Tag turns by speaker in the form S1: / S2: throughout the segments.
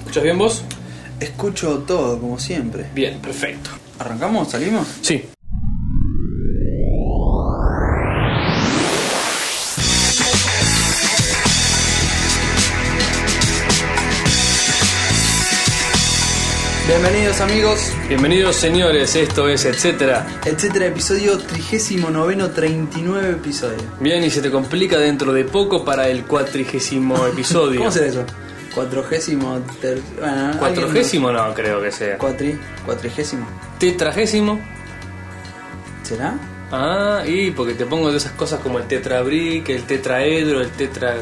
S1: ¿Escuchas bien vos?
S2: Escucho todo, como siempre.
S1: Bien, perfecto.
S2: ¿Arrancamos? ¿Salimos?
S1: Sí.
S2: Bienvenidos amigos,
S1: Bienvenidos señores, esto es etcétera.
S2: etcétera, episodio 39, 39 episodio.
S1: Bien, y se te complica dentro de poco para el cuatrigésimo episodio.
S2: ¿Cómo será eso? Cuatrogésimo, ter... bueno,
S1: Cuatrogésimo no creo que sea.
S2: alguien- Cuatri, cuatrigésimo.
S1: Tetragésimo.
S2: ¿Será?
S1: Ah, y porque te pongo de esas cosas como el tetrabric, el tetraedro, el tetra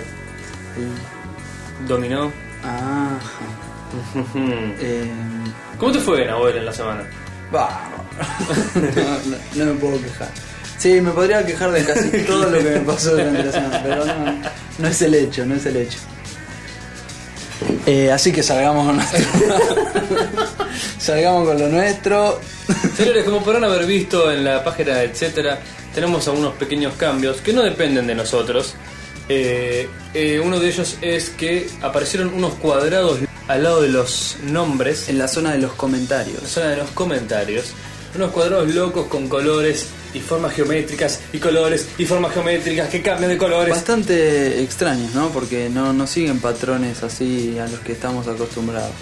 S1: dominó.
S2: Ah, eh...
S1: ¿Cómo te fue en abuela en la semana?
S2: bah, no, no- no me puedo quejar. Sí, me podría quejar de casi todo lo que me pasó durante la semana, pero no, no es el hecho, no es el hecho. Eh, así que salgamos con nuestro... salgamos con lo nuestro.
S1: Señores, como podrán haber visto en la página de etcétera, tenemos algunos pequeños cambios que no dependen de nosotros. Eh, eh, uno de ellos es que aparecieron unos cuadrados al lado de los nombres, en
S2: En la zona de los
S1: la
S2: comentarios.
S1: zona de los comentarios. Unos cuadrados locos con colores y formas geométricas y colores y formas geométricas que cambian de colores.
S2: Bastante extraños, ¿no? Porque no, no siguen patrones así a los que estamos acostumbrados.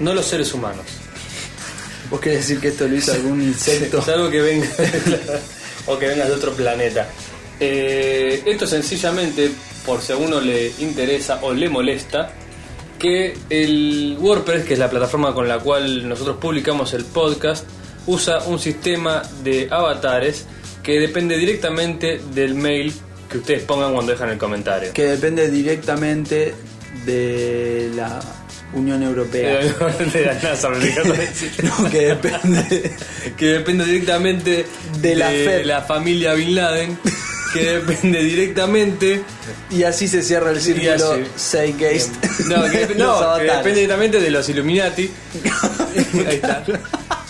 S1: No los seres humanos.
S2: ¿Vos querés decir que esto lo hizo algún insecto?
S1: Salvo que venga o que vengas de otro planeta. Eh, esto sencillamente, por si a uno le interesa o le molesta, que el WordPress, que es la plataforma con la cual nosotros publicamos el podcast, usa un sistema de avatares que depende directamente del mail que ustedes pongan cuando dejan el comentario.
S2: Que depende directamente de la Unión
S1: Eh,
S2: Europea.
S1: De la NASA, me fijas.
S2: no, que depende.
S1: que depende directamente
S2: De la Fed.
S1: la familia Bin Laden, que depende directamente
S2: Y así se cierra el círculo
S1: así.
S2: Zeitgeist.
S1: no, que, dep- no,
S2: Los
S1: que
S2: avatares.
S1: depende directamente de los Illuminati, ahí está,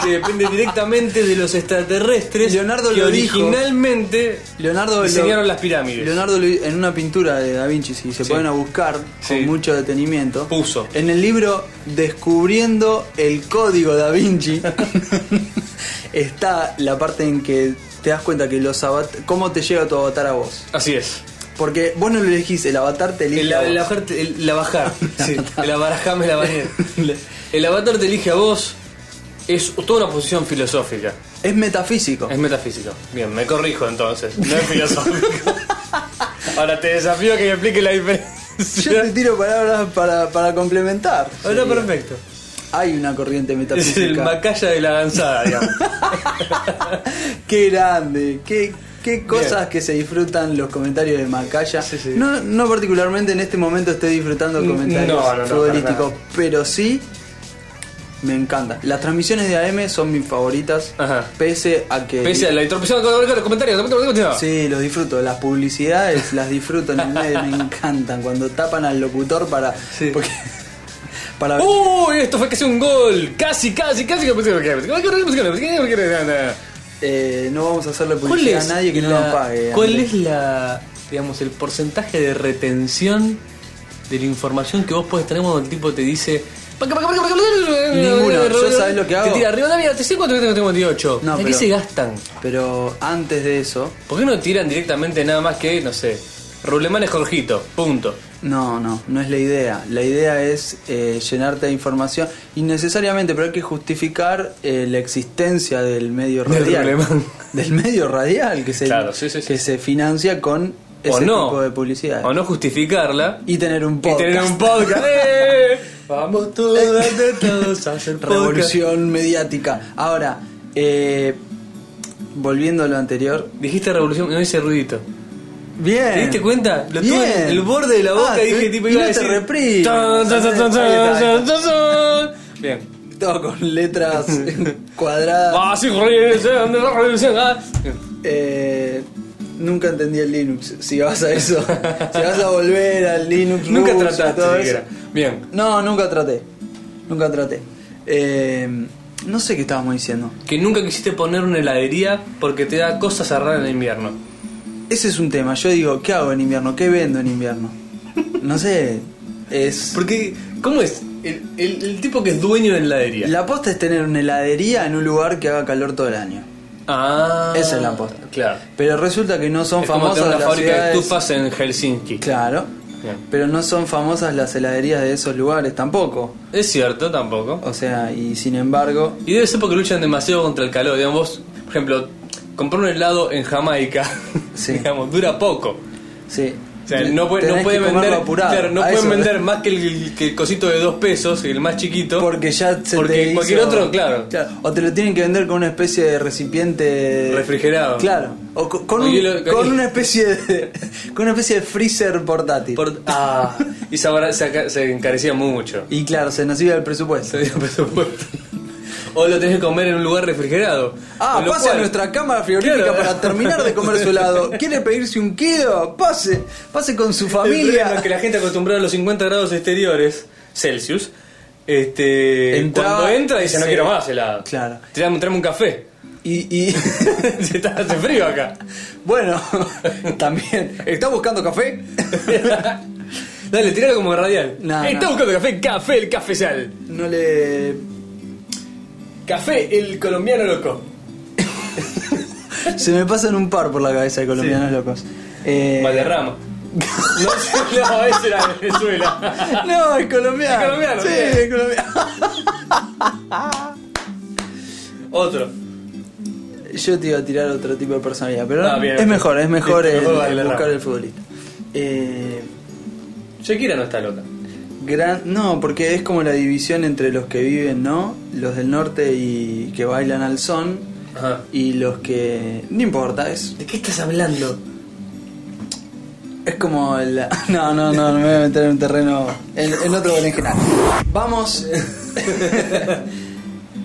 S1: que depende directamente de los extraterrestres
S2: Leonardo
S1: que
S2: lo dijo.
S1: originalmente
S2: Leonardo lo-
S1: diseñaron las pirámides.
S2: Leonardo lo- en una pintura de Da Vinci, si se
S1: Sí.
S2: pueden a buscar
S1: Sí.
S2: con mucho detenimiento,
S1: Puso.
S2: en el libro Descubriendo el código Da Vinci está la parte en que te das cuenta que los avat- cómo te llega tu avatar a vos.
S1: Así es.
S2: Porque vos no lo elegís, el avatar te elige
S1: El,
S2: a
S1: el
S2: vos.
S1: avatar te- el- la bajar, sí, el abarajame la bañé. El avatar te elige a vos es toda una posición filosófica.
S2: Es metafísico.
S1: Es metafísico. Bien, me corrijo entonces. No es filosófico. Ahora te desafío a que me explique la
S2: Yo
S1: diferencia.
S2: te tiro palabras para, para complementar.
S1: Ahora
S2: Sería.
S1: perfecto.
S2: Hay una corriente
S1: Es el
S2: metafísica.
S1: Macaya de la danzada, digamos.
S2: Qué grande, qué, qué cosas
S1: Bien.
S2: que se disfrutan los comentarios de Macaya.
S1: Sí, sí.
S2: No, no particularmente en este momento estoy disfrutando
S1: No,
S2: comentarios
S1: no, no, para
S2: futbolísticos,
S1: nada.
S2: pero sí me encanta. Las transmisiones de AM son mis favoritas,
S1: Ajá.
S2: pese a que...
S1: Pese a la interrupción con los comentarios.
S2: Sí, los disfruto. Las publicidades las disfruto en el medio, me encantan. Cuando tapan al locutor para...
S1: Sí.
S2: porque- para
S1: ¡Uy! Esto fue casi un gol. Casi, casi, casi. ¿Cuál
S2: eh, no vamos a hacerle publicidad a nadie que no
S1: la-
S2: nos pague.
S1: ¿Cuál
S2: Andrés.
S1: es la, digamos, el porcentaje de retención de la información que vos podés tener cuando el tipo te dice...
S2: Ninguno. ¿Yo sabés lo que hago?
S1: Te tira arriba, mira, te sé cuánto tengo, tengo 28.
S2: No,
S1: ¿A qué
S2: pero-
S1: se gastan?
S2: Pero antes de eso...
S1: ¿Por qué no tiran directamente nada más que, no sé, Rulemán es Jorgito, punto?
S2: No, no, no es la idea. La idea es eh, llenarte de información innecesariamente, pero hay que justificar eh, la existencia del medio
S1: Del
S2: radial.
S1: Rulemán.
S2: Del medio radial que se,
S1: Claro, sí, sí, sí.
S2: que se financia con
S1: o
S2: ese
S1: no.
S2: tipo de publicidad.
S1: O no justificarla.
S2: Y tener un podcast.
S1: Y tener un podcast. ¡Eh! Vamos todas de todos a hacer podcast.
S2: Revolución mediática. Ahora, eh, volviendo a lo anterior.
S1: Dijiste revolución, no hice ruidito.
S2: Bien.
S1: ¿Te diste cuenta? Lo
S2: Bien.
S1: tuve en el borde de la boca
S2: Ah,
S1: y dije,
S2: tú-
S1: tipo,
S2: y
S1: iba
S2: no
S1: a
S2: te
S1: decir.
S2: reprimes.
S1: Tan, tan, tan, tan,
S2: Ahí está, ahí
S1: tan,
S2: está.
S1: tan, tan. Bien.
S2: Todo con letras cuadradas.
S1: Ah, sí, revolución, revolución, ah.
S2: Eh, nunca entendí el Linux. Si vas a eso, si vas a volver al Linux,
S1: Nunca
S2: ruso,
S1: trataste
S2: todo
S1: siquiera.
S2: eso.
S1: Bien.
S2: No, nunca traté. Nunca traté. Eh, no sé qué estábamos diciendo.
S1: Que nunca quisiste poner una heladería porque te da cosas cerrar en invierno.
S2: Ese es un tema. Yo digo, ¿qué hago en invierno? ¿Qué vendo en invierno? No sé. es.
S1: Porque, ¿cómo es? El, el- el tipo que es dueño de la heladería.
S2: La posta es tener una heladería en un lugar que haga calor todo el año.
S1: Ah,
S2: Esa es la posta.
S1: Claro.
S2: Pero resulta que no son
S1: es como
S2: famosas
S1: tener una
S2: las
S1: fábrica de
S2: ciudades-
S1: estufas en Helsinki.
S2: Claro.
S1: Bien.
S2: Pero no son famosas las heladerías de esos lugares tampoco.
S1: Es cierto, tampoco.
S2: O sea, y sin embargo.
S1: Y debe ser porque luchan demasiado contra el calor. Digamos, vos, por ejemplo, comprar un helado en Jamaica,
S2: Sí.
S1: digamos, dura poco.
S2: Sí.
S1: O sea, no, puede-
S2: Tenés
S1: no
S2: que
S1: pueden
S2: comerlo
S1: vender,
S2: apurado.
S1: claro, no
S2: A
S1: pueden
S2: eso-
S1: vender más que el, que el cosito de dos pesos, el más chiquito.
S2: Porque ya se
S1: Porque
S2: te
S1: cualquier
S2: hizo-
S1: otro, claro.
S2: O te lo tienen que vender con una especie de recipiente.
S1: Refrigerado.
S2: Claro. O co- con,
S1: O
S2: un-
S1: hielo-
S2: con una especie de. con una especie de freezer portátil.
S1: Por- ah, y se, abra- se aca- se encarecía mucho.
S2: Y claro, se nos iba el presupuesto.
S1: Se dio presupuesto. O lo tenés que comer en un lugar refrigerado.
S2: Ah,
S1: Con lo
S2: pase a
S1: cual-
S2: nuestra cámara frigorífica
S1: Claro.
S2: para terminar de comer su helado. ¿Quiere pedirse un kilo? Pase, pase con su
S1: El problema es
S2: familia.
S1: que la gente acostumbrada a los 50 grados exteriores Celsius, este,
S2: Entraba-
S1: cuando entra dice no
S2: sí.
S1: quiero más helado.
S2: Claro.
S1: Tráeme, tráeme un café.
S2: Y, y
S1: Se está- hace frío acá.
S2: bueno, también. ¿Está buscando café?
S1: Dale, tiralo como radial.
S2: No,
S1: está
S2: no.
S1: buscando café, café, el cafezal.
S2: No le.
S1: Café, el colombiano loco.
S2: Se me pasan un par por la cabeza de colombianos locos. Eh,
S1: Valderrama. No, sé, no, ese era Venezuela.
S2: No, es colombiano.
S1: Es colombiano,
S2: Sí,
S1: bien.
S2: es colombiano.
S1: Otro.
S2: Yo te iba a tirar otro tipo de personalidad, pero
S1: Ah,
S2: no,
S1: bien,
S2: es
S1: ok.
S2: mejor, es mejor
S1: Listo,
S2: el-
S1: mejor vale
S2: el
S1: la
S2: buscar
S1: rama.
S2: el futbolista. Eh,
S1: Shakira no está loca.
S2: gran, no, porque es como la división entre los que viven, ¿no? Los del norte y que bailan al son
S1: Ajá.
S2: y los que no importa, es
S1: ¿De qué estás hablando?
S2: es como el no, no, no, no me voy a meter en un terreno en, en otro berenjenal. Vamos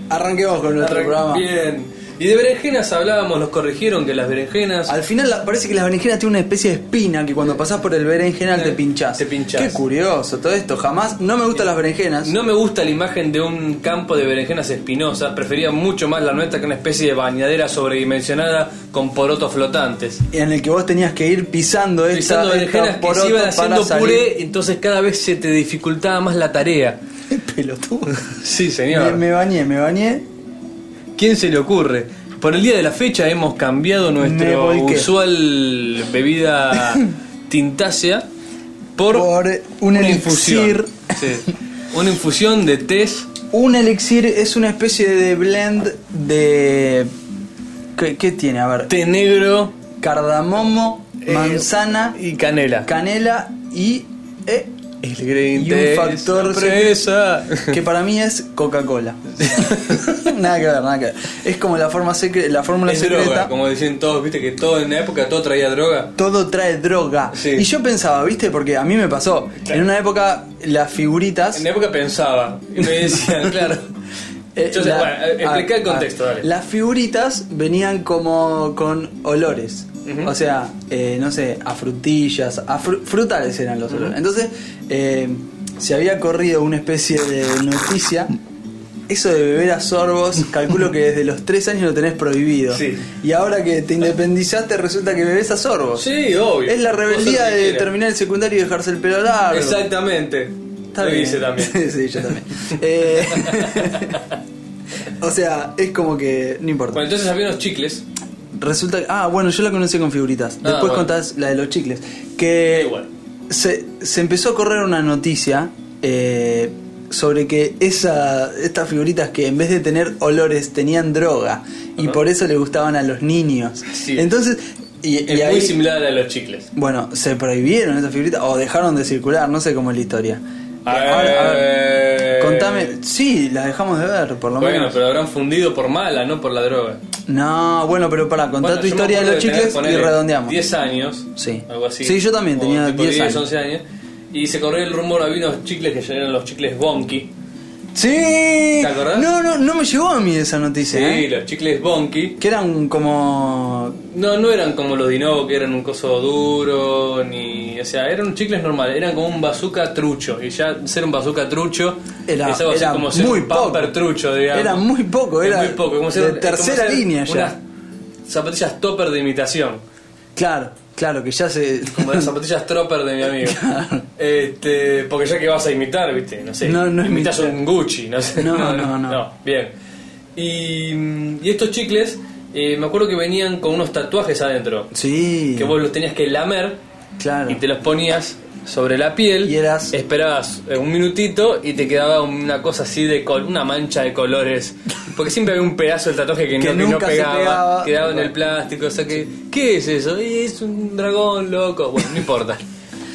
S2: Arranquemos con nuestro
S1: Arran-
S2: programa.
S1: Bien. Y de berenjenas hablábamos, nos corrigieron que las berenjenas.
S2: Al final la- parece que las berenjenas tienen una especie de espina que cuando pasás por el berenjenal te pinchás.
S1: Te pinchás.
S2: Qué curioso todo esto. Jamás. No me gustan las berenjenas.
S1: No me gusta la imagen de un campo de berenjenas espinosas, prefería mucho más la nuestra que una especie de bañadera sobredimensionada con porotos flotantes.
S2: En el que vos tenías que ir pisando esta,
S1: Pisando berenjenas que se iban haciendo puré, entonces cada vez se te dificultaba más la tarea.
S2: Pelotudo.
S1: Sí,
S2: Me,
S1: señor.
S2: me bañé, me bañé.
S1: ¿Quién se le ocurre? Por el día de la fecha hemos cambiado
S2: Me
S1: nuestro
S2: volqué.
S1: usual bebida tintácea por,
S2: Por un elixir.
S1: Sí. Una infusión de test
S2: Un elixir es una especie de blend de. ¿Qué, qué tiene? A ver.
S1: té negro
S2: Cardamomo,
S1: eh,
S2: manzana,
S1: y canela.
S2: canela y. eh,
S1: El green
S2: Y un
S1: tea
S2: factor
S1: es sorpresa.
S2: que para mí es Coca-Cola. nada que ver, nada que ver. Es como la forma secre- la fórmula
S1: Es
S2: secreta.
S1: droga, como decían todos, viste que todo en la época todo traía droga.
S2: Todo trae droga.
S1: Sí.
S2: Y yo pensaba, ¿viste? Porque a mí me pasó. En una época las figuritas
S1: En la época pensaba y me decían, claro.
S2: Eh,
S1: Yo sé,
S2: la-
S1: bueno, eh, explica
S2: ah,
S1: el contexto,
S2: ah,
S1: dale.
S2: Las figuritas venían como con olores.
S1: Ujú.
S2: O sea, eh, no sé, a frutillas, a fru- frutales eran los olores. Entonces, eh, se había corrido una especie de noticia. Eso de beber a sorbos, calculo que desde los 3 años lo tenés prohibido.
S1: Sí.
S2: Y ahora que te independizaste, resulta que bebés a sorbos.
S1: Sí, obvio.
S2: Es la
S1: Vos
S2: rebeldía
S1: sos
S2: de
S1: ligera.
S2: terminar el secundario y dejarse el pelo largo.
S1: Exactamente.
S2: Está
S1: Lo
S2: bien.
S1: hice también.
S2: sí, yo también. Eh, o sea, es como que. No importa.
S1: Bueno, entonces había unos chicles.
S2: Resulta que. Ah, bueno, yo la conocí con figuritas. Después
S1: Ah, bueno.
S2: contás la de los chicles. Que.
S1: Igual.
S2: Se, se empezó a correr una noticia. eh, sobre que esa, estas figuritas que en vez de tener olores tenían droga y
S1: Ajá.
S2: por eso le gustaban a los niños.
S1: Sí.
S2: Entonces, y, y
S1: Es muy
S2: ahí-
S1: similar a la de los chicles.
S2: bueno, se prohibieron esas figuritas o dejaron de circular, no sé cómo es la historia. Eh, ahora- ahora-
S1: Eh,
S2: Contame, sí, las dejamos de ver, por lo
S1: Bueno,
S2: menos.
S1: pero habrán fundido por mala, no por la droga.
S2: No, bueno, pero para, contá
S1: Bueno, yo
S2: tu
S1: me
S2: historia de
S1: acuerdo
S2: los
S1: tener,
S2: chicles y
S1: ponele,
S2: redondeamos.
S1: 10 años.
S2: Sí.
S1: Algo así.
S2: Sí, yo también
S1: o
S2: tenía
S1: tipo
S2: 10 años.
S1: 11 años. Y se corrió el rumor, había unos chicles que ya eran los chicles Bonky.
S2: Sí,
S1: acordás?
S2: no, no, no me llegó a mí esa noticia.
S1: Sí,
S2: ¿eh?
S1: los chicles Bonky.
S2: Que eran como.
S1: No, no eran como los Dinovo, que eran un coso duro, ni... O sea, eran chicles normales, eran como un bazooka trucho. Y ya ser un bazooka trucho
S2: Era-
S1: es algo así
S2: era
S1: como ser
S2: muy
S1: un pamper
S2: poco.
S1: trucho, digamos.
S2: Era muy poco,
S1: Es
S2: era
S1: muy poco. Como
S2: de
S1: ser, es como
S2: tercera
S1: ser
S2: línea ya.
S1: Unas zapatillas topper de imitación.
S2: Claro, Claro, que ya se.
S1: Como las zapatillas Tropper de mi amigo. Este, porque ya que vas a imitar, viste, no sé.
S2: No, no
S1: imitas
S2: imitar.
S1: un Gucci, no sé.
S2: No, no, no.
S1: bien. Y, mm, y estos chicles, eh, me acuerdo que venían con unos tatuajes adentro.
S2: Sí.
S1: Que vos los tenías que lamer
S2: Claro.
S1: y te los ponías sobre la piel.
S2: Y eras-
S1: Esperabas eh, un minutito y te quedaba una cosa así de col- una mancha de colores. Porque siempre había un pedazo del tatuaje que,
S2: Que
S1: no, que no
S2: nunca se
S1: pegaba,
S2: pegaba.
S1: Quedaba en el plástico. O sea que, ¿qué es eso? Y es un dragón loco. Bueno, no importa.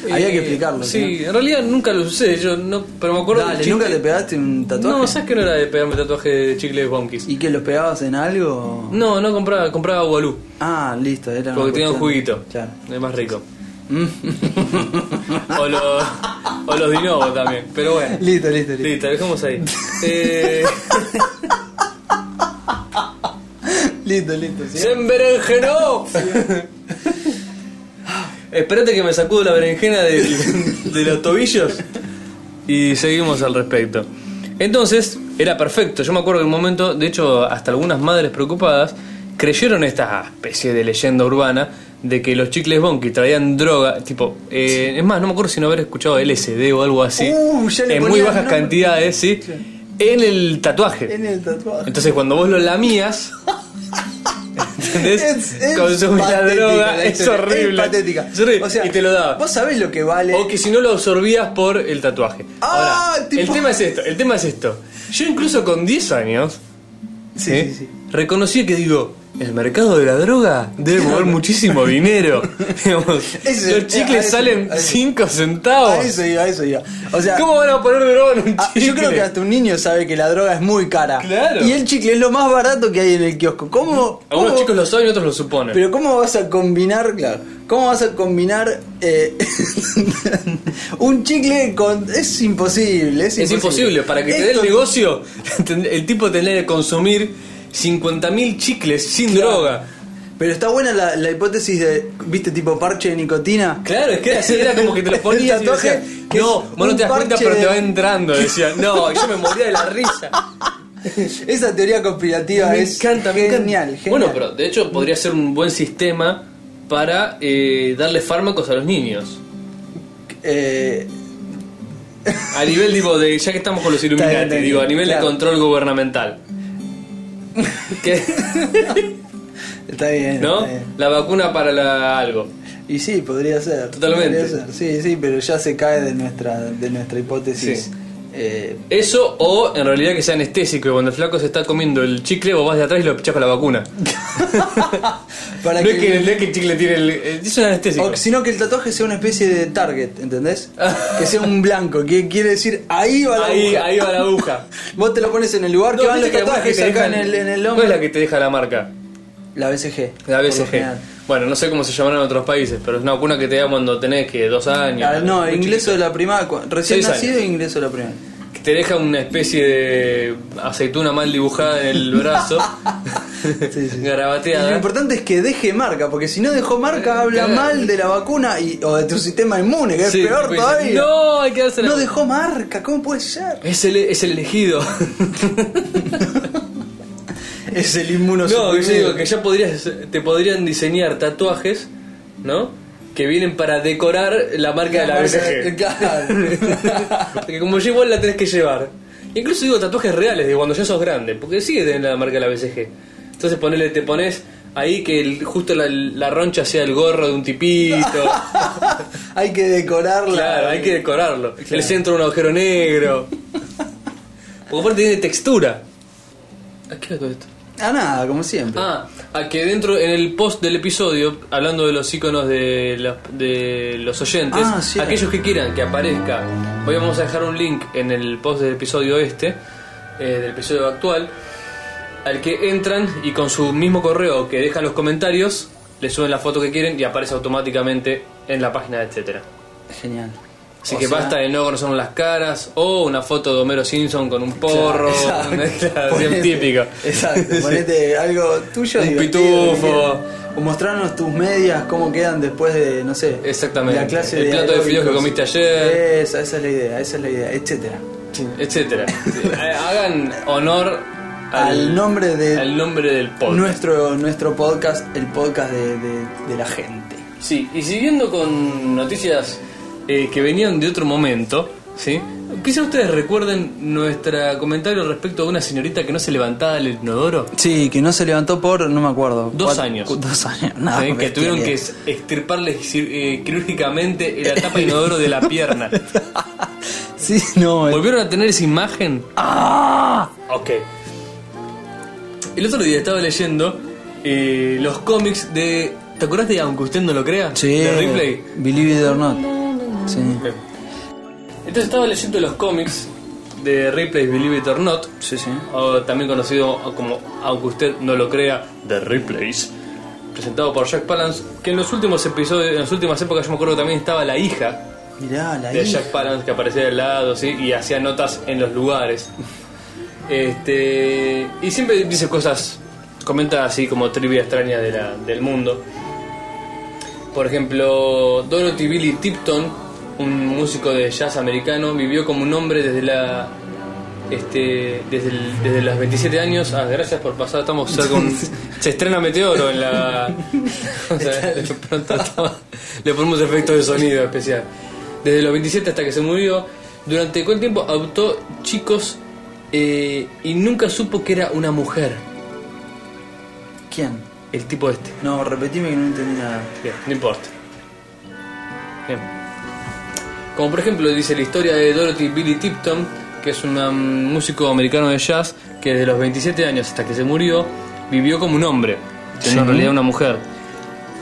S1: Eh,
S2: Había que explicarlo,
S1: Sí, en realidad nunca lo usé. Yo no, pero me acuerdo.
S2: Dale,
S1: del
S2: ¿nunca
S1: chiste.
S2: te pegaste un tatuaje?
S1: No, ¿sabes que no era de pegarme tatuaje de chicle de bonkies?
S2: ¿Y que los pegabas en algo?
S1: No, no compraba, compraba Walú.
S2: Ah, listo, era una
S1: Porque tenía un
S2: cuestión-
S1: juguito. Es más rico. o, los, o los Dinovo también. Pero bueno.
S2: Claro. Listo, listo, listo.
S1: Listo, dejamos ahí. Eh,
S2: Listo, listo. ¿sí?
S1: ¡Se enberenjenó! Espérate que me sacudo la berenjena del- de los tobillos. Y seguimos al respecto. Entonces, era perfecto. Yo me acuerdo que en un momento, de hecho, hasta algunas madres preocupadas creyeron esta especie de leyenda urbana de que los chicles Bonky traían droga, tipo, eh, es más, no me acuerdo si no haber escuchado LSD o algo así,
S2: Uh, ya le
S1: en muy
S2: ponían
S1: bajas
S2: nombre.
S1: cantidades, ¿sí? En el tatuaje.
S2: En el tatuaje.
S1: Entonces cuando vos lo lamías, ¿entendés?
S2: Es, es
S1: Consumís la
S2: patética
S1: droga,
S2: la
S1: es
S2: historia,
S1: horrible.
S2: Es patética.
S1: Es horrible,
S2: O sea,
S1: y te lo daba.
S2: Vos sabés lo que vale.
S1: O que si no lo absorbías por el tatuaje.
S2: Ah,
S1: Ahora,
S2: tipo-
S1: el tema es esto, el tema es esto. Yo incluso con 10 años,
S2: Sí,
S1: ¿eh?
S2: sí, sí.
S1: reconocí que digo, el mercado de la droga debe mover muchísimo dinero. Digamos,
S2: Ese-
S1: los
S2: a
S1: chicles
S2: ese-
S1: salen
S2: a ese.
S1: 5 centavos.
S2: A eso iba, a eso iba. O sea,
S1: ¿Cómo van a poner droga en un
S2: ah,
S1: chicle?
S2: yo creo que hasta un niño sabe que la droga es muy cara.
S1: Claro.
S2: Y el chicle es lo más barato que hay en el kiosco. ¿Cómo?
S1: Algunos
S2: cómo-
S1: chicos lo saben y otros lo suponen.
S2: Pero ¿cómo vas a combinar, claro, cómo vas a combinar eh, un chicle con... Es imposible, es imposible.
S1: Es imposible, para que te dé el
S2: Esto-
S1: negocio, ten- el tipo tendría que consumir 50.000 chicles sin
S2: Claro.
S1: droga.
S2: Pero está buena la, la hipótesis de, viste, tipo parche de nicotina.
S1: Claro, es que era así, era como que te lo
S2: El
S1: ponías y
S2: tatuaje
S1: decías,
S2: que
S1: no,
S2: es
S1: vos no
S2: un
S1: te das cuenta,
S2: parche
S1: pero
S2: de-
S1: te va entrando. Decía, no, y yo me moría de la risa.
S2: Esa teoría conspirativa
S1: me
S2: es
S1: encanta, me encanta.
S2: genial, genial.
S1: Bueno, pero de hecho podría ser un buen sistema para eh, darle fármacos a los niños.
S2: Eh,
S1: A nivel, digo, de, ya que estamos con los
S2: bien,
S1: Illuminati,
S2: está bien,
S1: digo, a nivel
S2: claro.
S1: de control gubernamental. ¿Qué?
S2: está bien.
S1: ¿No?
S2: está bien.
S1: La vacuna para la algo.
S2: Y sí, podría ser.
S1: Totalmente.
S2: podría ser. Sí, sí, pero ya se cae de nuestra, de nuestra hipótesis.
S1: Sí.
S2: eh,
S1: Eso o en realidad que sea anestésico y cuando el flaco se está comiendo el chicle vos vas de atrás y lo pichás con la vacuna.
S2: para
S1: no, es que, no es que el chicle tiene el... eh, Es un anestésico.
S2: O sino que el tatuaje sea una especie de target, ¿entendés? que sea un blanco, que quiere decir ahí va la
S1: ahí,
S2: aguja.
S1: ahí va la aguja.
S2: Vos te lo pones en el lugar que
S1: No,
S2: van
S1: viste
S2: los
S1: que algunas que
S2: tatuajes
S1: te
S2: acá en
S1: dejan-
S2: el, en el
S1: ¿Cuál
S2: hombro.
S1: es la que te deja la marca?
S2: La BCG.
S1: La
S2: por lo
S1: BCG.
S2: general.
S1: Bueno, no sé cómo se llamarán en otros países, pero es una vacuna que te da cuando tenés que dos años.
S2: Ah, no,
S1: muy
S2: ingreso de la primaria. cu- Recién
S1: Seis
S2: nacido,
S1: años.
S2: ingreso de la primaria.
S1: chiquito, Que te deja una especie de aceituna mal dibujada en el brazo.
S2: Sí, sí. Y
S1: Garabateada.
S2: lo importante es que deje marca, porque si no dejó marca, habla
S1: claro.
S2: mal de la vacuna y, o de tu sistema inmune, que
S1: eh, Sí,
S2: es peor
S1: tipo, dice,
S2: todavía.
S1: No, hay que darse la
S2: No dejó marca, ¿cómo puede ser?
S1: Es el, es el elegido.
S2: Es el
S1: No, yo
S2: inmunosuprimido.
S1: digo que ya podrías, te podrían diseñar tatuajes, ¿no? Que vienen para decorar la marca de la BCG.
S2: pues, eh, Claro.
S1: Porque como yo igual la tenés que llevar. Incluso digo tatuajes reales de cuando ya sos grande, porque sigue teniendo la marca de la BCG. Entonces ponele, te pones ahí que el- justo la, la roncha sea el gorro de un tipito.
S2: hay que decorarla.
S1: claro, hay que decorarlo. El centro un agujero negro. Porque aparte tiene textura. ¿A qué va todo esto?
S2: Ah, nada, como siempre.
S1: Ah, a que dentro, en el post del episodio, hablando de los iconos de, la- de los oyentes,
S2: Ah, sí.
S1: aquellos que quieran que aparezca, hoy vamos a dejar un link en el post del episodio este, eh, del episodio actual, al que entran y con su mismo correo que dejan los comentarios, le suben la foto que quieren y aparece automáticamente en la página, etcétera.
S2: Genial.
S1: Así
S2: O
S1: que
S2: sea,
S1: basta de no conocer las caras o una foto de Homero Simpson con un porro,
S2: Claro, exacto.
S1: bien
S2: Ponete-
S1: típico.
S2: Exacto, ponete algo tuyo.
S1: Un
S2: divertido,
S1: pitufo.
S2: que quieras. O mostrarnos tus medias, cómo quedan después de, no sé.
S1: Exactamente.
S2: La clase
S1: El
S2: de
S1: plato de fideos que
S2: aeróbicos.
S1: comiste ayer.
S2: Esa, esa es la idea, esa es la idea, etcétera.
S1: etcétera. Eh, Hagan honor al,
S2: Al nombre de
S1: al nombre del podcast.
S2: nuestro, nuestro podcast, el podcast de, de- de la gente.
S1: Sí, y siguiendo con noticias eh, que venían de otro momento, ¿sí? Quizá ustedes recuerden nuestro comentario respecto a una señorita que no se levantaba del inodoro.
S2: Sí, que no se levantó por, no me acuerdo.
S1: Dos
S2: cuat-
S1: años.
S2: cu- Dos años, nada.
S1: ¿sí? Que
S2: bestia,
S1: tuvieron que
S2: bien.
S1: es- extirparle cir- eh, quirúrgicamente la tapa de inodoro de la pierna.
S2: Sí, no. el-
S1: ¿Volvieron a tener esa imagen?
S2: ¡Ah!
S1: Ok. El otro día estaba leyendo eh, los cómics de. ¿Te acordás de Aunque usted no lo crea?
S2: Sí.
S1: De Ripley.
S2: Believe it or not. Sí.
S1: Entonces estaba leyendo los cómics de Ripley Believe It or Not,
S2: Sí, sí.
S1: o también conocido como Aunque usted no lo crea, The Replays, presentado por Jack Palance, que en los últimos episodios, en las últimas épocas yo me acuerdo que también estaba la hija
S2: Mirá, la
S1: de
S2: hija.
S1: Jack Palance que aparecía del lado ¿sí? y hacía notas en los lugares. Este, y siempre dice cosas, comenta así como trivia extraña de la- del mundo. Por ejemplo, Dorothy Billy Tipton, un músico de jazz americano, vivió como un hombre desde la este, desde, el- desde los 27 años. Ah, gracias por pasar, estamos cerca. de un- se estrena Meteoro en la. o sea, de pronto estamos- le ponemos efecto de sonido especial. Desde los 27 hasta que se murió, durante cuál tiempo adoptó chicos eh, y nunca supo que era una mujer,
S2: ¿Quién?
S1: el tipo este.
S2: No, repetime que no entendí nada.
S1: Bien, no importa. Bien. Como por ejemplo dice la historia de Dorothy Billy Tipton, que es un um, músico americano de jazz que desde los 27 años hasta que se murió vivió como un hombre, siendo en realidad una mujer.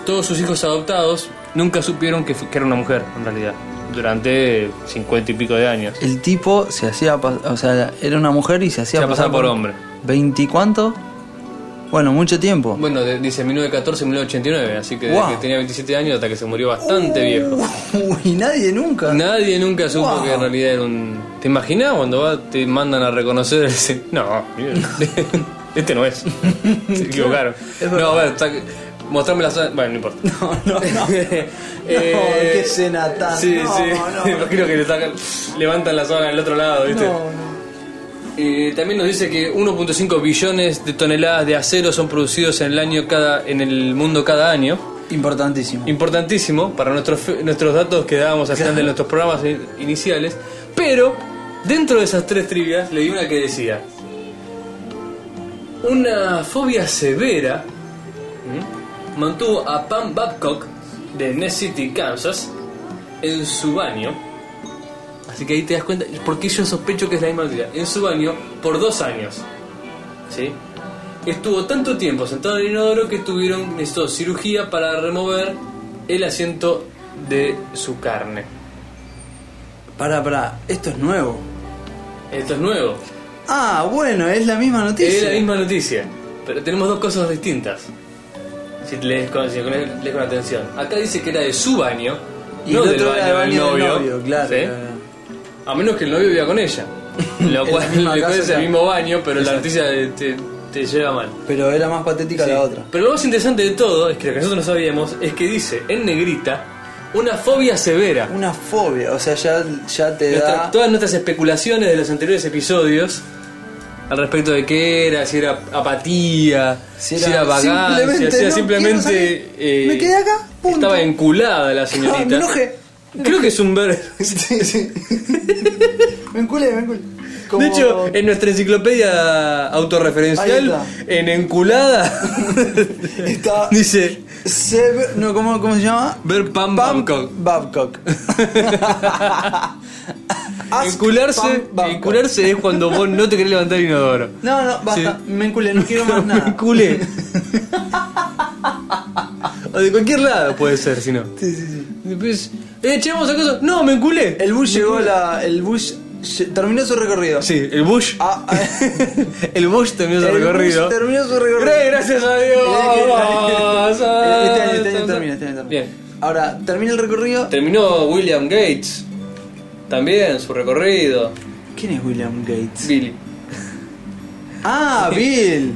S1: Todos sus hijos adoptados nunca supieron que, fu- que era una mujer en realidad durante 50 y pico de años.
S2: El tipo se hacía, pas- o sea, era una mujer y se hacía
S1: Se pasaba por hombre.
S2: ¿20 cuánto? Bueno, mucho tiempo.
S1: Bueno, de- dice 1914 1989, así que desde
S2: Wow.
S1: que tenía 27 años hasta que se murió bastante
S2: Uh.
S1: viejo.
S2: Uy, nadie nunca.
S1: Nadie nunca supo
S2: Wow.
S1: que en realidad era un. ¿Te imaginas cuando va- te mandan a reconocer? Dicen, no, este no es. Se equivocaron.
S2: es verdad.
S1: no, a ver, sac- mostrame la. sa- Bueno, no importa.
S2: No, no, no.
S1: Eh,
S2: qué cena tan-
S1: Sí,
S2: no,
S1: sí.
S2: no.
S1: Me imagino que le sacan, levantan la zona del otro lado, ¿viste?
S2: No, no.
S1: Eh, también nos dice que 1.5 billones de toneladas de acero son producidos en el año cada, en el mundo cada año.
S2: Importantísimo.
S1: importantísimo para nuestros, fe- nuestros datos que dábamos al final de nuestros programas in- iniciales. Pero, dentro de esas tres trivias, leí una que decía: Una fobia severa ¿m? mantuvo a Pam Babcock de Nest City, Kansas, en su baño. Así que ahí te das cuenta, porque yo sospecho que es la misma teoría, En su baño por dos años. ¿Sí? Estuvo tanto tiempo sentado en el inodoro que tuvieron necesitó cirugía para remover el asiento de su carne.
S2: Pará, pará, esto es nuevo.
S1: Esto es nuevo.
S2: Ah, bueno, es la misma noticia.
S1: Es la misma noticia, pero tenemos dos cosas distintas. Si lees con, si lees- lees con atención. Acá dice que era de su baño,
S2: Y
S1: no
S2: el
S1: del
S2: otro
S1: baño,
S2: era el
S1: del
S2: baño del
S1: novio.
S2: novio, claro,
S1: ¿sí?
S2: claro.
S1: A menos que el novio viva con ella. Lo
S2: En
S1: cual
S2: la misma
S1: le
S2: casa,
S1: parece el
S2: claro.
S1: mismo baño, pero la noticia te, te lleva mal.
S2: Pero era más patética la otra.
S1: Pero lo más interesante de todo es que lo que nosotros no sabíamos es que dice en negrita una fobia severa.
S2: Una fobia, o sea, ya, ya te
S1: Nuestra-
S2: da.
S1: todas nuestras especulaciones de los anteriores episodios al respecto de qué era, si era apatía, si
S2: Si
S1: era,
S2: era-
S1: vagancia,
S2: simplemente
S1: si era
S2: no quiero
S1: simplemente. eh,
S2: salir. Me quedé acá, punto. Ah,
S1: Estaba enculada la señorita.
S2: Me enojé.
S1: Creo que es un ver.
S2: sí, sí. me enculé, me enculé. Como-
S1: De hecho, eh, en nuestra enciclopedia
S2: Ahí
S1: autorreferencial,
S2: está.
S1: en enculada,
S2: Está-
S1: dice
S2: Sever- no, ¿cómo, ¿cómo se llama?
S1: ver Pam
S2: Pam-
S1: Babcock.
S2: Babcock. Ask Pam
S1: Encularse,
S2: Babcock.
S1: encularse es cuando vos no te querés levantar el inodoro.
S2: No, no, basta.
S1: Sí.
S2: Me enculé, no quiero más nada.
S1: Me enculé. o de cualquier lado puede ser, si no.
S2: Sí, sí, sí.
S1: Después, eh, che, vamos a cosa. No, me enculé.
S2: El bus llegó la. El bus lle- terminó su recorrido.
S1: Sí, el Bush.
S2: Ah, ah,
S1: el Bush terminó su
S2: el bus
S1: recorrido.
S2: terminó su
S1: Gra-
S2: recorrido.
S1: Gracias a Dios. Vamos,
S2: Este año, este
S1: ah,
S2: año termina, este año termina.
S1: Bien.
S2: Ahora, termina el recorrido.
S1: Terminó William Gates. También su recorrido.
S2: ¿Quién es William Gates?
S1: Billy.
S2: Ah, Bill.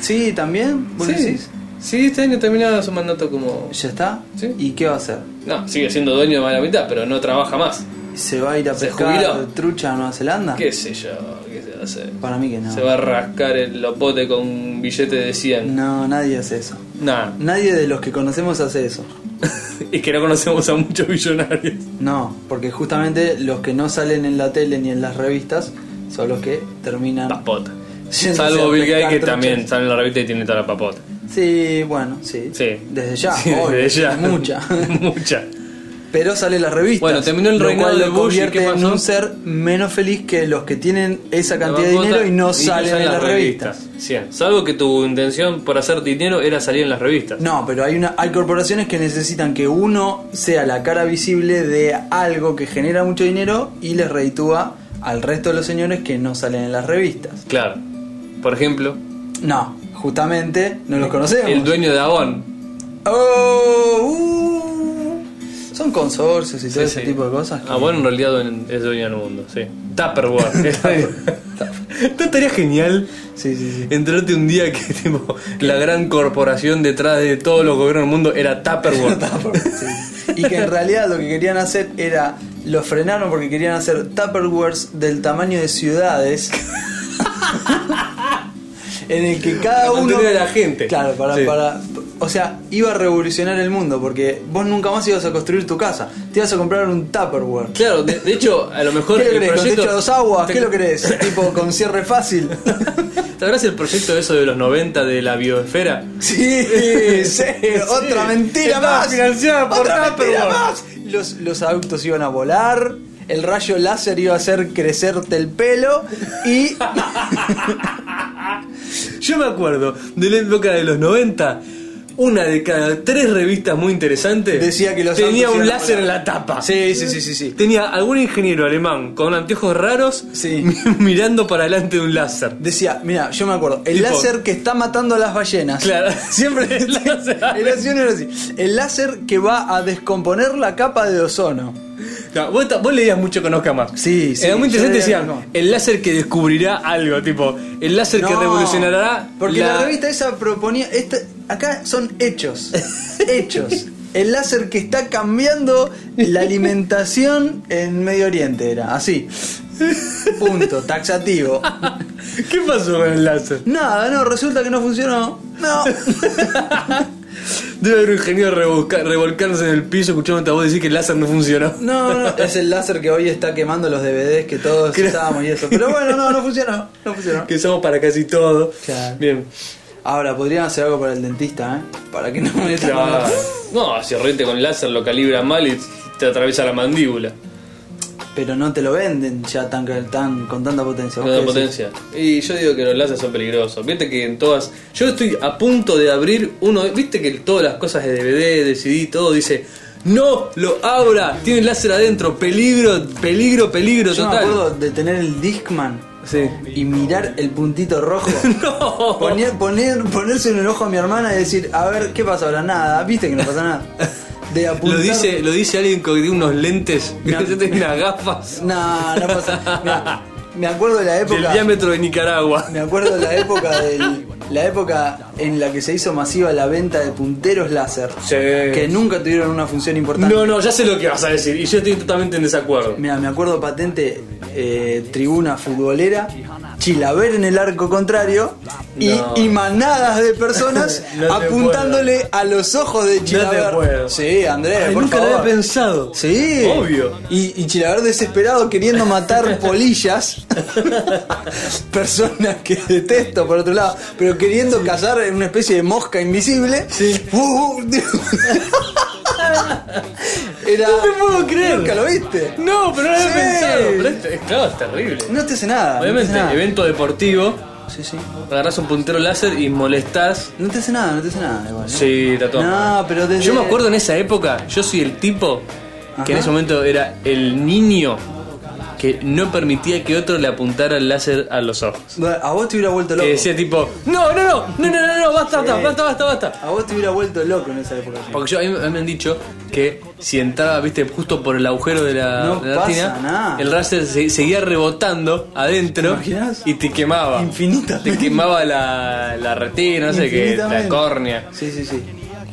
S2: Sí, también. ¿Vos decís?
S1: Sí, este año terminaba su mandato como.
S2: ¿Ya está?
S1: Sí.
S2: ¿Y qué va a hacer?
S1: No, sigue siendo dueño de la mitad, pero no trabaja más.
S2: ¿Se va a ir a
S1: ¿Se
S2: pescar
S1: jubiló?
S2: trucha a Nueva Zelanda?
S1: ¿Qué sé yo? ¿Qué se hace?
S2: Para mí que no.
S1: Se va a rascar el lopote con un billete de 100.
S2: No, nadie hace eso.
S1: Nah.
S2: Nadie de los que conocemos hace eso.
S1: y que no conocemos a muchos billonarios.
S2: No, porque justamente los que no salen en la tele ni en las revistas son los que terminan.
S1: Papota.
S2: Yéndose
S1: Salvo
S2: a
S1: Bill
S2: pescar
S1: Gates que
S2: truchas.
S1: también sale en la revista y tiene toda la papota.
S2: Sí, bueno, sí.
S1: Sí.
S2: Desde ya,
S1: Sí,
S2: obvio,
S1: desde ya.
S2: Mucha.
S1: Mucha.
S2: Pero sale en las revistas.
S1: Bueno, terminó el
S2: lo
S1: reinado
S2: cual
S1: de
S2: lo
S1: Bush, ¿y
S2: convierte
S1: qué pasó?
S2: en un ser menos feliz que los que tienen esa cantidad de
S1: Papota
S2: dinero y no
S1: sale
S2: salen en las revistas.
S1: Cien. Salvo que tu intención por hacer dinero era salir en las revistas.
S2: No, pero hay una, hay corporaciones que necesitan que uno sea la cara visible de algo que genera mucho dinero y les reditúa al resto de los señores que no salen en las revistas.
S1: Claro. Por ejemplo,
S2: No, justamente no los conocemos.
S1: el dueño de Avon.
S2: Oh, uh. son consorcios y todo ese tipo de cosas. que-
S1: Avon Ah, en realidad duen- es dueño del mundo, sí. Tupperware. es dueño. ¿No estaría genial
S2: Sí, sí, sí.
S1: entrarte un día que tipo, la gran corporación detrás de todos los gobiernos del mundo era Tupperware?
S2: Sí. Y que en realidad lo que querían hacer era. Lo frenaron porque querían hacer Tupperwares del tamaño de ciudades. en el que cada
S1: Para
S2: uno.
S1: mantener a la gente.
S2: Claro, para,
S1: Sí.
S2: para. O sea, iba a revolucionar el mundo porque vos nunca más ibas a construir tu casa. Te ibas a comprar un Tupperware.
S1: Claro, de, de hecho, a lo mejor
S2: ¿Qué lo
S1: el
S2: crees? ¿Con
S1: proyecto.
S2: techo de dos aguas? ¿Qué lo crees? ¿Tipo con cierre fácil?
S1: ¿Te acuerdas el proyecto eso de los 90 de la biosfera?
S2: Sí, sí, otra mentira
S1: Estaba
S2: más.
S1: financiada por
S2: otra mentira
S1: Tupperware.
S2: más. Los, los autos iban a volar, el rayo láser iba a hacer crecerte el pelo y
S1: Yo me acuerdo de la época de los 90. Una de cada tres revistas muy interesantes
S2: Decía que los
S1: tenía
S2: autos
S1: un
S2: iban a
S1: láser en
S2: volar.
S1: la tapa.
S2: Sí, sí, sí, sí, sí.
S1: Tenía algún ingeniero alemán con anteojos raros
S2: Sí.
S1: mirando para adelante de un láser.
S2: decía, mira, yo me acuerdo, el
S1: Tipo-
S2: láser que está matando a las ballenas.
S1: Claro.
S2: Siempre
S1: El láser.
S2: El láser era así. El láser que va a descomponer la capa de ozono.
S1: No, vos, ta- vos leías mucho Conozca más.
S2: Sí, sí,
S1: Era muy
S2: yo
S1: interesante,
S2: leía
S1: decían,
S2: Conozca Más.
S1: el láser que descubrirá algo, tipo, el láser que
S2: No,
S1: revolucionará.
S2: Porque la, revista esa proponía. esta- acá son hechos. hechos. El láser que está cambiando la alimentación en Medio Oriente era así. Punto, taxativo.
S1: ¿Qué pasó con el láser?
S2: Nada, no, resulta que no funcionó. No.
S1: Debe haber un ingeniero revolca- revolcándose en el piso escuchando a vos decir que el láser no funcionó.
S2: No, no, es el láser que hoy está quemando los DVDs que todos
S1: Creo-
S2: usábamos y eso. Pero bueno, no, no funcionó. No funcionó.
S1: Que somos para casi todo.
S2: Claro.
S1: Bien.
S2: Ahora, podrían hacer algo para el dentista, ¿eh? Para que no me
S1: Claro. No, si rete con láser lo calibra mal y te atraviesa la mandíbula.
S2: Pero no te lo venden ya tan, tan con tanta potencia. ¿Vos
S1: No da
S2: qué decís?
S1: potencia. Y yo digo que los láseres son peligrosos. Viste que en todas. Yo estoy a punto de abrir uno. de- Viste que todas las cosas de DVD, de CD, todo dice. ¡No! ¡Lo abra! Tiene láser adentro. Peligro, peligro, peligro
S2: Yo me
S1: total.
S2: acuerdo de tener el Discman
S1: Sí.
S2: y mirar el puntito rojo.
S1: No.
S2: Poner, poner, ponerse en el ojo a mi hermana y decir, a ver, ¿qué pasa ahora? Nada, viste que no pasa nada. De apuntar.
S1: Lo dice, lo dice alguien con de unos lentes, que
S2: No.
S1: tiene unas gafas
S2: No, no pasa Mirá, Me acuerdo de la
S1: del
S2: época.
S1: diámetro de Nicaragua.
S2: Me acuerdo de la época del, la época en la que se hizo masiva la venta de punteros láser.
S1: Sí.
S2: Que nunca tuvieron una función importante.
S1: No, no, ya sé lo que vas a decir y yo estoy totalmente en desacuerdo.
S2: Mira, me acuerdo patente eh, tribuna futbolera, Chilaver en el arco contrario y,
S1: No.
S2: y manadas de personas
S1: No te
S2: apuntando.le a los ojos de Chilaver.
S1: puedo.
S2: sí, Andrés,
S1: Ay,
S2: por
S1: nunca lo
S2: favor.
S1: había pensado.
S2: Sí.
S1: Obvio.
S2: Y, y Chilaver desesperado queriendo matar polillas. personas que detesto por otro lado, pero queriendo cazar en una especie de mosca invisible.
S1: Sí.
S2: Uh, uh, Era,
S1: No te puedo creer.
S2: Nunca lo viste.
S1: No, pero no lo había
S2: Sí.
S1: pensado. Pero es- es- claro, es terrible.
S2: No te hace nada.
S1: Obviamente,
S2: no te hace nada.
S1: evento deportivo,
S2: Sí, sí.
S1: agarras un puntero láser y molestás.
S2: No te hace nada, no te hace nada igual. ¿eh?
S1: Sí, tatuado.
S2: No, pero desde-
S1: Yo me acuerdo en esa época, yo soy el tipo
S2: Ajá.
S1: que en ese momento era el niño que no permitía que otro le apuntara el láser a los ojos.
S2: Bueno, A vos te hubiera vuelto loco.
S1: Que decía tipo, no, no, no, no, no, no, no, basta, basta,
S2: Sí.
S1: basta, basta, basta.
S2: A vos te hubiera vuelto loco en esa época.
S1: Porque yo, a mí me- me han dicho que si entraba, viste, justo por el agujero de la,
S2: No
S1: de la
S2: pasa
S1: tina,
S2: nada.
S1: el láser se- seguía rebotando adentro
S2: ¿Te imaginas?
S1: y te quemaba.
S2: Infinitamente.
S1: Te quemaba la, la retina, no sé qué, la
S2: Infinitamente.
S1: córnea.
S2: Sí, sí, sí.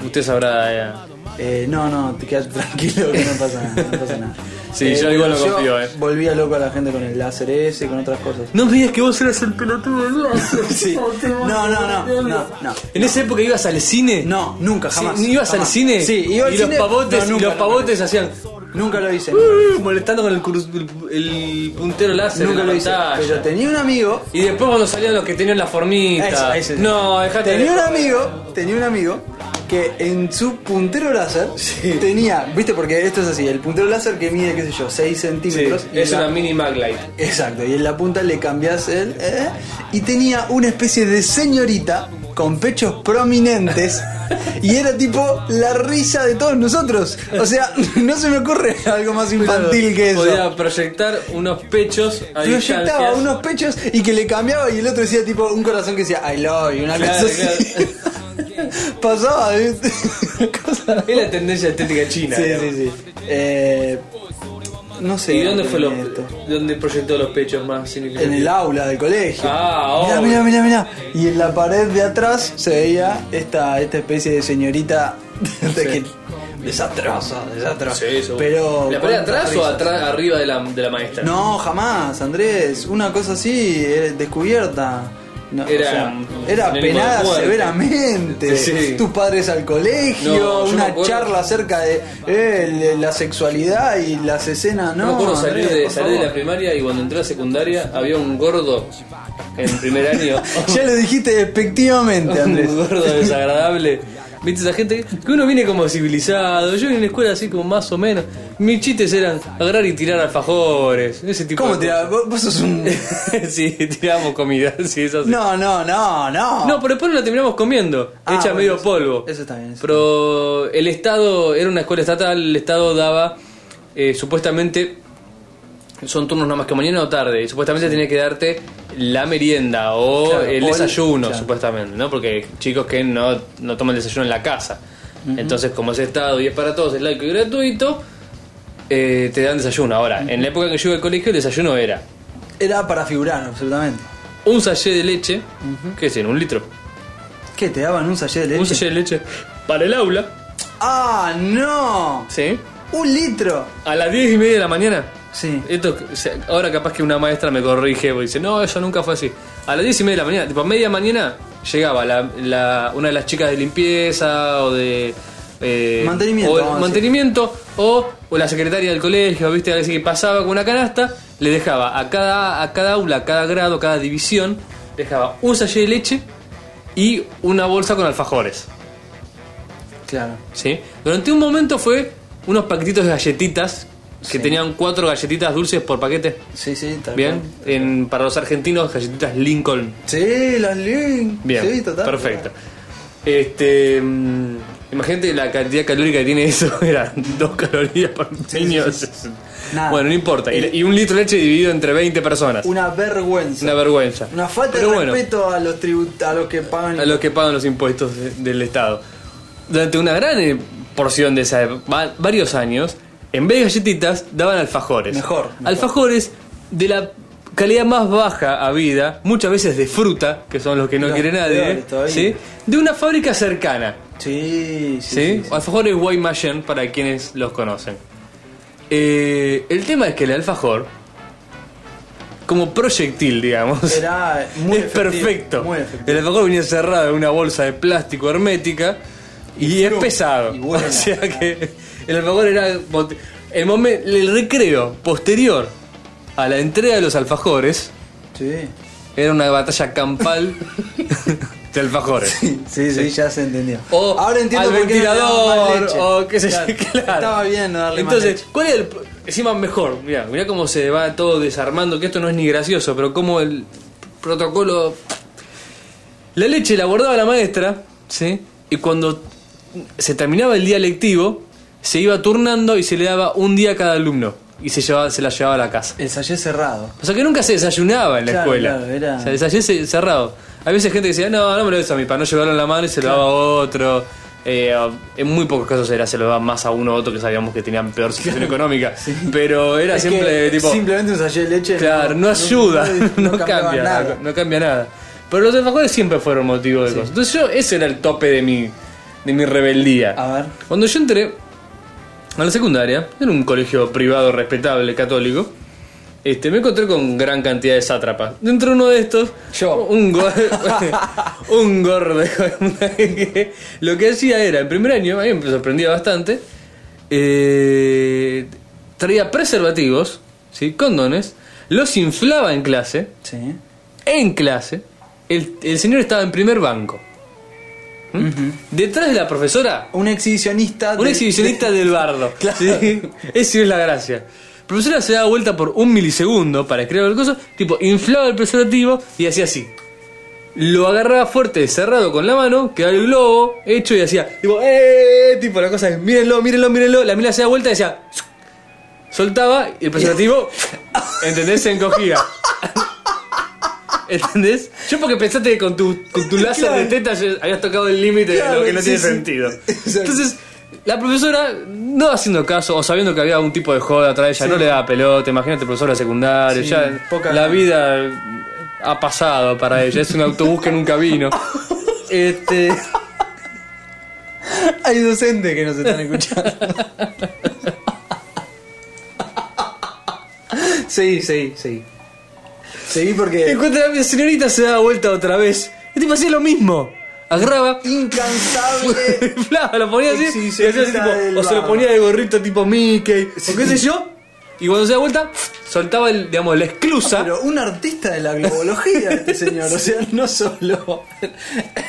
S1: Usted sabrá. eh,
S2: Eh, no, no, te quedas tranquilo que no pasa nada. No pasa nada.
S1: Sí, yo igual lo confío, eh.
S2: Volvía loco a la gente con el láser ese y con otras cosas.
S1: No me digas que vos eras el pelotudo del láser.
S2: Sí. No, no, no, no, no.
S1: En esa época ibas al cine.
S2: No, nunca,
S1: Sí,
S2: jamás.
S1: ¿Ibas
S2: jamás.
S1: al cine?
S2: Sí, iba al
S1: y Los
S2: cine-
S1: pavotes, y
S2: no, nunca,
S1: los
S2: nunca.
S1: pavotes hacían.
S2: Nunca lo hice.
S1: "Uh", molestando con el, cruz- el, el puntero láser.
S2: Nunca
S1: en la
S2: lo hice.
S1: pantalla.
S2: Pero tenía un amigo.
S1: Y después cuando salían los que tenían la formita.
S2: Ese, ese.
S1: No, dejate.
S2: Tenía un amigo, tenía un amigo que en su puntero láser tenía, viste, porque esto es así, el puntero láser que mide, qué sé yo, 6
S1: Sí,
S2: centímetros. y
S1: es
S2: la-
S1: una mini maglite.
S2: Exacto, y en la punta le cambias el. eh, y tenía una especie de señorita con pechos prominentes. Y era tipo la risa de todos nosotros. O sea, no se me ocurre algo más infantil que eso.
S1: Podía proyectar unos pechos a
S2: Proyectaba
S1: distancias.
S2: unos pechos y que le cambiaba y el otro decía tipo un corazón que decía I love you, una
S1: Claro,
S2: cosa así. Pasaba, ¿viste? Una cosa-
S1: Es la tendencia estética china.
S2: Sí,
S1: digamos.
S2: sí, sí. Eh, no sé.
S1: ¿Y dónde fue lo,
S2: tenía esto.
S1: dónde proyectó los pechos más
S2: En el
S1: significativos?
S2: aula del colegio.
S1: Ah,
S2: Mirá,
S1: obvio.
S2: mirá, mirá, mirá. Y en la pared de atrás se veía esta, esta especie de señorita de que- desastrosa, desastrosa.
S1: Sí, eso.
S2: Pero
S1: ¿La pared de
S2: cuántas
S1: atrás o
S2: risas.
S1: atrás, arriba de la, de la maestra?
S2: No, jamás, Andrés. Una cosa así, eh, descubierta. No, o
S1: Era-
S2: sea, era
S1: sinónimo de
S2: penada
S1: muerte.
S2: severamente.
S1: Sí.
S2: Tus padres al colegio,
S1: No, yo me
S2: una
S1: acuerdo-
S2: charla acerca de eh, de la sexualidad y las escenas. No,
S1: No me acuerdo salir,
S2: Andrés,
S1: de,
S2: por
S1: salir de la
S2: favor.
S1: primaria y cuando entré a la secundaria había un gordo en primer año.
S2: Ya lo dijiste despectivamente, Andrés.
S1: un gordo desagradable. ¿Viste esa gente? Que uno viene como civilizado. Yo vine a una escuela así como más o menos. Mis chistes eran agarrar y tirar alfajores. Ese tipo
S2: ¿Cómo
S1: de
S2: te la- Vos, vos sos un.
S1: cosas. sí, tirábamos comida. Sí, eso sí.
S2: No, no, no, no.
S1: No, pero después no la terminamos comiendo.
S2: Ah,
S1: hecha
S2: bueno,
S1: medio
S2: eso-
S1: polvo.
S2: eso está bien, eso
S1: Pero el Estado era una escuela estatal. El Estado daba eh, supuestamente. Son turnos nada más que mañana o tarde. Y supuestamente tenía que darte la merienda o
S2: Claro,
S1: el
S2: o el-
S1: desayuno,
S2: claro.
S1: supuestamente, ¿no? Porque chicos que no, no toman desayuno en la casa. Entonces, como es Estado y es para todos, es laico y gratuito, eh, te dan desayuno. Ahora, en la época en que yo iba al colegio, el desayuno era
S2: Era para figurar, absolutamente.
S1: un sachet de leche, que es en un litro,
S2: ¿Qué? ¿Te daban un sachet de leche?
S1: un sachet de leche para el aula,
S2: ¡Ah, no!
S1: ¿sí?
S2: ¡Un litro!
S1: A las 10 y media de la mañana.
S2: Sí.
S1: Esto, o sea, ahora capaz que una maestra me corrige porque dice, no, eso nunca fue así. A las 10 y media de la mañana, tipo a media mañana, llegaba la, la- una de las chicas de limpieza o de... eh,
S2: Mantenimiento,
S1: O,
S2: vamos a decir.
S1: mantenimiento, o, o la secretaria del colegio, ¿viste? Así que pasaba con una canasta, le dejaba a cada, a cada aula, a cada grado, a cada división, dejaba un sachet de leche y una bolsa con alfajores.
S2: Claro.
S1: ¿sí? Durante un momento fue unos paquetitos de galletitas que
S2: Sí.
S1: tenían cuatro galletitas dulces por paquete.
S2: Sí, sí, tal
S1: Bien,
S2: cual.
S1: en, para los argentinos, galletitas Lincoln.
S2: Sí, las Link.
S1: Bien,
S2: Sí, total.
S1: perfecto. Este, mm, imagínate la cantidad calórica que tiene eso, eran dos calorías por niño.
S2: Nada. Eh,
S1: Bueno, no importa. Y, y un litro de leche dividido entre 20 personas.
S2: Una vergüenza.
S1: Una vergüenza.
S2: Una falta
S1: Pero
S2: de
S1: bueno.
S2: respeto a los tribut a los que pagan.
S1: a los que pagan los impuestos de- del Estado. Durante una gran eh, porción de esa, va- varios años, en vez de galletitas, daban alfajores.
S2: Mejor, mejor.
S1: Alfajores de la calidad más baja habida, muchas veces de fruta, que son los que no
S2: Los
S1: quiere nadie,
S2: peores todavía.
S1: ¿sí? de una fábrica cercana.
S2: Sí, sí.
S1: ¿sí?
S2: sí, sí.
S1: Alfajores Guaymallén, para quienes los conocen. Eh, el tema es que el alfajor, como proyectil, digamos,
S2: Era muy
S1: es
S2: efectivo,
S1: perfecto.
S2: Muy efectivo.
S1: El alfajor venía cerrado en una bolsa de plástico hermética y, es pesado.
S2: y buena.
S1: o sea que el alfajor era bot- el, momen- el recreo posterior a la entrega de los alfajores
S2: Sí.
S1: era una batalla campal de alfajores.
S2: Sí, sí, ya se entendió.
S1: O
S2: Ahora entiendo
S1: al
S2: por qué no le daban más
S1: ventilador
S2: leche.
S1: o qué sé yo. claro.
S2: Estaba bien no darle más
S1: Entonces,
S2: leche.
S1: ¿cuál es el p- encima mejor? Mira, mira cómo se va todo desarmando, que esto no es ni gracioso, pero como el protocolo la leche la guardaba la maestra, ¿sí? Y cuando se terminaba el día lectivo, se iba turnando y se le daba un día a cada alumno y se llevaba se la llevaba a la casa.
S2: El sallé cerrado.
S1: O sea que nunca se desayunaba en la
S2: Claro,
S1: escuela.
S2: claro, era-
S1: O sea, desayuné ce- cerrado. Hay veces gente que decía, no, no me lo des a mí, para no llevarlo en la mano y se lo daba a otro. Eh, en muy pocos casos era, se lo daba más a uno a otro que sabíamos que tenían peor situación económica. Pero era
S2: Es
S1: siempre
S2: que
S1: tipo.
S2: Simplemente un sallé de leche.
S1: Claro, no ayuda, no,
S2: cambiaba
S1: cambia,
S2: nada.
S1: No, no cambia nada. Pero los alfajores siempre fueron motivo de cosas. Entonces yo, ese era el tope de mi, de mi rebeldía.
S2: A ver.
S1: Cuando yo entré a la secundaria, en un colegio privado respetable católico, este, me encontré con gran cantidad de sátrapas. Dentro de uno de estos,
S2: Yo.
S1: un gordo, un gordo hijo de puta, que lo que hacía era, en primer año, a mí me sorprendía bastante, eh, traía preservativos, ¿sí? condones, los inflaba en clase,
S2: Sí.
S1: en clase, el, el señor estaba en primer banco. ¿Mm? Detrás de la profesora,
S2: Un exhibicionista.
S1: un
S2: de-
S1: exhibicionista del bardo.
S2: Claro.
S1: Sí, esa es la gracia. La profesora se daba vuelta por un milisegundo para escribir el coso, tipo, inflaba el preservativo y hacía así. Lo agarraba fuerte, cerrado con la mano, quedaba el globo hecho y hacía, tipo, ¡eh! Tipo, la cosa es, mírenlo, mírenlo, mírenlo. La mina se daba vuelta y decía, "Suc". soltaba y el preservativo, ¿entendés? Se encogía. ¿Entendés? Yo porque pensaste que con tu, con tu láser de
S2: Claro.
S1: tetas habías tocado el límite de lo
S2: Claro,
S1: que no
S2: sí,
S1: tiene
S2: sí.
S1: sentido.
S2: Exacto.
S1: Entonces, la profesora, no haciendo caso, o sabiendo que había un tipo de joda atrás de ella,
S2: Sí.
S1: no le daba pelota, imagínate profesora secundaria,
S2: Sí,
S1: ya
S2: poca-
S1: la vida ha pasado para ella, es un autobús que nunca vino. Este,
S2: Hay docentes que nos están escuchando. seguí, seguí, seguí. Seguí porque.
S1: encuentra a la señorita, se da vuelta otra vez. El tipo hacía lo mismo. Agarraba,
S2: Incansable.
S1: inflaba, lo ponía así, y hacía así,
S2: Exhibicionista del
S1: tipo, o se lo
S2: barrio.
S1: ponía de gorrito tipo Mickey, o qué
S2: Sí.
S1: sé yo. Y cuando se da vuelta, soltaba el, digamos, la esclusa.
S2: Pero un artista de la globología, este señor. O sea, no solo.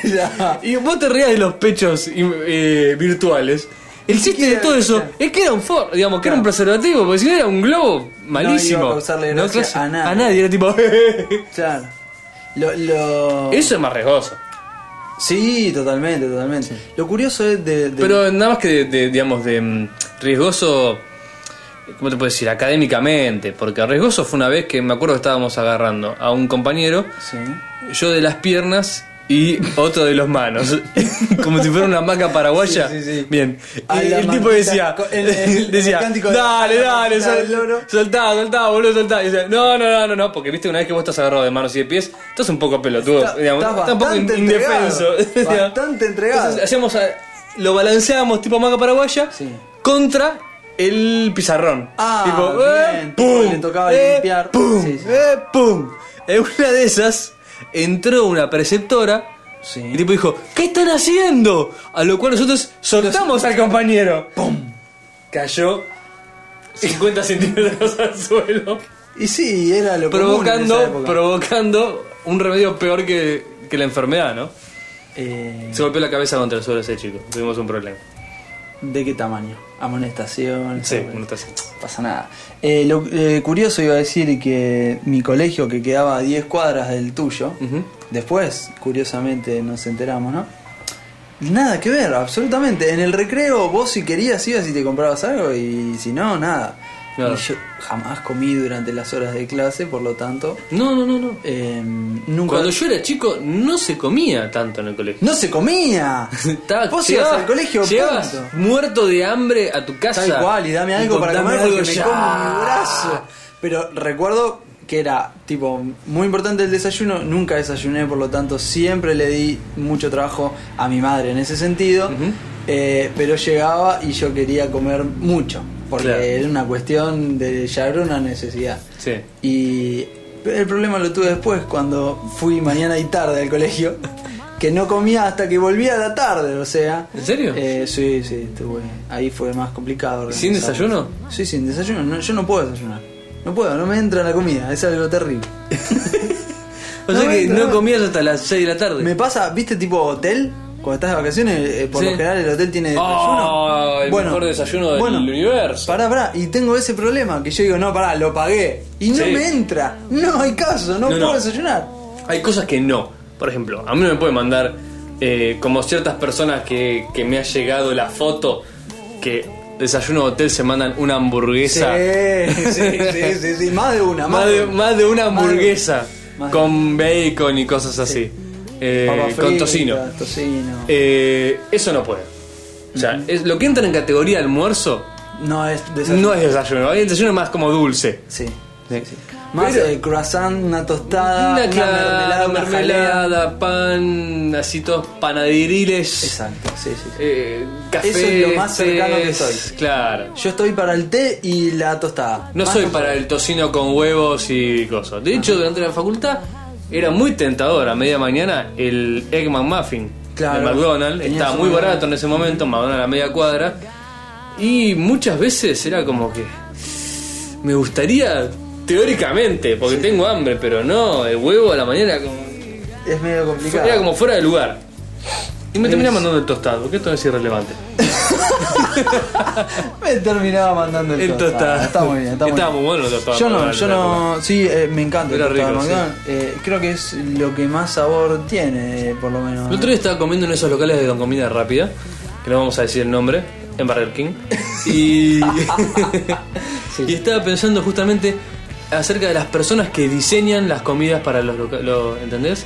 S2: la-
S1: Y vos te rías de los pechos im- eh, virtuales. El chiste de
S2: siquiera-
S1: todo eso es que era un for, digamos, que era un
S2: Claro.
S1: preservativo, porque si no era un globo,
S2: No
S1: malísimo.
S2: iba a causarle gracia a nadie.
S1: era tipo.
S2: Claro. Lo, lo-
S1: eso es más riesgoso.
S2: Sí, totalmente, totalmente. Lo curioso es de. de-
S1: Pero nada más que, de, de, digamos, de mm, riesgoso. ¿Cómo te puedo decir? Académicamente. Porque riesgoso fue una vez que me acuerdo que estábamos agarrando a un compañero,
S2: Sí.
S1: yo de las piernas. Y otro de los manos. Como si fuera una hamaca paraguaya.
S2: Sí, sí, sí.
S1: Bien.
S2: A
S1: Y
S2: la
S1: el tipo
S2: manita,
S1: decía.
S2: con el- el-
S1: decía.
S2: el cántico de-
S1: dale,
S2: a la
S1: dale,
S2: manita
S1: sol-
S2: del loro".
S1: soltá, soltá, boludo, soltá. Y decía, no, no, no, no, no. Porque viste, una vez que vos estás agarrado de manos y de pies, estás un poco pelotudo.
S2: Está-
S1: digamos,
S2: estás
S1: estás un poco
S2: bastante
S1: in- indefenso.
S2: entregado, bastante entregado.
S1: Entonces, hacíamos a- lo balanceábamos tipo maca paraguaya
S2: Sí.
S1: contra el pizarrón.
S2: Ah,
S1: tipo,
S2: bien,
S1: eh,
S2: tipo,
S1: pum,
S2: le tocaba
S1: eh,
S2: limpiar.
S1: Pum,
S2: Sí, sí.
S1: eh, pum. En una de esas entró una preceptora
S2: Sí.
S1: y tipo dijo, ¿qué están haciendo? A lo cual nosotros soltamos al compañero. ¡Pum! Cayó 50 centímetros al suelo.
S2: Y sí, era lo común en esa
S1: Provocando,
S2: época.
S1: provocando un remedio peor que, que la enfermedad, ¿no?
S2: Eh,
S1: Se golpeó la cabeza contra el suelo ese chico. Tuvimos un problema.
S2: ¿De qué tamaño? Amonestación.
S1: Sí,
S2: ¿sabes?
S1: no está así.
S2: pasa nada. Eh, lo eh, curioso iba a decir que mi colegio, que quedaba a 10 cuadras del tuyo,
S1: Ujú.
S2: después, curiosamente, nos enteramos, ¿no? Nada que ver, absolutamente. En el recreo vos si querías ibas y te comprabas algo y si no, nada.
S1: Claro.
S2: Y yo jamás comí durante las horas de clase, por lo tanto,
S1: No, no, no, no.
S2: eh, nunca...
S1: Cuando yo era chico no se comía tanto en el colegio.
S2: ¡No se comía!
S1: Estaba-
S2: vos ibas
S1: llegabas-
S2: al colegio,
S1: llegabas
S2: punto.
S1: muerto de hambre a tu casa.
S2: Tal cual, y dame algo
S1: con-
S2: para
S1: dame
S2: comer
S1: algo
S2: porque me
S1: ya.
S2: como mi brazo. Pero recuerdo que era, tipo, muy importante el desayuno. Nunca desayuné, por lo tanto, siempre le di mucho trabajo a mi madre en ese sentido.
S1: Ujú.
S2: Eh, pero llegaba y yo quería comer mucho. Porque
S1: Claro.
S2: era una cuestión de ya era una necesidad.
S1: Sí.
S2: Y el problema lo tuve después, cuando fui mañana y tarde al colegio. Que no comía hasta que volvía a la tarde, o sea.
S1: ¿En serio?
S2: Eh, sí, sí, estuve. Ahí fue más complicado.
S1: ¿Sin
S2: organizar.
S1: desayuno?
S2: Sí, sin desayuno. No, yo no puedo desayunar. No puedo, no me entra la comida, es algo terrible.
S1: O sea
S2: No,
S1: que
S2: no,
S1: no
S2: no.
S1: comías hasta las 6 de la tarde.
S2: Me pasa, ¿viste tipo hotel? Cuando estás de vacaciones, eh, por
S1: Sí.
S2: lo general el hotel tiene
S1: Oh,
S2: desayuno.
S1: el mejor desayuno del universo.
S2: Pará, pará, y tengo ese problema que yo digo, no, pará, lo pagué. Y no
S1: Sí.
S2: me entra. No hay caso,
S1: No,
S2: no,
S1: no.
S2: puedo desayunar.
S1: Hay cosas que no. Por ejemplo, a mí no me puede mandar eh, como ciertas personas que, que me ha llegado la foto que desayuno de hotel se mandan una
S2: Sí,
S1: hamburguesa.
S2: sí, sí, sí, sí, más de una,
S1: Más de, más de una
S2: Más de-
S1: hamburguesa
S2: más de-
S1: con bacon y cosas así. Eh,
S2: Papas
S1: con
S2: fritas,
S1: tocino.
S2: tocino.
S1: Eh, eso no puede. O sea, es, lo que entra en categoría almuerzo
S2: no es desayuno.
S1: no es desayuno. Hay desayuno más como dulce.
S2: Sí. Sí, sí. Más
S1: Pero-
S2: eh, croissant, una tostada,
S1: Una,
S2: una,
S1: clara,
S2: mermelada, una jalea.
S1: mermelada, pan, así todos panaderiles.
S2: Exacto, sí, sí. sí.
S1: eh, café.
S2: Eso es lo más cercano que
S1: tés,
S2: estoy.
S1: Claro.
S2: Yo estoy para el té y la tostada.
S1: No
S2: Más
S1: soy para el tocino con huevos y cosas. De hecho, durante la facultad era muy tentador a media mañana el Egg McMuffin
S2: Claro.
S1: de McDonald's.
S2: Tenías
S1: Estaba
S2: un
S1: muy
S2: lugar.
S1: barato en ese momento, McDonald's a media cuadra. Y muchas veces era como que. Me gustaría, teóricamente, porque tengo hambre, pero no, el huevo a la mañana era como.
S2: Es medio complicado.
S1: Era como fuera de lugar. Y me termina
S2: Es-
S1: mandando el tostado, que esto es irrelevante.
S2: Me terminaba mandando el,
S1: El
S2: tostado.
S1: tostado.
S2: Está muy bien, está muy
S1: Estaba
S2: bien.
S1: muy bueno el tostado
S2: Yo no,
S1: McDonald's
S2: yo
S1: en la
S2: no. Sí, eh, me encanta
S1: Era
S2: el tostado
S1: rico,
S2: de McDonald's. Eh, creo que es lo que más sabor tiene, eh, por lo menos.
S1: El otro día estaba comiendo en esos locales de comida rápida, que no vamos a decir el nombre, en Burger King. Y, y estaba pensando justamente acerca de las personas que diseñan las comidas para los locales, ¿entendés?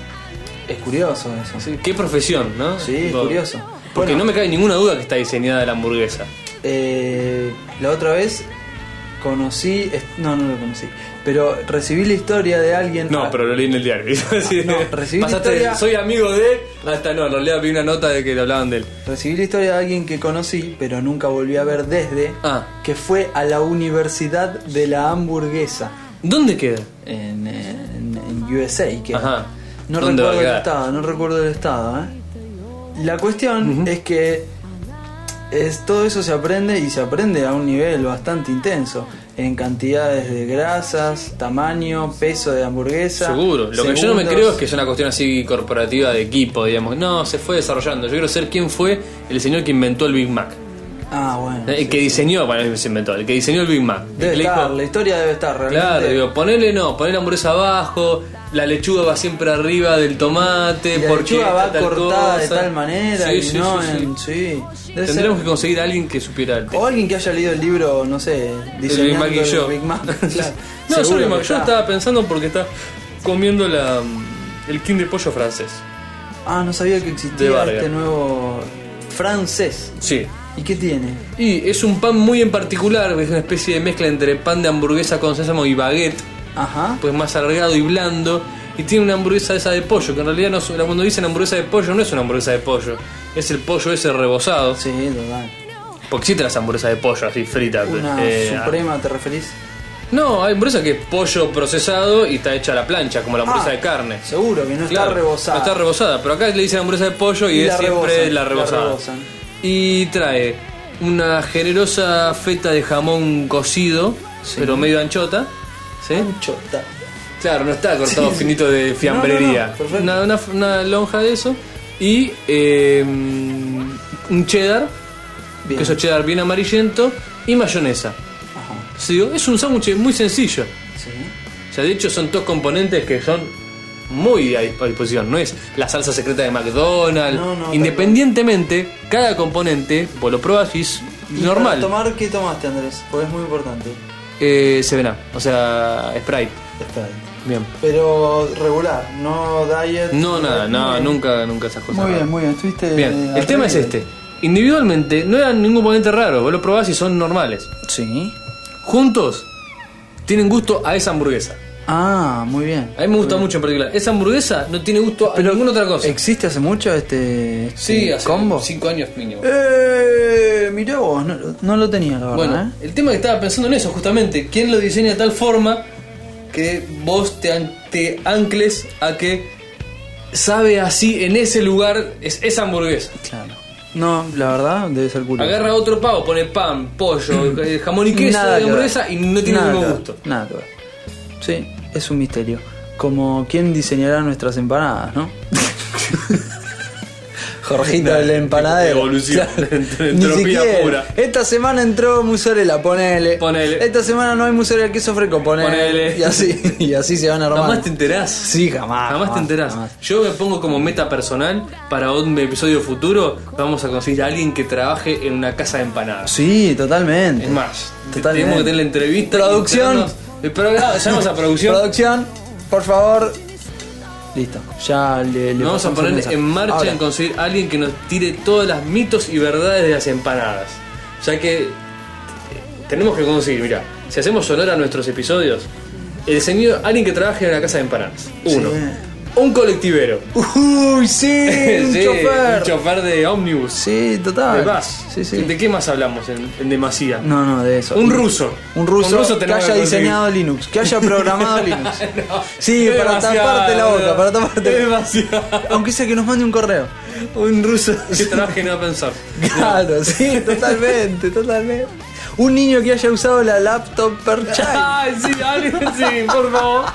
S2: Es curioso eso.
S1: Sí, Qué profesión, ¿no?
S2: Sí, es
S1: Tipo,
S2: curioso.
S1: Porque
S2: Bueno.
S1: no me cae ninguna duda que está diseñada la hamburguesa.
S2: Eh, la otra vez conocí. es- No, no lo conocí. Pero recibí la historia de alguien.
S1: No,
S2: Ah,
S1: pero lo leí en el diario. Así
S2: no,
S1: de-
S2: recibí la
S1: pasaste de
S2: historia-
S1: soy amigo de... Hasta no, lo leí, vi una nota de que le hablaban de él.
S2: Recibí la historia de alguien que conocí, pero nunca volví a ver desde.
S1: Ah.
S2: Que fue a la Universidad de la Hamburguesa.
S1: ¿Dónde queda?
S2: En, eh, en- en USA. Que
S1: Ajá.
S2: No
S1: ¿Dónde va a
S2: recuerdo el
S1: quedar?
S2: estado, no recuerdo el estado. ¿eh? La cuestión es que es, todo eso se aprende y se aprende a un nivel bastante intenso. En cantidades de grasas, tamaño, peso de hamburguesa.
S1: Seguro. Lo que yo no me
S2: segundos.
S1: creo es que es una cuestión así corporativa de equipo, digamos. No, se fue desarrollando. Yo quiero ser quién fue el señor que inventó el Big Mac.
S2: Ah, bueno.
S1: El que diseñó, bueno, se inventó, el que diseñó el Big Mac. El
S2: Debe
S1: que le dijo-
S2: estar, la historia debe estar realmente.
S1: Claro, digo, ponele no, ponele la hamburguesa abajo, la lechuga va siempre arriba del tomate,
S2: Y la
S1: porque
S2: lechuga va
S1: esta tal
S2: cortada de
S1: cosa.
S2: tal manera
S1: Sí,
S2: y
S1: sí,
S2: no
S1: sí, sí.
S2: en. Sí. Debe ser-
S1: Tendremos que conseguir a alguien que supiera el tema.
S2: O alguien que haya leído el libro, no sé,
S1: El Big
S2: diseñando
S1: Mac y yo.
S2: Big Mac. Claro.
S1: no, yo,
S2: Seguro
S1: Big Mac.
S2: que
S1: yo
S2: está.
S1: estaba pensando porque está comiendo la, el king de pollo francés.
S2: Ah, no sabía que
S1: De
S2: existía
S1: Vargas.
S2: este nuevo francés.
S1: Sí,
S2: ¿Y qué tiene?
S1: Y es un pan muy en particular, es una especie de mezcla entre pan de hamburguesa con sésamo y baguette,
S2: Ajá.
S1: pues más alargado y blando. Y tiene una hamburguesa esa de pollo, que en realidad no, es- cuando dicen hamburguesa de pollo no es una hamburguesa de pollo, es el pollo ese rebozado.
S2: Sí, total.
S1: Porque existen las hamburguesas de pollo así fritas.
S2: Una
S1: eh,
S2: suprema, ¿te referís?
S1: No, hay hamburguesa que es pollo procesado y está hecha a la plancha, como la hamburguesa
S2: Ah,
S1: de carne.
S2: Seguro que no
S1: Claro,
S2: está rebosada.
S1: No está rebozada, pero acá le dicen hamburguesa de pollo y,
S2: Y
S1: es
S2: la
S1: siempre
S2: rebosan,
S1: la
S2: la
S1: rebozada.
S2: rebosan.
S1: y trae una generosa feta de jamón cocido, pero medio anchota. ¿sí?
S2: Chota.
S1: Claro, no está cortado finito de
S2: No, no,
S1: fiambrería.
S2: no, perfecto.
S1: una, una- una lonja de eso. Y eh, un cheddar,
S2: Bien.
S1: queso cheddar bien amarillento, y mayonesa.
S2: Ajá.
S1: Sí, es un sándwich muy sencillo.
S2: Sí.
S1: O sea, de hecho son dos componentes que son muy a disp- a disposición. No es la salsa secreta de McDonald's.
S2: No, no,
S1: Independientemente, cada componente, vos lo probás y es
S2: ¿Y
S1: normal.
S2: para tomar qué tomaste, Andrés? Porque es muy importante.
S1: Eh, se verá. O sea, Sprite.
S2: Espera.
S1: Bien.
S2: Pero regular, no diet.
S1: No, nada, no,
S2: Muy bien.
S1: nunca, nunca esas cosas.
S2: Muy bien,
S1: raras.
S2: muy bien. Estuviste.
S1: Bien, el
S2: al
S1: tema es
S2: revés.
S1: este. Individualmente no eran ningún componente raro, vos lo probás y son normales.
S2: Sí.
S1: Juntos tienen gusto a esa hamburguesa.
S2: Ah, muy bien.
S1: A mí me gusta mucho en particular. Esa hamburguesa no tiene gusto a ninguna otra cosa.
S2: ¿Existe hace mucho este, este
S1: Sí, hace
S2: combo?
S1: cinco años mínimo.
S2: Eh, mirá vos, no, no lo tenía, la verdad.
S1: Bueno,
S2: ¿eh?
S1: el tema que estaba pensando en eso, justamente, ¿quién lo diseña de tal forma que vos te, an- te ancles a que sabe así en ese lugar es esa hamburguesa?
S2: Claro. No, la verdad, debe ser curioso.
S1: Agarra otro pavo, pone pan, pollo, eh, jamón y queso
S2: Mm. Nada
S1: de
S2: que
S1: hamburguesa
S2: ver.
S1: y no tiene
S2: Nada que
S1: ningún
S2: ver,
S1: gusto.
S2: Nada que ver. Sí, es un misterio. Como quién diseñará nuestras empanadas, ¿no? Jorgito el empanadero.
S1: Evolución, entropía
S2: Ni siquiera.
S1: pura.
S2: Esta semana entró mozzarella, ponele.
S1: Ponele.
S2: Esta semana no hay mozzarella, queso fresco, ponele.
S1: Ponele.
S2: Y así, y así se van armando.
S1: Jamás te enterás.
S2: Sí, jamás.
S1: Jamás te enterás.
S2: jamás.
S1: Yo me pongo como meta personal para un episodio futuro. Vamos a conseguir a alguien que trabaje en una casa de empanadas.
S2: Sí, totalmente.
S1: Es más, te-
S2: Totalmente.
S1: tenemos que tener la entrevista.
S2: Producción.
S1: El programa, llamamos a producción.
S2: Producción, por favor. Listo, ya le, le
S1: Nos vamos a
S2: pasamos el
S1: poner
S2: mensaje.
S1: en marcha
S2: Ahora,
S1: en conseguir a alguien que nos tire todas las mitos y verdades de las empanadas. Ya que tenemos que conseguir, mira, si hacemos honor a nuestros episodios, el señor, alguien que trabaje en una casa de empanadas. Uno.
S2: Sí.
S1: Un colectivero.
S2: Uy, sí, un
S1: Sí,
S2: chofer.
S1: un chofer de ómnibus.
S2: sí, total.
S1: De bus.
S2: Sí, sí.
S1: ¿De qué más hablamos en, en demasía?
S2: No, no, de eso.
S1: Un ruso.
S2: Un ruso,
S1: Un ruso
S2: que
S1: tenemos
S2: haya
S1: que
S2: diseñado Linux, que haya programado Linux.
S1: No,
S2: Sí,
S1: es
S2: para
S1: demasiado,
S2: taparte la boca,
S1: boludo.
S2: para taparte-
S1: Es demasiado.
S2: Aunque sea que nos mande un correo.
S1: Un ruso que trabaje en OpenSource.
S2: Claro, sí, totalmente, totalmente. Un niño que haya usado la laptop per child.
S1: Ay, sí, alguien, sí, por favor.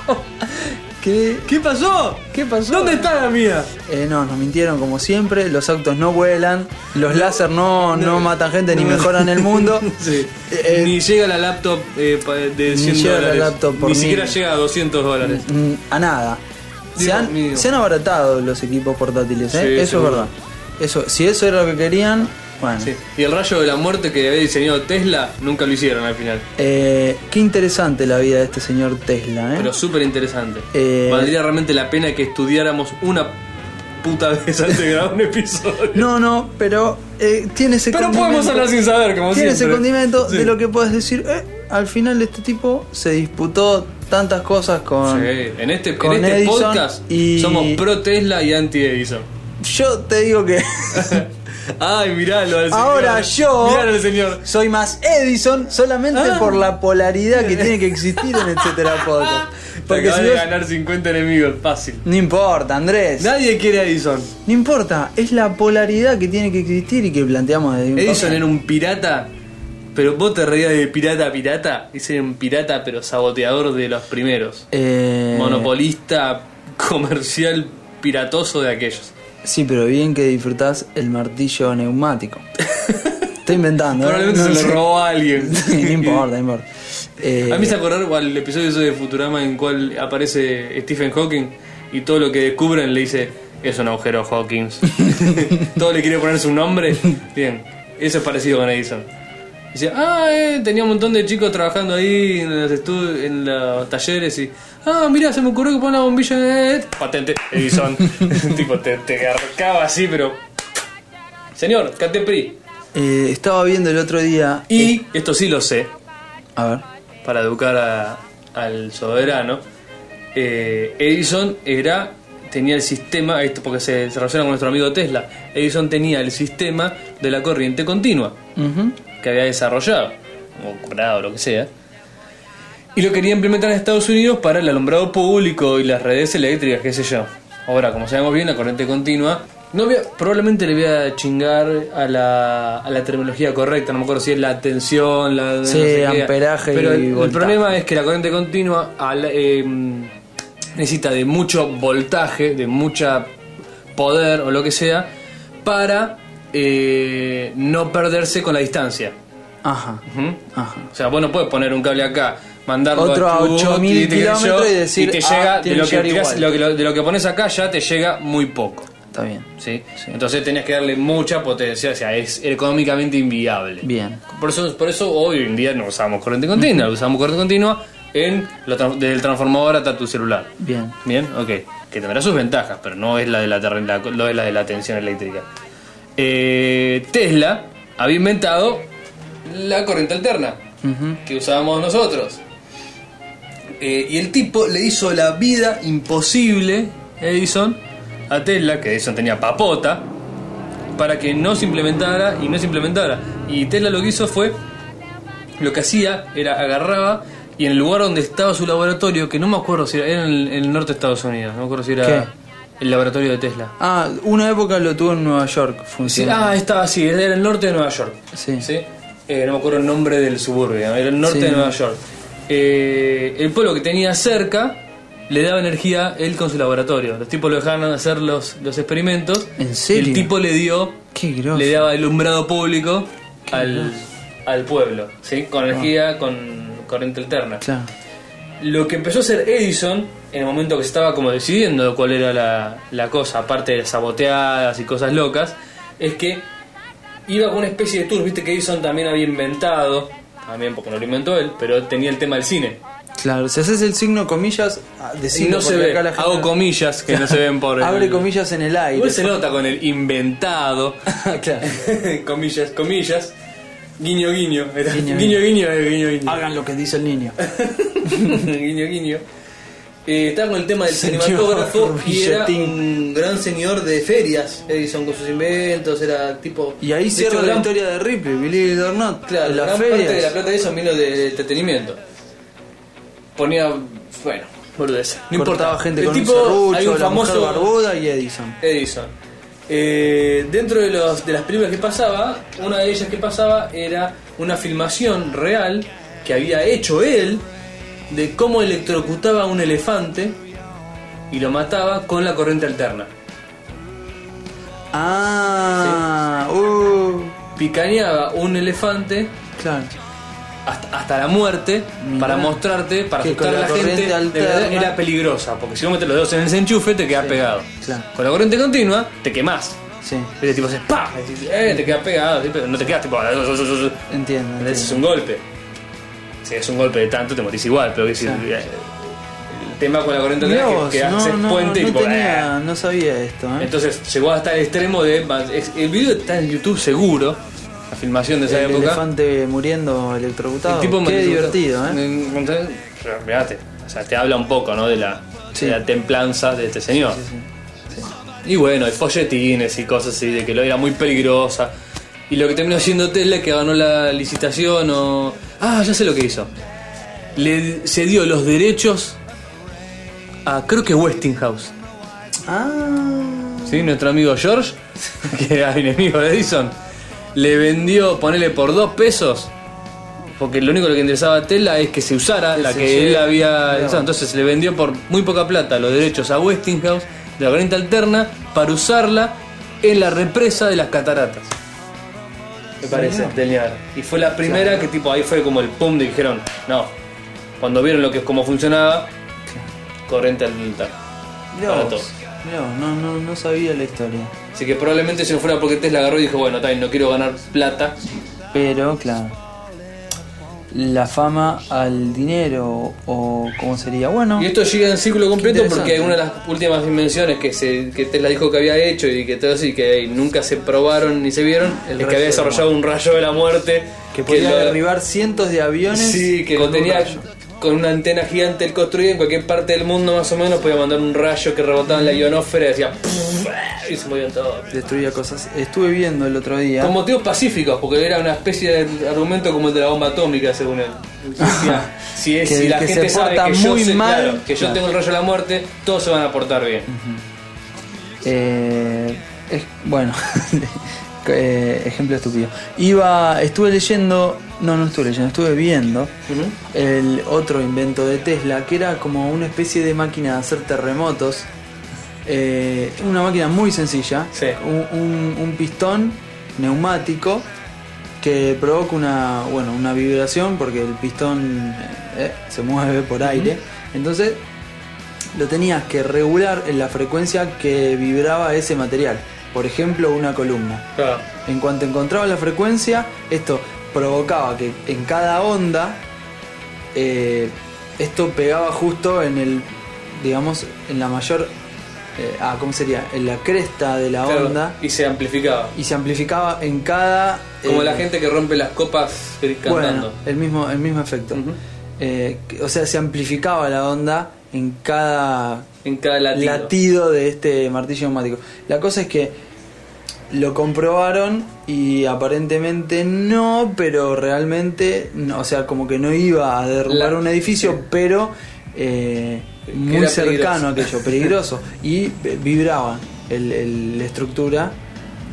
S2: ¿Qué?
S1: ¿Qué pasó?
S2: ¿Qué pasó?
S1: ¿Dónde está la mía?
S2: Eh, no, nos mintieron como siempre. Los autos no vuelan, los láser no, no, matan gente ni
S1: no.
S2: mejoran el mundo.
S1: Sí.
S2: Eh,
S1: ni llega la laptop eh, pa- de 100
S2: llega la
S1: dólares.
S2: laptop por
S1: ni
S2: mil.
S1: siquiera llega a 200 dólares.
S2: Mm, a nada. Se
S1: Dios
S2: han,
S1: mío.
S2: se han abaratado los equipos portátiles, ¿eh?
S1: Sí,
S2: eso
S1: seguro.
S2: es verdad. Eso, si eso era lo que querían, bueno.
S1: Sí. Y el rayo de la muerte que había diseñado Tesla nunca lo hicieron al final.
S2: Eh, qué interesante la vida de este señor Tesla, ¿eh?
S1: Pero súper interesante.
S2: Eh,
S1: Valdría realmente la pena que estudiáramos una puta vez antes de grabar un episodio.
S2: No, no, pero eh, tiene ese
S1: Pero
S2: condimento-
S1: podemos hablar sin saber, como
S2: Tiene ese
S1: siempre.
S2: condimento
S1: Sí.
S2: de lo que puedes decir, eh, al final este tipo se disputó tantas cosas con...
S1: Sí, en este, en
S2: con
S1: este
S2: Edison
S1: podcast
S2: y-
S1: somos pro Tesla y anti Edison.
S2: Yo te digo que
S1: Ay, miralo al señor.
S2: Ahora yo-
S1: Miralo al señor.
S2: soy más Edison solamente
S1: Ah.
S2: por la polaridad que tiene que existir en etcétera podcast.
S1: Porque
S2: Porque si
S1: Ah. de
S2: ves-
S1: ganar 50 enemigos, fácil.
S2: No importa, Andrés.
S1: Nadie quiere a Edison.
S2: No importa, es la polaridad que tiene que existir y que planteamos desde un
S1: Edison
S2: podcast.
S1: era un pirata, pero vos te reías de pirata a pirata. Ese era un pirata, pero saboteador de los primeros.
S2: Eh,
S1: Monopolista comercial piratoso de aquellos.
S2: Sí, pero bien que disfrutás el martillo neumático. Estoy inventando. ¿eh?
S1: Probablemente
S2: No
S1: se
S2: sé.
S1: lo robó a alguien.
S2: no importa, no importa. Eh,
S1: A mí se acordar al episodio ese de Futurama en cual aparece Stephen Hawking y todo lo que descubren le dice es un agujero Hawkins. todo le quiere poner su nombre. Bien, eso es parecido con Edison. Dice, ah, eh, tenía un montón de chicos trabajando ahí en los, estu- en los talleres y, ah, mira, se me ocurrió que pone la bombilla en el... Patente, Edison. tipo, te, te arcaba así, pero... Señor, Catepri.
S2: eh, estaba viendo el otro día.
S1: Y, esto sí lo sé,
S2: A ver.
S1: para educar a- al soberano, eh, Edison era tenía el sistema, esto porque se, se relaciona con nuestro amigo Tesla, Edison tenía el sistema de la corriente continua
S2: Ujú.
S1: que había desarrollado, o curado, lo que sea, y lo quería implementar en Estados Unidos para el alumbrado público y las redes eléctricas, qué sé yo. Ahora, como sabemos bien, la corriente continua, no voy a- probablemente le voy a chingar a la, a la terminología correcta, no me acuerdo si es la tensión, la...
S2: Sí,
S1: no sé qué.
S2: amperaje y
S1: Pero el- el,
S2: voltaje.
S1: problema es que la corriente continua al- eh, necesita de mucho voltaje, de mucha poder o lo que sea, para eh, no perderse con la distancia.
S2: Ajá.
S1: Ujú.
S2: Ajá.
S1: O sea, vos no puedes poner un cable acá, mandarlo
S2: Otro
S1: a
S2: a 8000
S1: y te- qué sé yo,
S2: kilómetros y decir,
S1: te
S2: ah,
S1: llega, de
S2: tiene
S1: lo
S2: que
S1: que,
S2: llegar
S1: tirás-
S2: igual.
S1: lo que- lo- de lo que pones acá ya te llega muy poco.
S2: Está bien.
S1: ¿sí? Entonces tenés que darle mucha potencia, o sea, es económicamente inviable.
S2: Bien.
S1: Por eso, por eso hoy en día no usamos corriente continua, usamos corriente continua en lo tra- del transformador hasta tu celular.
S2: Bien.
S1: Bien, ok. Que tendrá sus ventajas, pero no es la de la, terren- la- no es la, de la tensión eléctrica. Eh, Tesla había inventado la corriente alterna que usábamos nosotros. Eh, y el tipo le hizo la vida imposible, Edison, a Tesla, que Edison tenía papota, para que no se implementara y no se implementara. Y Tesla lo que hizo fue, lo que hacía era agarraba y en el lugar donde estaba su laboratorio, que no me acuerdo si era, era en el, en el norte de Estados Unidos, no me acuerdo si era
S2: ¿Qué?
S1: el laboratorio de Tesla.
S2: Ah, una época lo tuvo en Nueva York.
S1: Sí,
S2: Funciona.
S1: ah, estaba así, era el norte de Nueva York.
S2: Sí.
S1: Eh, no me acuerdo el nombre del suburbio, era el norte
S2: Sí.
S1: de Nueva York. Eh, el pueblo que tenía cerca le daba energía él con su laboratorio. Los tipos lo dejaron hacer los, los experimentos.
S2: ¿En serio?
S1: Y el tipo le dio.
S2: Qué groso.
S1: Le daba alumbrado público al, al pueblo, ¿sí?
S2: Ah.
S1: Con energía, con corriente alterna.
S2: Claro.
S1: Lo que empezó a hacer Edison, en el momento que se estaba como decidiendo cuál era la, la cosa, aparte de saboteadas y cosas locas, es que iba con una especie de tour, viste que Edison también había inventado, también porque no lo inventó él, pero tenía el tema del cine.
S2: Claro, si haces el signo comillas, ah,
S1: Si
S2: decilo,
S1: no se
S2: porque
S1: ve,
S2: acá la gente-
S1: hago comillas que no se ven por el-
S2: Abre comillas en el aire.
S1: Igual se nota con el inventado,
S2: claro.
S1: comillas, comillas. Guiño, guiño. Era-
S2: Guiño,
S1: Guiño, guiño, guiño, eh, guiño. guiño.
S2: Hagan lo que dice el niño.
S1: guiño, guiño. Eh, estaba con el tema del
S2: Señor
S1: cinematógrafo y era
S2: Billetín.
S1: un gran señor de ferias, Edison, con sus inventos, era tipo...
S2: Y ahí
S1: De
S2: cierra
S1: hecho,
S2: la
S1: gran-
S2: historia de Ripley, Billy or Not.
S1: Claro,
S2: la
S1: gran
S2: feria.
S1: parte de la plata de Edison vino de, de entretenimiento. Ponía, bueno, boludez. No importaba.
S2: gente
S1: el
S2: con
S1: tipo,
S2: un serrucho,
S1: hay un
S2: la mujer
S1: famoso
S2: barbuda y Edison.
S1: Edison. Eh, dentro de, los, de las películas que pasaba, una de ellas que pasaba era una filmación real que había hecho él de cómo electrocutaba a un elefante y lo mataba con la corriente alterna.
S2: Ah, uh,
S1: Picaneaba un elefante
S2: claro.
S1: hasta, hasta la muerte
S2: Mirá.
S1: para mostrarte, para
S2: Que
S1: asustar
S2: con
S1: a
S2: la
S1: la gente.
S2: corriente
S1: de verdad
S2: alterna-
S1: era peligrosa, porque si no metes los dedos en ese enchufe te quedas pegado.
S2: claro.
S1: Con la corriente continua te quemás.
S2: Sí,
S1: Ese tipo hace ¡pa! Eh, te quedas pegado, ¿sí? Pero no te quedas tipo.
S2: entiendo. entiendo.
S1: Ese es un golpe. Si es un golpe de tanto, te morís igual, pero que si.
S2: Claro.
S1: eh, El tema con la corriente
S2: Mirá
S1: alterna
S2: vos,
S1: es que, que
S2: no,
S1: haces
S2: no,
S1: puente y
S2: no
S1: tipo. ¡ah!
S2: tenía- no sabía esto, ¿eh?
S1: Entonces llegó hasta el extremo de. es- El video está en YouTube seguro, la filmación de esa
S2: el
S1: época.
S2: elefante muriendo electrocutado. Qué divertido, ¿eh?
S1: Mirate, o sea, te habla un poco, ¿no? De la,
S2: Sí.
S1: de la templanza de este señor. Y bueno, hay folletines y cosas así, de que lo era muy peligrosa. Y lo que terminó siendo Tesla, que ganó la licitación o... Ah, ya sé lo que hizo. Le cedió los derechos a, creo que Westinghouse.
S2: Ah,
S1: ¿sí? Nuestro amigo George, que era enemigo de Edison, le vendió, ponele por dos pesos, porque lo único que le interesaba a Tesla es que se usara la
S2: se
S1: que
S2: lleve.
S1: él había
S2: Claro.
S1: usado. Entonces le vendió por muy poca plata los derechos a Westinghouse de la corriente alterna para usarla en la represa de las cataratas. Me parece,
S2: Señor.
S1: del Niágara. Y fue la primera que tipo, ahí fue como el pum de dijeron, no. Cuando vieron lo que cómo funcionaba, corriente alterna.
S2: mirá
S1: Para
S2: vos,
S1: todo.
S2: mirá vos, no, no, no sabía la historia.
S1: Así que probablemente si no fuera porque Tesla agarró y dijo, bueno, tal, no quiero ganar plata.
S2: Pero, claro. La fama al dinero, o cómo sería. Bueno,
S1: Y esto llega en círculo completo
S2: Qué
S1: porque una
S2: interesante.
S1: de las últimas invenciones que, se, que Tesla dijo que había hecho y que todo eso y que nunca se probaron ni se vieron,
S2: El
S1: es
S2: rayo
S1: que había
S2: de la
S1: desarrollado un rayo de la muerte.
S2: que podía
S1: lo-
S2: derribar cientos de aviones.
S1: Sí, que
S2: con
S1: lo
S2: un
S1: tenía
S2: rayo.
S1: con una antena gigante él construido en cualquier parte del mundo más o menos, podía mandar un rayo que rebotaba en la ionosfera y decía... Y se movían todos.
S2: Destruía cosas. Estuve viendo el otro día.
S1: Con motivos pacíficos, porque era una especie de argumento como el de la bomba atómica, según él. Decía, si, es,
S2: Que
S1: si
S2: el
S1: la
S2: que
S1: gente
S2: se
S1: sabe
S2: porta
S1: que, yo,
S2: muy
S1: sé-
S2: mal,
S1: claro, que yo
S2: claro.
S1: tengo el rayo de la muerte, todos se van a portar bien.
S2: Eh, es- bueno, eh, ejemplo estúpido. Iba, estuve leyendo, no, no estuve leyendo, estuve viendo el otro invento de Tesla, que era como una especie de máquina de hacer terremotos. Eh, una máquina muy sencilla,
S1: Sí.
S2: un, un- un pistón neumático que provoca una, bueno, una vibración porque el pistón eh, se mueve por aire. Entonces lo tenías que regular en la frecuencia que vibraba ese material. Por ejemplo, una columna.
S1: Claro.
S2: En cuanto encontraba la frecuencia, esto provocaba que en cada onda eh, esto pegaba justo en el, digamos, en la mayor, eh, ah, ¿cómo sería? En la cresta de la
S1: Claro,
S2: onda
S1: Y se amplificaba.
S2: y se amplificaba en cada.
S1: Como
S2: eh,
S1: la gente que rompe las copas
S2: bueno,
S1: cantando.
S2: el mismo, el mismo efecto.
S1: Ujú.
S2: Eh, que- o sea, se amplificaba la onda en cada
S1: en cada latido.
S2: latido de este martillo neumático. La cosa es que lo comprobaron y aparentemente no, pero realmente, no, o sea, como que no iba a derrumbar
S1: La-
S2: un edificio,
S1: sí.
S2: pero eh,
S1: Que
S2: muy
S1: era
S2: cercano
S1: peligroso.
S2: a aquello, peligroso. y eh, vibraba el- el- la estructura,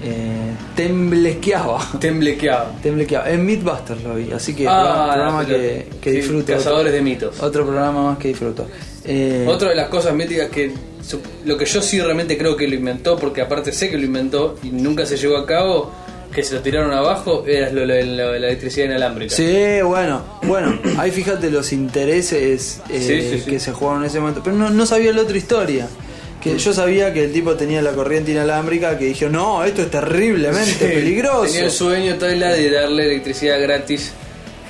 S2: eh, temblequeaba.
S1: Temblequeaba.
S2: Temblequeaba. En Mythbusters lo vi, así que
S1: Ah,
S2: un programa
S1: la pelota.
S2: que, que
S1: Sí,
S2: disfruto.
S1: Cazadores de mitos.
S2: Otro programa más que disfruto. Eh,
S1: Otra de las cosas míticas que su- lo que yo sí realmente creo que lo inventó, porque aparte sé que lo inventó y nunca se llevó a cabo, que se lo tiraron abajo, era lo lo de la, la electricidad inalámbrica.
S2: Sí, bueno, bueno, ahí fíjate los intereses eh,
S1: Sí, sí, sí.
S2: que se jugaron en ese momento. Pero no, no sabía la otra historia. Que yo sabía que el tipo tenía la corriente inalámbrica que dijo, no, esto es terriblemente
S1: Sí.
S2: peligroso.
S1: Tenía el sueño Tesla de darle electricidad gratis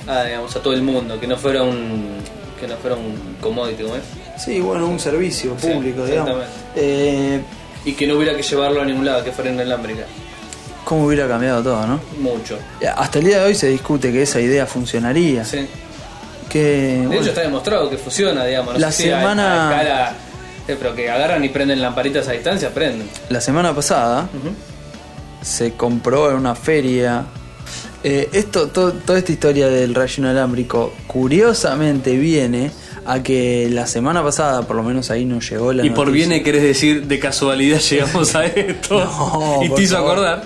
S1: a, digamos, a todo el mundo, que no fuera un que no fuera un commodity, ¿cómo es?
S2: Sí, bueno, un servicio
S1: Sí,
S2: público, digamos.
S1: exactamente.
S2: Eh,
S1: Y que no hubiera que llevarlo a ningún lado, que fuera inalámbrica.
S2: cómo hubiera cambiado todo, ¿no? Eh,
S1: Mucho.
S2: Hasta el día de hoy se discute que esa idea funcionaría.
S1: Sí.
S2: Que,
S1: De
S2: bueno,
S1: hecho, está demostrado que funciona, digamos. No
S2: La
S1: sé si a-
S2: semana-
S1: a escala- eh, pero que agarran y prenden lamparitas a distancia, prenden.
S2: la semana pasada se compró en una feria. Eh, esto, to- toda esta historia del rayo inalámbrico, curiosamente viene a que la semana pasada, por lo menos ahí nos llegó la.
S1: Y por
S2: noticia.
S1: viene querés decir, de casualidad llegamos a esto.
S2: No,
S1: y
S2: por
S1: te hizo
S2: favor.
S1: acordar.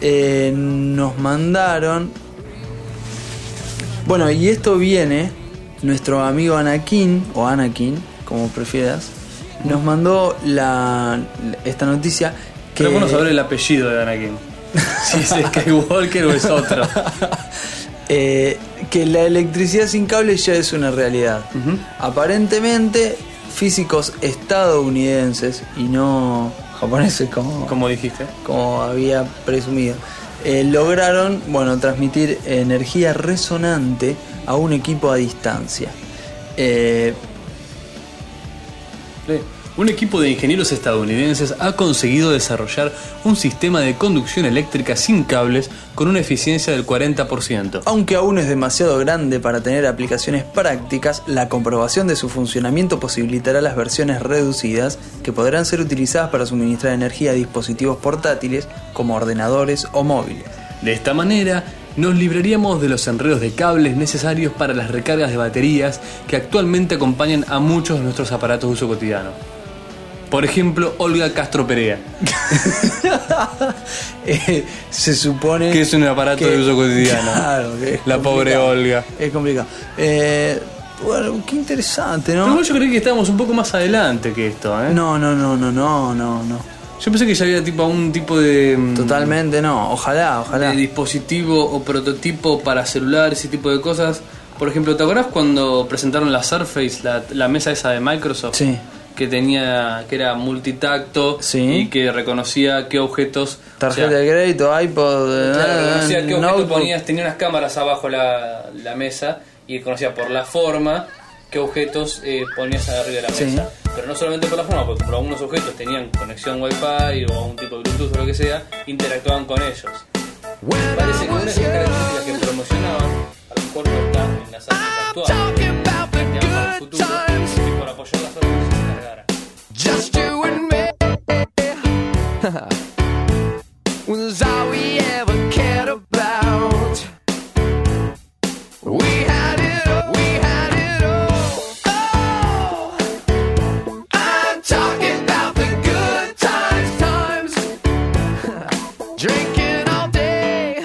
S2: Eh, nos mandaron. Bueno, y esto viene. Nuestro amigo Anakin, o Anakin, como prefieras, nos mandó la, esta noticia. Que
S1: Pero bueno saber el apellido de Anakin. si es Skywalker o es otro.
S2: Eh, que la electricidad sin cable ya es una realidad. Aparentemente, físicos estadounidenses y no japoneses como,
S1: Como dijiste.
S2: como había presumido, eh, lograron bueno, transmitir energía resonante a un equipo a distancia. Eh,
S1: Un equipo de ingenieros estadounidenses ha conseguido desarrollar un sistema de conducción eléctrica sin cables con una eficiencia del 40%.
S2: Aunque aún es demasiado grande para tener aplicaciones prácticas, la comprobación de su funcionamiento posibilitará las versiones reducidas que podrán ser utilizadas para suministrar energía a dispositivos portátiles como ordenadores o móviles.
S1: De esta manera, nos libraríamos de los enredos de cables necesarios para las recargas de baterías que actualmente acompañan a muchos de nuestros aparatos de uso cotidiano. Por ejemplo, Olga Castro Perea,
S2: Eh, se supone
S1: que es un aparato
S2: que-
S1: de uso cotidiano.
S2: Claro, que es
S1: La pobre
S2: complicado.
S1: Olga.
S2: Es complicado. Eh, bueno, qué interesante,
S1: Pero
S2: ¿no?
S1: yo creí que estábamos un poco más adelante que esto, ¿eh?
S2: No, no, no, no, no, no, no.
S1: Yo pensé que ya había tipo un tipo de mm,
S2: Totalmente no. Ojalá, ojalá.
S1: de dispositivo o prototipo para celular, ese tipo de cosas. Por ejemplo, ¿te acordás cuando presentaron la Surface, la, la mesa esa de Microsoft?
S2: Sí.
S1: Que tenía, que era multitacto
S2: Sí.
S1: y que reconocía qué objetos.
S2: Tarjeta
S1: o sea,
S2: de crédito, iPod,
S1: claro, reconocía
S2: eh,
S1: qué objeto
S2: notebook.
S1: ponías, tenía unas cámaras abajo la, la mesa y reconocía por la forma qué objetos eh, ponías arriba de la
S2: Sí.
S1: mesa. Pero no solamente por la forma, porque por algunos objetos tenían conexión Wi-Fi o un tipo de Bluetooth o lo que sea, interactuaban con ellos. Parece que una de las características que promocionaban, a lo mejor no está en las artes actuales,
S3: Talking about the
S1: tenían para el
S3: good
S1: futuro,
S3: times,
S1: que por apoyar las armas se encargara.
S3: just you and me. Was all we ever cared about. We had it all, we had it all. Oh, I'm talking about the good times, times. Drinking all day,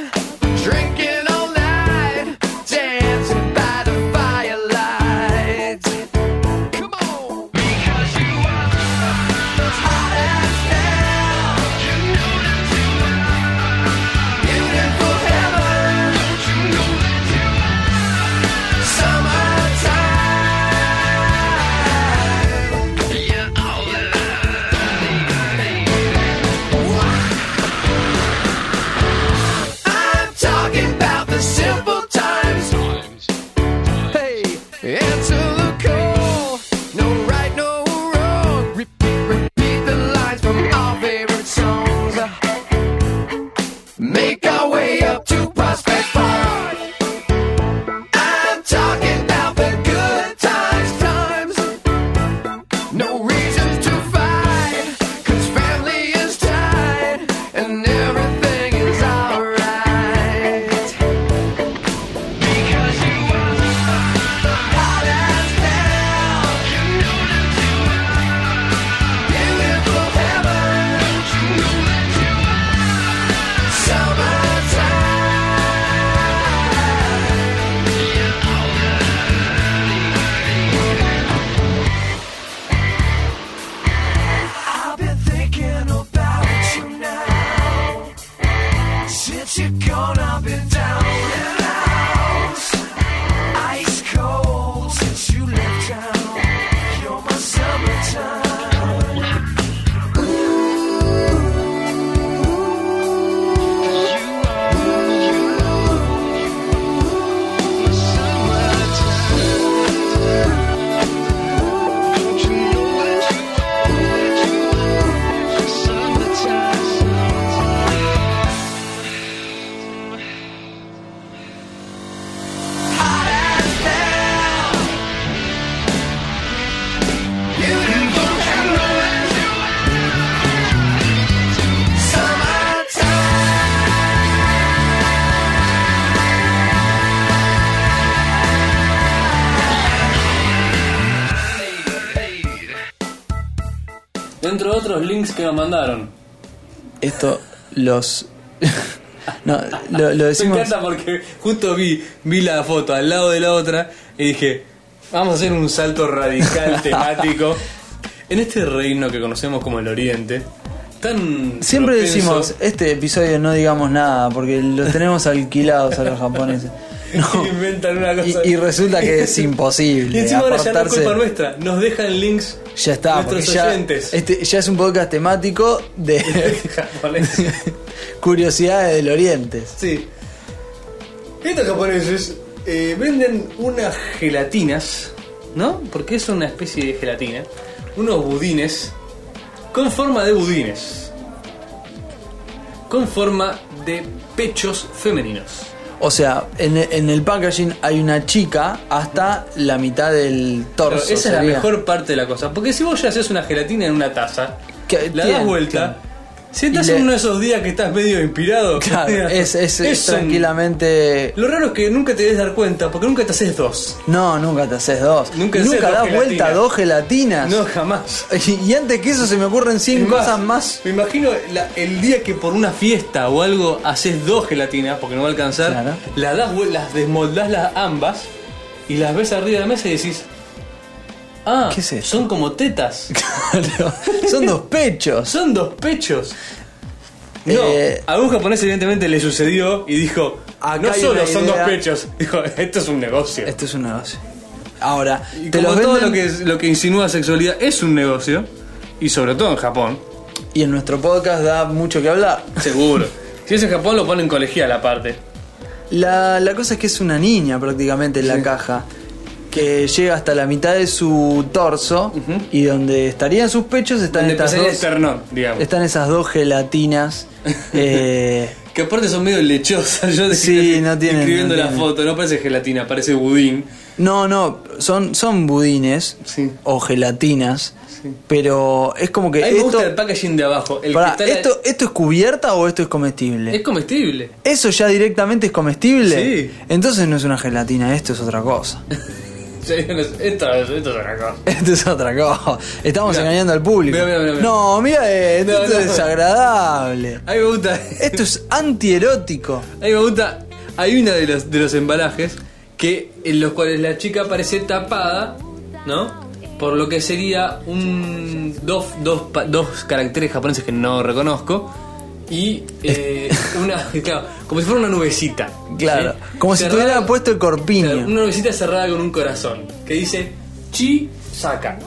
S3: drinking all night, dancing by the firelight. Come on, because you are.
S1: Dentro de otros links que nos mandaron.
S2: Esto los. no, lo, lo decimos.
S1: Me encanta porque justo vi, vi la foto al lado de la otra y dije, vamos a hacer un salto radical temático. En este reino que conocemos como el Oriente, tan...
S2: Siempre
S1: propenso-
S2: decimos, este episodio no digamos nada, porque los tenemos alquilados a los japoneses. No.
S1: Inventan una cosa.
S2: Y, y resulta que es imposible.
S1: Y encima ahora ya no es
S2: apartarse.
S1: culpa nuestra, nos dejan links
S2: Ya está, porque
S1: nuestros
S2: ya,
S1: oyentes.
S2: este, ya es un podcast temático de
S1: japoneses.
S2: curiosidades del Oriente.
S1: Sí. Estos japoneses eh, venden unas gelatinas, ¿no? Porque es una especie de gelatina. Unos budines con forma de budines. Con forma de pechos femeninos.
S2: O sea, en, e- en el packaging hay una chica hasta la mitad del
S1: Pero esa
S2: torso.
S1: es la
S2: sería.
S1: mejor parte de la cosa. Porque si vos ya haces una gelatina en una taza,
S2: Que-
S1: la
S2: tiene-
S1: das vuelta. Si estás
S2: Y le-
S1: en uno de esos días que estás medio inspirado,
S2: Claro, es, es- es
S1: un-
S2: tranquilamente.
S1: Lo raro es que nunca te des dar cuenta, porque nunca te haces dos.
S2: No, nunca te haces dos.
S1: Nunca
S2: Nunca,
S1: haces dos
S2: das vuelta
S1: gelatinas.
S2: a dos gelatinas.
S1: No, jamás.
S2: Y, y antes que eso se me ocurren 100
S1: Es más,
S2: cosas más.
S1: Me imagino la- el día que por una fiesta o algo haces dos gelatinas, porque no va a alcanzar,
S2: Claro.
S1: la das, vuel- las desmoldás las ambas y las ves arriba de la mesa y decís, ah,
S2: ¿Qué es esto?
S1: son como tetas,
S2: Claro, Son dos pechos.
S1: son dos pechos. No,
S2: Eh,
S1: a un japonés evidentemente le sucedió y dijo, "Ah,
S2: Acá
S1: no
S2: hay
S1: solo
S2: una
S1: son dos
S2: idea".
S1: pechos, dijo, esto es un negocio.
S2: Esto es un negocio. Ahora,
S1: Y
S2: te
S1: como
S2: los
S1: todo
S2: venden-
S1: lo que, lo que insinúa sexualidad es un negocio, y sobre todo en Japón,
S2: Y en nuestro podcast da mucho que hablar.
S1: seguro. si es en Japón lo ponen colegial aparte.
S2: La, la cosa es que es una niña prácticamente en la caja. Que llega hasta la mitad de su torso. Y donde estarían sus pechos están
S1: Donde
S2: estas
S1: empezaría el
S2: dos.
S1: esternón, digamos.
S2: Están esas dos gelatinas. eh,
S1: Que aparte son medio lechosas. Yo
S2: Sí,
S1: estoy
S2: no tienen,
S1: Escribiendo
S2: no
S1: la
S2: tienen.
S1: foto, no parece gelatina, parece budín.
S2: no, no, son, son budines.
S1: Sí.
S2: O gelatinas. Pero es como que
S1: A mí me
S2: esto.
S1: gusta el packaging de abajo. El
S2: Pará,
S1: que está la-
S2: ¿esto, ¿Esto es cubierta o esto es comestible?
S1: Es comestible.
S2: ¿Eso ya directamente es comestible?
S1: Sí.
S2: Entonces no es una gelatina, esto es otra cosa.
S1: Sí, no sé, Esto, es- esto es una cosa.
S2: Esto es otra cosa. Estamos
S1: Mirá.
S2: engañando al público.
S1: Mirá, mirá, mirá, mirá.
S2: No, mira, esto,
S1: No,
S2: esto
S1: no.
S2: es desagradable.
S1: A mí me gusta.
S2: Esto es antierótico.
S1: A mí me gusta. Hay una de los, de los embalajes que en los cuales la chica parece tapada, ¿no? Por lo que sería un dos, dos, pa- dos caracteres japoneses que no reconozco y eh, una claro, como si fuera una nubecita.
S2: Claro.
S1: ¿sí?
S2: Como si
S1: Cerrada-
S2: tuviera puesto el corpiño.
S1: claro, una nubecita cerrada con un corazón que dice chi saca.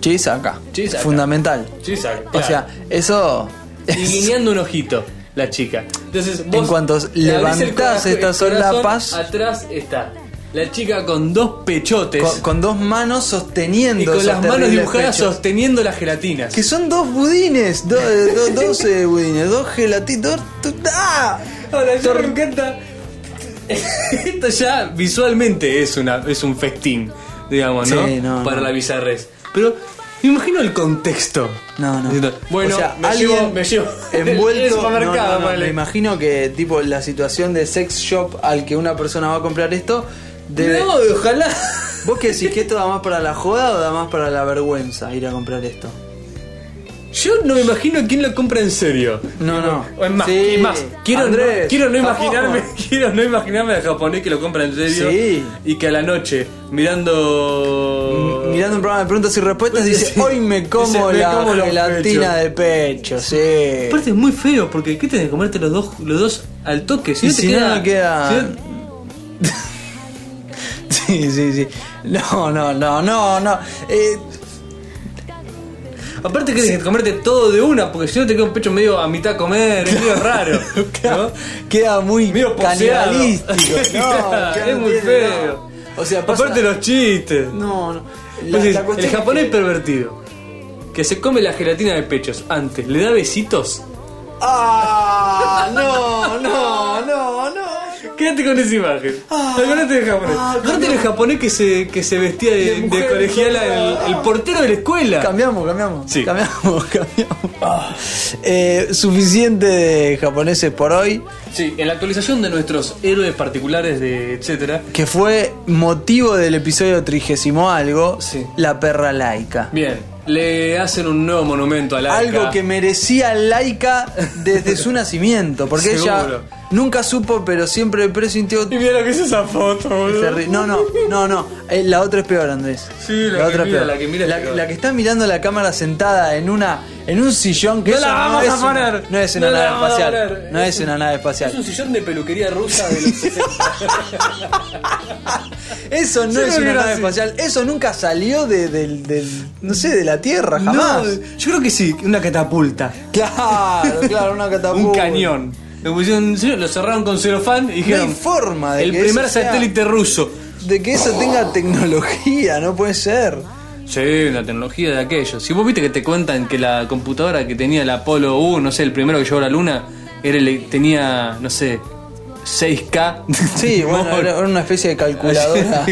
S2: Chis acá.
S1: Chis acá.
S2: Fundamental.
S1: Chi saca.
S2: O
S1: claro.
S2: sea, eso.
S1: y guiñando un ojito la chica. Entonces, vos
S2: En cuanto
S1: le abrís el
S2: levantás
S1: corazón-
S2: estas
S1: el corazón,
S2: solapas-
S1: atrás está la chica con dos pechotes
S2: con, con dos manos sosteniendo.
S1: y con
S2: esos
S1: las manos
S2: terribles
S1: dibujadas
S2: pechos.
S1: sosteniendo las gelatinas.
S2: Que son dos budines. do- eh, do- dos eh, budines. Dos gelatitos. ¡Ah!
S1: Ahora, yo me encanta. Esto ya visualmente es una es un festín, digamos, ¿no?
S2: Sí, no,
S1: Para
S2: no.
S1: la bizarrés. Pero me imagino el contexto.
S2: No, no.
S1: Diciendo, Bueno,
S2: O sea,
S1: me,
S2: alguien
S1: llevo, me llevo
S2: envuelto.
S1: el supermercado,
S2: no, no, no,
S1: ponele.
S2: Me imagino que tipo la situación de sex shop al que una persona va a comprar esto debe.
S1: No, ojalá.
S2: ¿Vos qué decís que esto da más para la joda o da más para la vergüenza ir a comprar esto?
S1: Yo no me imagino quién lo compra en serio.
S2: No, no.
S1: O es más,
S2: Sí.
S1: es más, quiero,
S2: Andrés,
S1: no, quiero no
S2: Japón.
S1: imaginarme, quiero no imaginarme al japonés que lo compra en serio
S2: Sí.
S1: y que a la noche mirando
S2: M- Mirando un programa de preguntas y respuestas
S1: Sí,
S2: dice,
S1: sí.
S2: hoy me como
S1: Dice, me
S2: la
S1: como los
S2: gelatina
S1: pechos".
S2: de pecho, sí.
S1: Aparte es muy feo porque qué tenés que comerte los dos los dos al toque, si
S2: Y
S1: no te
S2: si no,
S1: queda,
S2: no queda-
S1: si no-
S2: Sí, sí, sí. No, no, no, no, no. Eh,
S1: aparte que tenés que comerte todo de una porque si no te queda un pecho medio a mitad comer, es medio raro, ¿no?
S2: Queda muy
S1: Medio poseado.
S2: canibalístico.
S1: Claro,
S2: ya
S1: es muy
S2: tiene
S1: feo.
S2: nada. O sea, pasa-
S1: Aparte los chistes.
S2: No, no. La-
S1: Vos decís,
S2: la cuestión
S1: el
S2: es
S1: japonés
S2: que-
S1: pervertido que se come la gelatina de pechos antes, le da besitos.
S2: ¡Ah! No, no, no, no.
S1: Quédate con esa imagen.
S2: Ah,
S1: Acordate del japonés.
S2: ah,
S1: Acordate del japonés que se, que se vestía de,
S2: De
S1: de
S2: mujer,
S1: colegiala,
S2: ah.
S1: el, el portero de la escuela.
S2: Cambiamos, cambiamos.
S1: Sí. Ah.
S2: Cambiamos, cambiamos. Eh, suficiente de japoneses por hoy,
S1: Sí, en la actualización de nuestros héroes particulares de etcétera.
S2: que fue motivo del episodio trigésimo algo,
S1: Sí.
S2: la perra laica.
S1: Bien,
S4: le hacen un nuevo monumento al arca.
S2: Algo que merecía Laika desde su nacimiento, porque ella
S4: Seguro.
S2: nunca supo, pero siempre presintió.
S4: Y mira lo que es esa foto, boludo.
S2: Se ri- No, no, no, no. Eh, La otra es peor, Andrés.
S4: Sí, la que mira, la que mira es
S2: la,
S4: peor.
S2: la que está mirando la cámara sentada en una en un sillón que
S4: No
S2: eso
S4: la vamos
S2: es
S4: a
S2: una-
S4: poner.
S2: no es una
S4: No la
S2: nave
S4: vamos a
S2: espacial.
S4: poner.
S2: No es
S4: Es un-
S2: una nave
S4: Es un
S2: espacial.
S4: sillón de peluquería rusa de los 60.
S2: Eso no
S4: Yo
S2: es
S4: creo
S2: una
S4: que era
S2: nave
S4: así.
S2: espacial. Eso nunca salió de, del, del- no sé, de la Tierra, jamás.
S1: No, yo creo que sí, una catapulta.
S2: Claro, claro, una catapulta.
S1: Un cañón. Lo, pusieron- sí, lo cerraron con celofán y
S2: No
S1: dijeron.
S2: hay forma de
S1: el
S2: que
S1: primer
S2: eso sea-
S1: satélite ruso.
S2: De que eso tenga tecnología, no puede ser.
S1: Sí, la tecnología de aquello. Si vos viste que te cuentan que la computadora que tenía el Apolo U, no sé, el primero que llegó a la Luna, era el- tenía, no sé, 6K.
S2: Sí, bueno, era, era una especie de calculadora.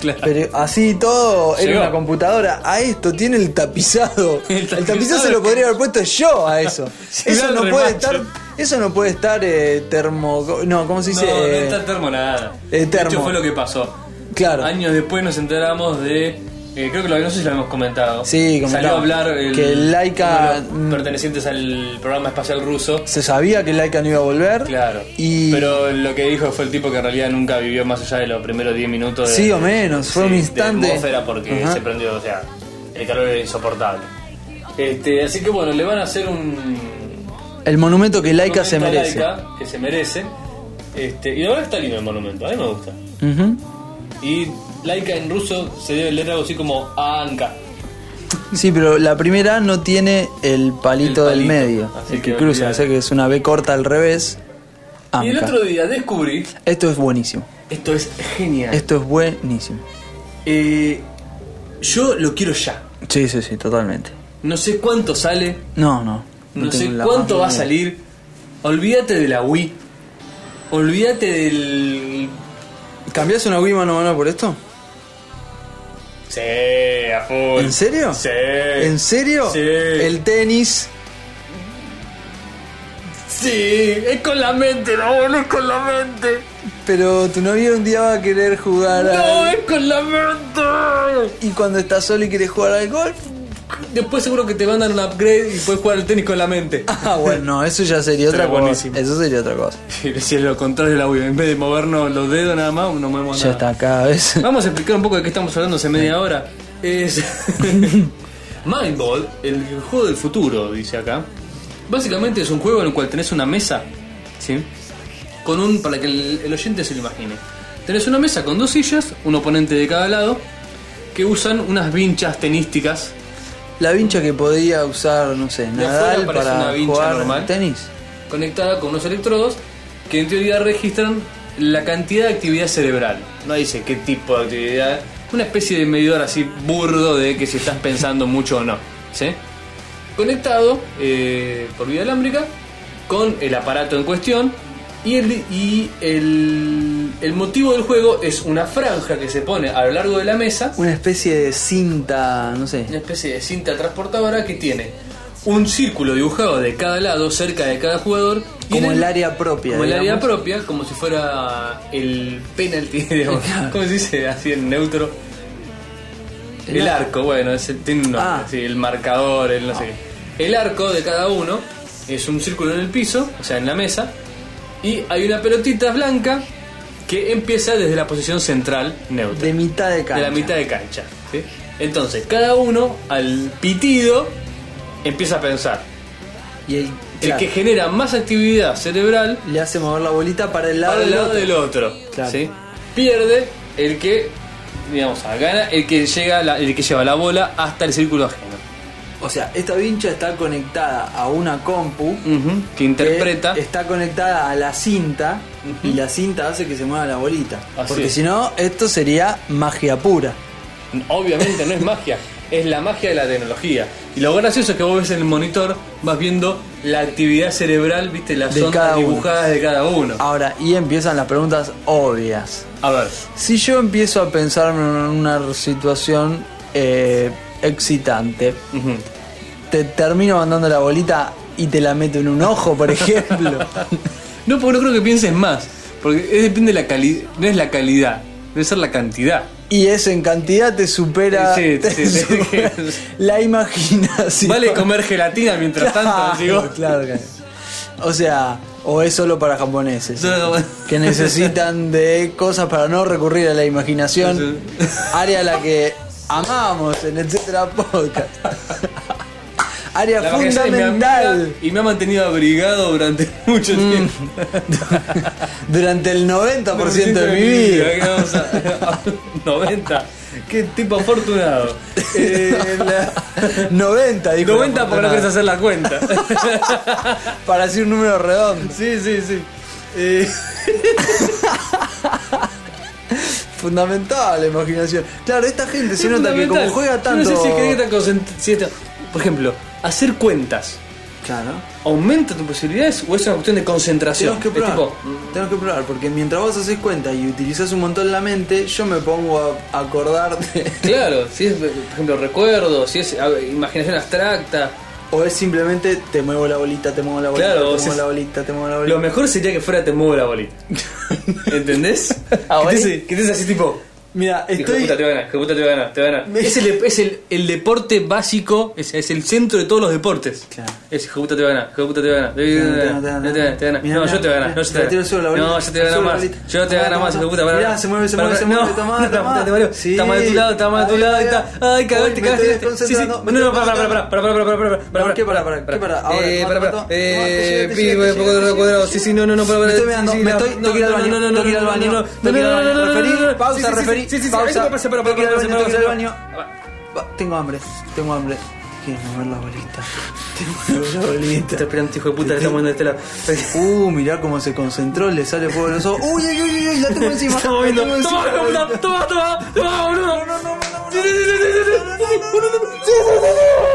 S1: Claro.
S2: Pero así y todo, era
S1: Llegó.
S2: una computadora. A esto tiene el tapizado.
S1: El
S2: El tapizado,
S1: tapizado
S2: se lo
S1: que-
S2: podría haber puesto yo a eso.
S1: Sí,
S2: eso
S1: era
S2: no
S1: el
S2: puede
S1: remache.
S2: estar. Eso no puede estar eh, termo. No, ¿cómo se
S1: No,
S2: dice?
S1: no
S2: Eh,
S1: está termo nada.
S2: eh, termo.
S1: De hecho, fue lo que pasó.
S2: Claro.
S1: Años después nos enteramos de. eh, creo que lo, no sé si lo hemos comentado.
S2: Sí,
S1: Salió
S2: comentamos.
S1: a hablar el,
S2: Que Laika- mm,
S1: uno de los pertenecientes al programa espacial ruso.
S2: Se sabía que Laika no iba a volver.
S1: Claro.
S2: Y.
S1: Pero lo que dijo fue el tipo que en realidad nunca vivió más allá de los primeros 10 minutos. De,
S2: Sí, o menos, fue un
S1: de
S2: instante.
S1: atmósfera porque
S2: Ajá.
S1: se prendió, o sea, el calor era insoportable.
S4: Este, así que bueno, le van a hacer un.
S2: el monumento que Laika se
S4: monumento a
S2: merece.
S4: Laika, que se merece. Este, y la verdad está lindo el monumento, a mí me gusta.
S2: Ujú.
S4: Y Laika en ruso se debe leer algo así como Anka.
S2: Sí, pero la primera no tiene el palito,
S4: El
S2: del
S4: palito,
S2: medio,
S4: así
S2: el que,
S4: que
S2: cruza,
S4: olvidate.
S2: o sea que es una B corta al revés.
S4: Y el
S2: Anca.
S4: otro día descubrí,
S2: Esto es buenísimo.
S4: esto es genial.
S2: Esto es buenísimo.
S4: Eh, yo lo quiero ya.
S2: Sí, sí, sí, totalmente.
S4: No sé cuánto sale,
S2: No, no.
S4: no, sé
S2: tengo la
S4: cuánto
S2: más
S4: va a
S2: mínima
S4: salir. Olvídate de la Wii. Olvídate del.
S2: idea. ¿Cambiás una Wii mano a mano por esto?
S4: Sí, a full.
S2: ¿En serio?
S4: Sí.
S2: ¿En serio?
S4: Sí.
S2: El tenis.
S4: Sí, es con la mente, no, no es con la mente.
S2: Pero tu novio un día va a querer jugar
S4: No,
S1: eh.
S2: al...
S4: es con la mente.
S2: Y cuando estás solo y quieres jugar al golf.
S4: Después seguro que te mandan un upgrade y puedes jugar al tenis con la mente.
S2: Ah, bueno, no, eso ya
S4: Sería
S2: sería otra cosa.
S4: buenísimo.
S2: Eso sería otra cosa.
S1: Si es lo contrario de la Wii, en vez de movernos los dedos nada más, no movemos
S2: Ya
S1: nada.
S2: está, cada vez.
S1: Vamos a explicar un poco de qué estamos hablando hace media hora.
S4: Es. Mindball, el juego del futuro, dice acá.
S1: Básicamente es un juego en el cual tenés una mesa, ¿sí? Con un, para que el, el oyente se lo imagine. Tenés una mesa con dos sillas, un oponente de cada lado, que usan unas vinchas tenísticas.
S2: La vincha que podía usar, no sé, Nadal
S1: afuera parece
S2: para
S1: una vincha
S2: jugar
S1: normal.
S2: tenis.
S1: conectada con unos electrodos que en teoría registran la cantidad de actividad cerebral. No dice qué tipo de actividad, una especie de medidor así burdo de que si estás pensando mucho o no. ¿sí? Conectado eh, por vía alámbrica con el aparato en cuestión y, el, y el, el motivo del juego es una franja que se pone a lo largo de la mesa
S2: Una especie de cinta, no sé.
S1: una especie de cinta transportadora que tiene un círculo dibujado de cada lado, cerca de cada jugador. y
S2: Como
S1: en
S2: el área propia,
S1: Como el área
S2: digamos.
S1: propia, como si fuera el penalti, digamos. ¿Cómo se dice así en neutro? El arco, bueno, es el, tiene un nombre,
S2: Ah.
S1: sí, el marcador, el no sé qué. El arco de cada uno es un círculo en el piso, o sea, en la mesa, y hay una pelotita blanca que empieza desde la posición central neutra
S2: De mitad de cancha.
S1: de la mitad de cancha. ¿sí? Entonces, cada uno al pitido empieza a pensar.
S2: Y el,
S1: El
S2: claro,
S1: que genera más actividad cerebral
S2: le hace mover la bolita para el lado,
S1: para el
S2: del
S1: lado
S2: otro.
S1: del otro.
S2: Claro.
S1: ¿sí? Pierde el que, digamos, gana el que, llega la- el que lleva la bola hasta el círculo ajeno.
S2: O sea, esta vincha está conectada a una compu.
S1: Ujú, Que
S2: que
S1: interpreta.
S2: Está conectada a la cinta y la cinta hace que se mueva la bolita.
S1: Así
S2: Porque
S1: es.
S2: si no, esto sería magia pura.
S1: Obviamente no es magia, es la magia de la tecnología. Y lo gracioso es que vos ves en el monitor, vas viendo la actividad cerebral, viste, las
S2: De
S1: ondas
S2: cada uno. Ah.
S1: dibujadas de cada uno.
S2: Ahora, y empiezan las preguntas obvias.
S1: A ver,
S2: Si yo empiezo a pensarme en una situación eh, excitante,
S1: ujú.
S2: te termino mandando la bolita y te la meto en un ojo, por ejemplo.
S1: No, porque no creo que pienses más. Porque es- depende de la calidad. No es la calidad, debe ser la cantidad.
S2: Y eso en cantidad te supera,
S1: Sí,
S2: te
S1: sí, sí.
S2: supera la imaginación.
S1: Vale comer gelatina mientras tanto,
S2: Claro,
S1: digo.
S2: claro, claro. O sea, o es solo para japoneses.
S1: Solo para-
S2: Que necesitan de cosas para no recurrir a la imaginación. Área a la que amamos en Etcétera Podcast. Área
S1: La vacación es mi
S2: fundamental Mm.
S1: amiga y me ha mantenido abrigado durante mucho tiempo.
S2: durante el 90% de mi vida.
S1: ¿Qué vamos a- 90. Qué tipo afortunado. Eh, la-
S2: 90, dijo.
S1: 90
S2: la
S1: porque no
S2: afortunada.
S1: querés hacer la cuenta.
S2: Para decir un número redondo.
S1: Sí, sí, sí. Eh,
S2: Fundamental la imaginación. Claro, esta gente se nota que como
S1: fundamental.
S2: juega tanto.
S1: Yo No sé si es que tan concent- si es tan- Por ejemplo, hacer cuentas.
S2: Claro.
S1: ¿Aumenta tus posibilidades o es una cuestión de concentración?
S2: Tenemos que
S1: Es
S2: probar.
S1: tipo,
S2: Tenemos que probar, porque mientras vos haces cuenta y utilizás un montón la mente, yo me pongo a acordarte.
S1: claro, si es, por ejemplo, recuerdo, si es a ver, imaginación abstracta.
S2: O es simplemente te muevo la bolita, te muevo la bolita,
S1: Claro,
S2: te
S1: vos
S2: muevo
S1: es-
S2: la bolita, te muevo la bolita.
S1: Lo mejor sería que fuera te muevo la bolita. ¿Entendés?
S2: Ah,
S1: que
S2: bueno.
S1: estés- que estés así tipo.
S2: Mira,
S1: Hijo de
S2: estoy.
S1: puta, te va a ganar, hijo de puta, te va a ganar, te va a ganar.
S2: Me-
S1: Es, el, es el, el deporte básico, es, es el centro de todos los deportes.
S2: Claro.
S1: Es hijo de puta, te va a ganar, hijo de puta, te va a ganar.
S2: Te
S1: te
S2: va
S1: va a
S2: a
S1: ganar,
S2: ganar,
S1: te va a ganar, te va a ganar. No,
S2: Mirá, mirá,
S1: yo te voy a ganar,
S2: mirá,
S1: yo te voy a
S2: te tiro solo la
S1: ganar.
S2: bolita,
S1: No, yo te voy a ganar
S2: solo la
S1: más.
S2: bolita.
S1: Yo te voy a ganar
S2: Tomá,
S1: más, hijo de
S2: tomá,
S1: puta, pará.
S2: mirá, se mueve, se
S1: Pará,
S2: mueve, se
S1: pará,
S2: mueve,
S1: no,
S2: tomá,
S1: no,
S2: tomá.
S1: te mareo,
S2: Sí.
S1: Está mal de tu lado, está mal de tu lado, ahí está. Ay,
S2: Uy,
S1: cagaste,
S2: me estoy
S1: cagaste. Sí, sí.
S2: desconcentrando,
S1: No,
S2: me
S1: no,
S2: estoy
S1: pará, pará, pará, pará, pará, pará, pará, pará, pará.
S2: ¿Qué para, para, qué para? Ahora,
S1: Eh,
S2: tomá,
S1: pará, pará.
S2: tomá, tomá, te
S1: Eh,
S2: llevo, te
S1: pi,
S2: llevo, te
S1: cuadrado,
S2: llevo.
S1: cuadrado. Sí, sí, no, no, no, pará,
S2: Me
S1: pará.
S2: estoy
S1: Sí,
S2: meando,
S1: sí,
S2: me
S1: no,
S2: estoy-
S1: no,
S2: tengo que ir al
S1: no,
S2: baño,
S1: no, no,
S2: tengo que ir al
S1: no,
S2: baño,
S1: no, no,
S2: tengo
S1: no,
S2: que ir al
S1: no,
S2: baño.
S1: no, no, no,
S2: Referí,
S1: no, no.
S2: pausa,
S1: Sí, sí, sí,
S2: referí,
S1: sí, sí,
S2: pausa.
S1: ahí se pasa, pará,
S2: Tengo que ir al
S1: pará,
S2: baño,
S1: pará,
S2: tengo que ir al
S1: pará,
S2: baño.
S1: pará.
S2: Va, Tengo hambre, tengo hambre. Quiero mover la bolita. Te muevo la bolita.
S1: Está esperando este hijo de puta que está moviendo de este lado.
S2: Uh, mirá cómo se concentró, le sale fuego de los ojos. Uy, uy, uy, uy, la tengo encima.
S1: Está moviendo.
S2: la tengo encima,
S1: Toma,
S2: la
S1: toma,
S2: bolita.
S1: toma, toma, toma, boludo. Sí, sí, sí, sí, sí, sí, sí, sí, sí, sí, sí, sí.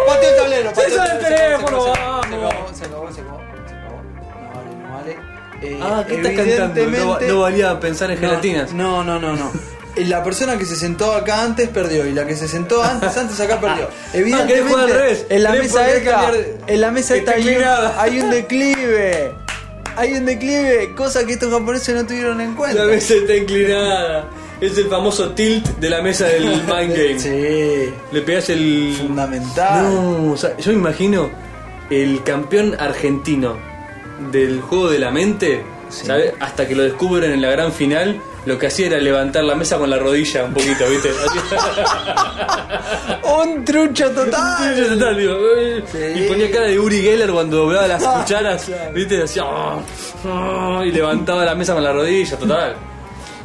S2: Pateó el tablero, pateó
S1: César, el teléfono,
S2: se acabó, se acabó,
S1: vamos.
S2: Se acabó, se acabó, se acabó. No vale, no vale. Eh,
S1: Ah, ¿qué estás cantando? No,
S2: evidentemente-
S1: no valía pensar en gelatinas.
S2: No, no, no, no. Eh, La persona que se sentó acá antes perdió y la que se sentó antes antes acá perdió.
S1: Ah, querés jugar al revés.
S2: Evidentemente, en la
S1: Querés
S2: mesa
S1: poder
S2: esta,
S1: cambiar de-
S2: en la mesa
S1: que
S2: esta
S1: esté
S2: hay un,
S1: inclinada.
S2: hay un declive. Hay un declive, cosa que estos japoneses no tuvieron en cuenta.
S1: La mesa está inclinada. Es el famoso tilt de la mesa del Mind Game.
S2: Sí,
S1: Le pegás el.
S2: fundamental.
S1: No, o sea, yo me imagino el campeón argentino del juego de la mente, ¿sabes? Hasta que lo descubren en la gran final, lo que hacía era levantar la mesa con la rodilla un poquito, ¿viste?
S2: Un trucho total.
S1: Así, total, digo, eh,
S2: Sí.
S1: Y ponía cara de Uri Geller cuando doblaba las
S2: Ah,
S1: cucharas, ¿viste? Hacía. "Ah, ah", y levantaba la mesa con la rodilla, total.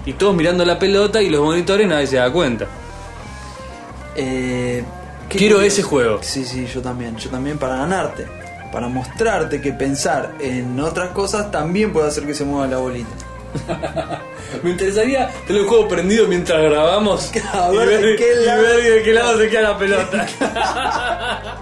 S1: Y todos mirando la pelota y los monitores nadie se da cuenta.
S2: Eh, ¿qué
S1: Quiero
S2: querías?
S1: ese juego.
S2: Sí, sí, yo también. Yo también para ganarte. Para mostrarte que pensar en otras cosas también puede hacer que se mueva la bolita.
S1: Me interesaría tener el juego prendido mientras grabamos
S2: A
S1: y,
S2: ver
S1: ver,
S2: de qué
S1: y
S2: lado-
S1: ver de qué lado se queda la pelota.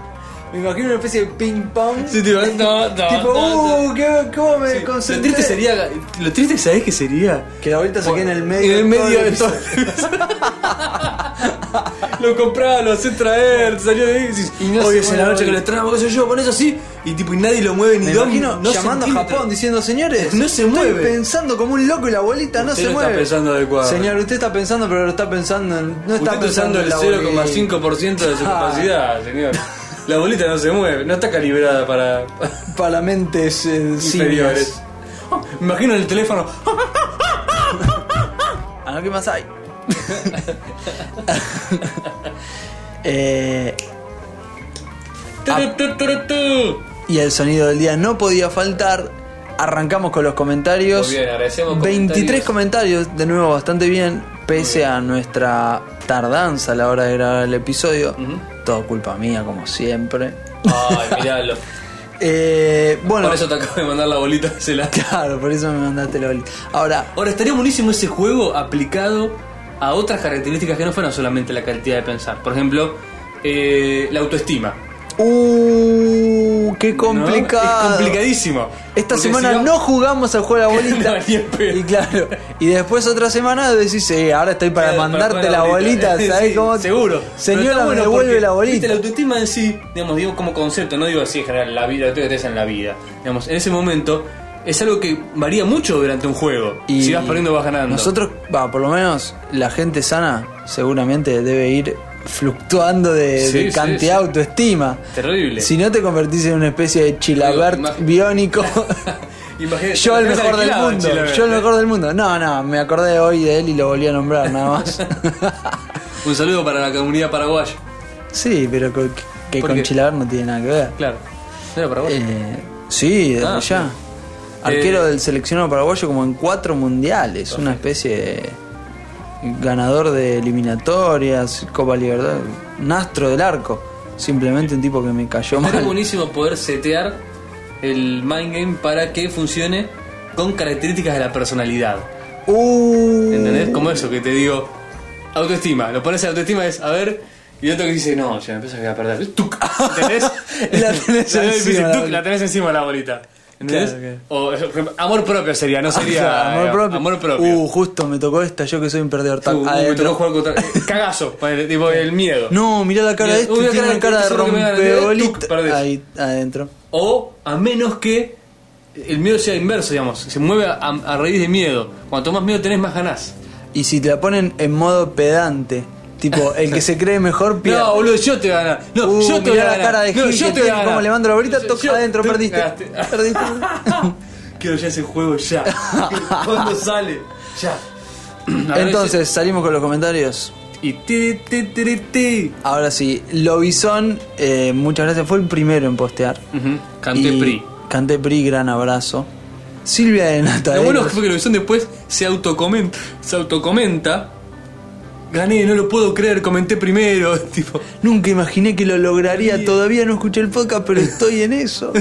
S2: Me imagino una especie de ping pong.
S1: Sí, tipo, no, no,
S2: tipo,
S1: Ah, no, no.
S2: uh, qué- cómo me
S1: Sí, Lo
S2: concentré.
S1: triste sería, lo triste sabés que sería
S2: Que la bolita se quede en el medio.
S1: en el
S2: de todo
S1: medio
S2: el
S1: de todo.
S2: episodio.
S1: lo compraba, lo hacés traer, salió de ahí y decís,
S2: Y no
S1: hoy
S2: se
S1: es en la noche que
S2: mueve la
S1: lo
S2: bolita.
S1: estrenamos, qué sé yo, con eso así, y tipo, y nadie lo mueve ni
S2: Me
S1: don,
S2: imagino
S1: no
S2: llamando a
S1: centímetro.
S2: Japón diciendo, señores,
S1: No se
S2: estoy
S1: mueve".
S2: pensando como un loco y la bolita no
S1: Usted no
S2: se
S1: está
S2: mueve.
S1: pensando adecuado.
S2: Señor, usted está pensando, pero lo está pensando en. No
S1: Usted
S2: está
S1: está usando
S2: pensando en
S1: el
S2: la
S1: 0,5% de su
S2: Ah.
S1: capacidad, señor. La bolita no se mueve, no está calibrada para
S2: Para mentes eh,
S1: inferiores. Ah.
S2: simios.
S1: Me imagino en el teléfono.
S2: A lo que más hay. Eh,
S1: Turu, turu, turu, turu.
S2: y el sonido del día no podía faltar. Arrancamos con los comentarios.
S1: Muy bien, agradecemos
S2: 23 comentarios, de nuevo bastante bien, pese a nuestra tardanza a la hora de grabar el episodio. Todo culpa mía, como siempre.
S1: Ay, miralo.
S2: Eh, bueno,
S1: Por eso te acabo de mandar la bolita de la.
S2: claro, por eso me mandaste la bolita. Ahora,
S1: Ahora, estaría buenísimo ese juego aplicado a otras características que no fueran solamente la cantidad de pensar. Por ejemplo, eh, la autoestima.
S2: uh, qué
S1: ¿no?
S2: complicado.
S1: Es complicadísimo.
S2: Esta
S1: Porque
S2: semana
S1: si vas-
S2: no jugamos al juego de la bolita.
S1: No, ni en pedo.
S2: y claro, y después otra semana decís, eh, ahora estoy para
S1: Claro,
S2: mandarte
S1: poner
S2: la bolita, ¿sabés
S1: Sí,
S2: cómo?
S1: Seguro. Pero
S2: Señora,
S1: está
S2: me
S1: bueno
S2: devuelve
S1: porque,
S2: la bolita.
S1: viste, la autoestima en sí, digamos, digo como concepto, no digo así en general, la vida, lo que te en la vida. Digamos, en ese momento, es algo que varía mucho durante un juego.
S2: Y
S1: si vas perdiendo, vas ganando.
S2: Nosotros, va, por lo menos la gente sana seguramente debe ir fluctuando de,
S1: Sí, sí,
S2: de cantidad de
S1: sí.
S2: autoestima.
S1: Terrible.
S2: Si no te convertís en una especie de chilabert
S1: Digo, imag-
S2: biónico.
S1: Imagínate,
S2: Yo el
S1: tenés
S2: mejor del
S1: alquilado,
S2: mundo.
S1: Chilabert.
S2: Yo el mejor del mundo. No, no, me acordé hoy de él y lo volví a nombrar nada más.
S1: Un saludo para la comunidad paraguaya.
S2: sí, pero co- que
S1: ¿Por
S2: con
S1: qué?
S2: Chilabert no tiene nada que ver.
S1: Claro. ¿No era paraguaya?
S2: Eh, sí, desde
S1: Ah,
S2: ya.
S1: sí.
S2: Arquero
S1: Eh,
S2: del seleccionado paraguayo como en cuatro mundiales. Una especie de ganador de eliminatorias, Copa Libertad. Nastro del arco. Simplemente un tipo que me cayó
S1: Estaría
S2: mal.
S1: buenísimo poder setear el mind game para que funcione con características de la personalidad.
S2: Uh,
S1: ¿Entendés? Como eso que te digo, autoestima. Lo pones en autoestima es, a ver, y otro que dice, no, se me empieza a quedar perder. ¡Tuc! ¿Entendés?
S2: La tenés
S1: la,
S2: encima,
S1: difícil,
S2: la
S1: ¡tuc!
S2: bolita.
S1: La tenés encima la bolita. ¿Entendés?
S2: Claro,
S1: O, eh, amor propio sería, no sería
S2: amor,
S1: eh,
S2: propio.
S1: amor propio.
S2: Uh, justo me tocó esta, yo que soy un perdedor. Tac,
S1: Uh, uh, me
S2: adentro.
S1: tocó jugar contra. Cagazo, ponele, tipo el miedo.
S2: No, mirá la cara
S1: Mirá,
S2: de este,
S1: uy, la
S2: tiene
S1: cara
S2: una
S1: de-
S2: cara de
S1: seguro que me van a
S2: rompebolita.
S1: tirar, tuc, perdés.
S2: Ahí, adentro.
S1: O a menos que el miedo sea inverso, digamos. Se mueve a, a raíz de miedo. Cuanto más miedo tenés, más ganás.
S2: Y si te la ponen en modo pedante, tipo, el que se cree mejor pierde.
S1: No, boludo, yo te voy a ganar. No,
S2: Uh,
S1: yo te voy
S2: mirá
S1: a
S2: la
S1: ganar.
S2: cara de
S1: no,
S2: Gil
S1: yo te
S2: que
S1: voy a
S2: tiene
S1: ganar.
S2: como levanta la bolita, toca adentro,
S1: tú
S2: perdiste.
S1: ganaste.
S2: Perdiste.
S1: Quiero ya ese juego ya. ¿Cuándo sale? Ya.
S2: Entonces, salimos con los comentarios.
S1: Y ti, ti, ti, ti, ti.
S2: Ahora sí, Lobizón, eh, muchas gracias, fue el primero en postear.
S1: Ujú, Mm, Canté
S2: Y-
S1: PRI.
S2: Canté PRI, gran abrazo. Silvia de Nataderos.
S1: Lo bueno fue que lo visión después se autocomenta. Se autocomenta. Gané, no lo puedo creer, comenté primero. Tipo.
S2: Nunca imaginé que lo lograría, todavía no escuché el podcast, pero estoy en eso.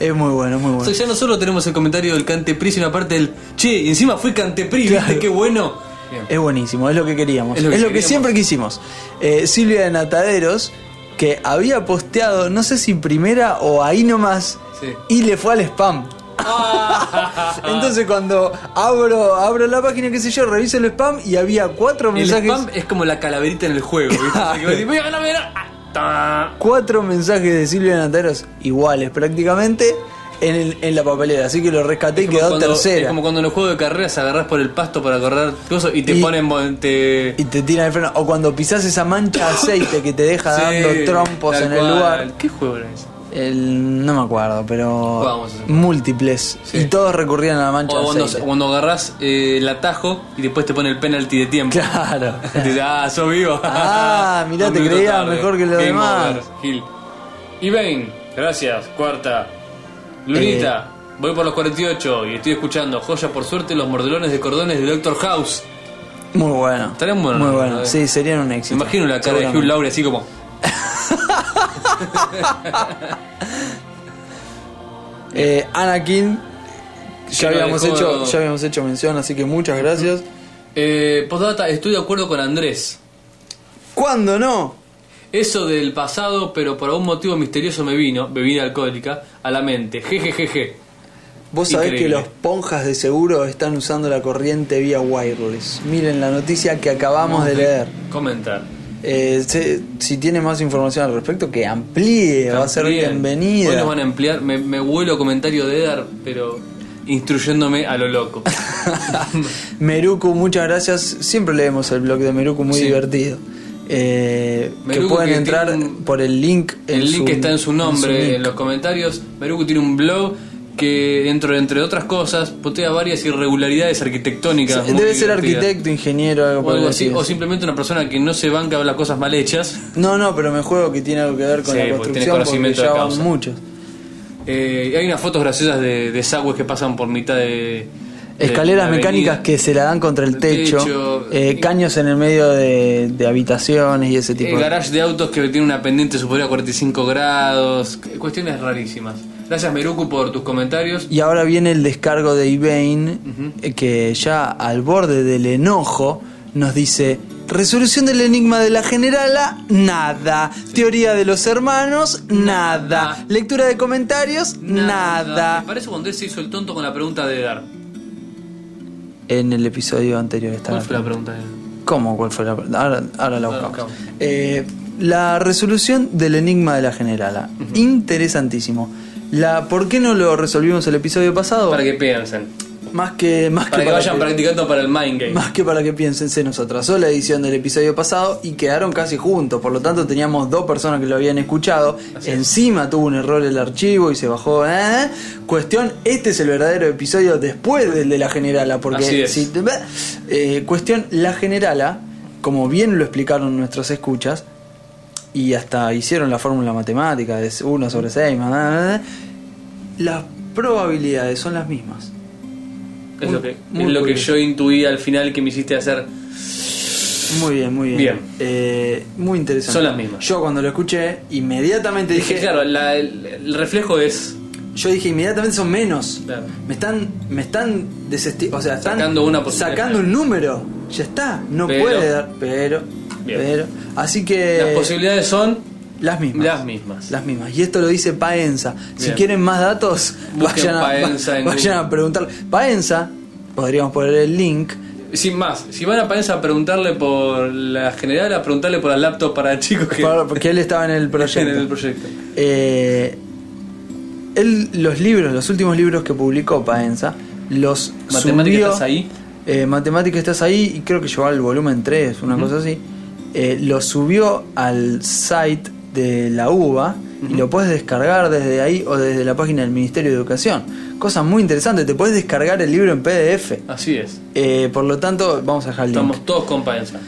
S2: es muy bueno, es muy
S1: O sea,
S2: bueno.
S1: ya no solo tenemos el comentario del Cantepri, sino aparte del Che, y encima fui Cantepri, ¿viste qué bueno? Bien.
S2: Es buenísimo, es lo que queríamos.
S1: Es
S2: Es lo
S1: lo
S2: que,
S1: que queríamos.
S2: siempre quisimos. Eh, Silvia de Nataderos, que había posteado, no sé si primera o ahí nomás,
S1: Sí.
S2: y le fue al spam. Entonces cuando abro, abro la página, qué sé yo, reviso el spam y había cuatro
S1: El
S2: mensajes. Ah,
S1: spam es como la calaverita en el juego, ¿viste? Así que vos decís, voy a ganar, voy a ganar. Ah, ta.
S2: Cuatro mensajes de Silvia de Nataderos iguales prácticamente en, el- en la papelera. Así que lo rescaté y
S1: Como
S2: quedó
S1: cuando-
S2: tercera.
S1: Es como cuando en los juegos de carreras agarrás por el pasto para correr cosas y te
S2: Y-
S1: ponen. bon- Te...
S2: Y te tiran el freno. O cuando pisás esa mancha de aceite que te deja dando
S1: Sí,
S2: trompos
S1: tal
S2: en el
S1: cual.
S2: lugar.
S1: ¿Qué juego era ese?
S2: El- no me acuerdo, pero
S1: Jugábamos ese.
S2: múltiples.
S1: Sí.
S2: Y todos recurrían a la mancha
S1: O
S2: de
S1: cuando,
S2: aceite.
S1: cuando agarrás eh, el atajo y después te pone el penalti de tiempo.
S2: Claro.
S1: Dice, ah, sos vivo.
S2: Ah, mirá,
S1: Un
S2: te
S1: minuto
S2: creía
S1: tarde.
S2: mejor que los
S1: Game
S2: demás.
S1: over, Gil. Y Bain, gracias, cuarta. Lunita,
S2: Eh.
S1: voy por los 48 y estoy escuchando, joya por suerte, los mordelones de cordones de Doctor House.
S2: Muy bueno.
S1: Estarían buenos,
S2: Muy
S1: ¿no?
S2: bueno.
S1: Eh.
S2: Sí, serían un
S1: Me
S2: éxito.
S1: imagino la cara de Hugh
S2: Seguramente.
S1: Laurie así como...
S2: Eh, Anakin. Ya
S1: Que lo
S2: habíamos,
S1: dejó-
S2: hecho, ya habíamos hecho mención, así que muchas gracias.
S1: Eh, postdata, estoy de acuerdo con Andrés.
S2: ¿Cuándo no?
S1: Eso del pasado, pero por algún motivo misterioso me vino, bebida alcohólica, a la mente. Jejejeje.
S2: Vos sabés que
S1: Increíble.
S2: los ponjas de seguro están usando la corriente vía wireless. Miren la noticia que acabamos de leer.
S1: Comentar.
S2: Eh, se- si tiene más información al respecto, que amplíe, va a ser
S1: Bien. Hoy
S2: bienvenida.
S1: nos van a emplear, me, me vuelo comentario de Edar, pero instruyéndome a lo loco.
S2: Meruku, muchas gracias. Siempre leemos el blog de Meruku, muy
S1: Sí.
S2: divertido. Eh, que
S1: Meruku
S2: pueden
S1: que
S2: entrar
S1: tiene un-
S2: por el link. en
S1: El link
S2: su-
S1: está en su
S2: en
S1: nombre,
S2: su
S1: en,
S2: link.
S1: los comentarios. Meruku tiene un blog que dentro entre otras cosas putea varias irregularidades arquitectónicas. muy
S2: Debe ser
S1: divertidas.
S2: arquitecto, ingeniero, algo
S1: O,
S2: por el
S1: algo así,
S2: estilo.
S1: o simplemente una persona que no se banca habla cosas mal hechas.
S2: No, no, pero me juego que tiene algo que ver con
S1: Sí,
S2: la
S1: porque tiene
S2: construcción porque
S1: conocimiento
S2: ya
S1: de
S2: van
S1: causa.
S2: muchos.
S1: Eh, hay unas fotos graciosas de, de desagües que pasan por mitad de. de
S2: Escaleras
S1: la
S2: mecánicas
S1: avenida.
S2: que se la dan contra el
S1: El
S2: techo,
S1: techo.
S2: eh, caños en el medio de, de habitaciones y ese tipo
S1: El
S2: de
S1: garage de autos que tiene una pendiente superior a 45 grados. cu- Cuestiones rarísimas. Gracias, Meruku, por tus comentarios.
S2: Y ahora viene el descargo de Ibane, eh, que ya al borde del enojo nos dice: Resolución del enigma de la generala, nada. Teoría de los hermanos, nada.
S1: Nada.
S2: Lectura de comentarios, nada.
S1: Me parece cuando él se hizo el tonto con la pregunta de Dar.
S2: En el episodio anterior estaba.
S1: ¿Cuál fue la pregunta de Dar?
S2: ¿Cómo? ¿Cuál fue la Ahora, ahora la
S1: Ahora la
S2: buscamos.
S1: buscamos.
S2: Eh, la resolución del enigma de la generala. Interesantísimo. La, ¿Por qué no lo resolvimos el episodio pasado?
S1: Para que piensen.
S2: más que, más
S1: Para que vayan practicando para el mind game.
S2: Más que para que piensen, se nos atrasó la edición del episodio pasado y quedaron casi juntos. Por lo tanto, teníamos dos personas que lo habían escuchado. Encima tuvo un error el archivo y se bajó. ¿eh? Cuestión, este es el verdadero episodio después del de la generala. Porque
S1: Así es.
S2: si te- eh, cuestión, la generala, como bien lo explicaron nuestros escuchas, y hasta hicieron la fórmula matemática de 1 sobre 6, las probabilidades son las mismas.
S1: es lo que, es
S2: muy
S1: lo que
S2: curioso.
S1: yo intuí al final que me hiciste hacer.
S2: Muy bien, muy bien.
S1: Bien.
S2: Eh, muy interesante.
S1: Son las mismas.
S2: Yo cuando lo escuché, inmediatamente dije.
S1: Dije, claro, la- el, el reflejo es
S2: Yo dije, inmediatamente son menos.
S1: Claro.
S2: Me están. Me están desesti- O sea, están
S1: Sacando una posibilidad.
S2: Sacando un número. Ya está. No
S1: Pero-
S2: puede dar. Pero.
S1: Bien.
S2: Pero. Así que.
S1: las posibilidades son
S2: las mismas.
S1: las mismas.
S2: Las mismas. Y esto lo dice Paenza. Si
S1: Bien.
S2: quieren más datos,
S1: Busquen
S2: vayan, a,
S1: Paenza en
S2: vayan a preguntar. Paenza, podríamos poner el link.
S1: Sin más, si van a Paenza a preguntarle por la general, a preguntarle por la laptop para chicos que
S2: para- Porque él estaba en el
S1: en
S2: proyecto.
S1: el proyecto.
S2: Eh, él, los libros, los últimos libros que publicó Paenza, los
S1: Matemática,
S2: subió-
S1: ¿estás ahí?
S2: Eh, Matemática estás ahí y creo que llevaba el volumen 3, una cosa así. Eh, lo subió al site de la UBA y lo puedes descargar desde ahí o desde la página del Ministerio de Educación. Cosa muy interesante, te puedes descargar el libro en PDF.
S1: Así es.
S2: Eh, por lo tanto, vamos a dejar el link.
S1: Estamos todos con Paenza.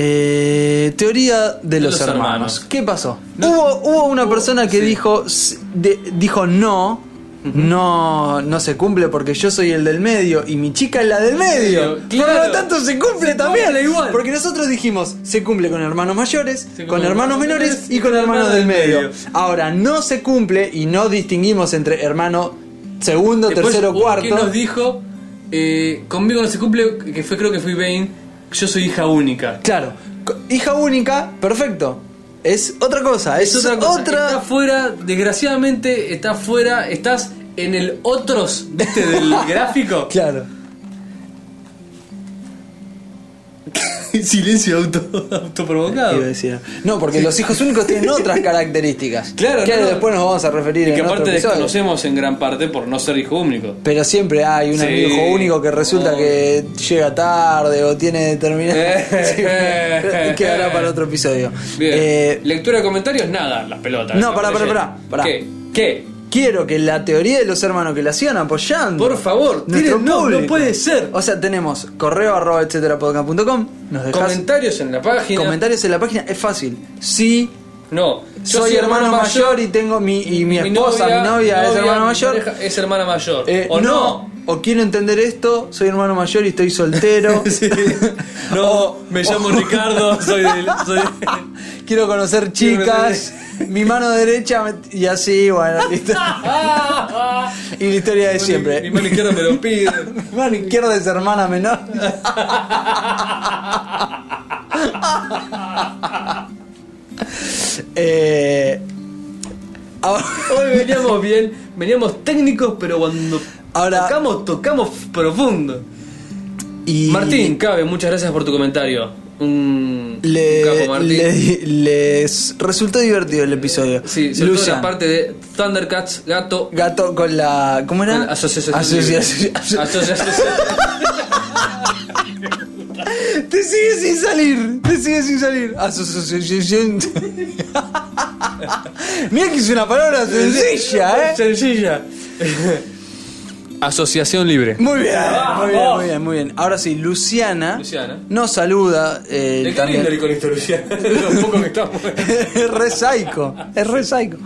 S2: Eh, teoría de, los,
S1: los
S2: hermanos.
S1: hermanos.
S2: ¿Qué pasó? Hubo, hubo una persona que dijo s- de- dijo no, no, no se cumple porque yo soy el del medio y mi chica es la del medio. Por lo
S1: Claro.
S2: tanto se cumple
S1: Se
S2: también.
S1: cumple igual.
S2: Porque nosotros dijimos se cumple con hermanos mayores,
S1: cumple
S2: con hermanos menores y con hermanos del medio. Ahora no se cumple y no distinguimos entre hermano segundo,
S1: Después,
S2: tercero,
S1: un- que
S2: cuarto.
S1: nos dijo? Eh, conmigo no se cumple, que fue creo que fui Bane, yo soy hija única.
S2: Claro, co- hija única, perfecto. Es otra cosa, es, otra cosa.
S1: Está fuera, desgraciadamente, está fuera, estás en el otros de este del gráfico.
S2: Claro.
S1: Silencio auto, autoprovocado.
S2: Iba a decir. No, porque los hijos únicos tienen otras características.
S1: Claro,
S2: que
S1: no, no.
S2: después nos vamos a referir
S1: Y que
S2: en otro
S1: aparte
S2: episodio.
S1: desconocemos en gran parte por no ser hijo único.
S2: Pero siempre hay un
S1: Sí.
S2: amigo único que resulta
S1: Oh.
S2: que llega tarde o tiene determinado. Sí, pero quedará para otro episodio.
S1: Bien.
S2: Eh,
S1: Lectura de comentarios, nada, las pelotas.
S2: No,
S1: Las
S2: pará, pará,
S1: leyes.
S2: pará, pará.
S1: ¿Qué? ¿Qué?
S2: quiero que la teoría de los hermanos que la sigan apoyando.
S1: Por favor,
S2: nuestro
S1: tiren- no, no
S2: público.
S1: puede ser.
S2: O sea, tenemos correo arroba etcétera podcast punto com, Nos dejas
S1: Comentarios en la página.
S2: comentarios en la página. Es fácil. Sí,
S1: no, yo
S2: soy, hermano, mayor, y tengo mi, y mi esposa, mi novia, es hermano
S1: mi
S2: mayor.
S1: pareja es hermana mayor.
S2: Eh,
S1: o
S2: no.
S1: no.
S2: O quiero entender esto, soy hermano mayor y estoy soltero.
S1: No,
S2: O-
S1: me
S2: o-
S1: llamo Ricardo, soy del. Soy
S2: quiero conocer chicas, mi mano derecha me- y así, bueno, listo. y la historia de siempre.
S1: Mi, mi mano izquierda me lo pide.
S2: Mi mano izquierda es hermana menor. eh, ahora-
S1: Hoy veníamos bien, veníamos técnicos, pero cuando
S2: Ahora-
S1: tocamos, tocamos profundo.
S2: y-
S1: Martín, cabe, muchas gracias por tu comentario. Un,
S2: Le-
S1: un capo, Martín.
S2: le- les resultó divertido el episodio.
S1: sí, sobre todo
S2: Lucian,
S1: la parte de Thundercats, gato,
S2: Gato con la. ¿Cómo era?
S1: asociación.
S2: Asocia- aso- Te sigue sin salir. Te sigue sin salir. Asociación. Mira que es una palabra sencilla, ¿eh?
S1: Sencilla. Asociación libre.
S2: Muy bien, muy bien, muy bien, muy bien. Ahora sí, Luciana,
S1: Ah, Luciana.
S2: nos saluda. eh,
S1: ¿De qué
S2: también.
S1: lindo el iconito, Luciana? Lo poco que estamos.
S2: es re psycho, es re psycho.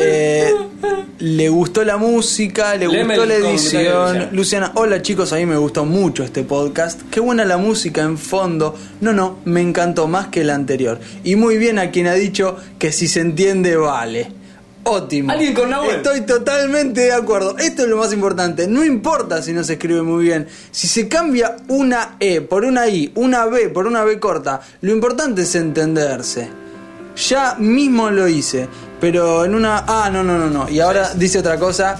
S2: Eh, le gustó la música, le
S1: Léeme
S2: gustó
S1: el
S2: la
S1: comentario de
S2: edición.
S1: Luciana.
S2: Luciana, hola chicos, a mí me gustó mucho este podcast. Qué buena la música en fondo. No, no, me encantó más que la anterior. Y muy bien a quien ha dicho que si se entiende, vale. Ótimo.
S1: Alguien con Nahuel.
S2: Estoy totalmente de acuerdo. Esto es lo más importante. No importa si no se escribe muy bien. Si se cambia una E por una I, una B por una B corta, lo importante es entenderse. Ya mismo lo hice, pero en una. Ah, no, no, no, no. Y ahora dice otra cosa.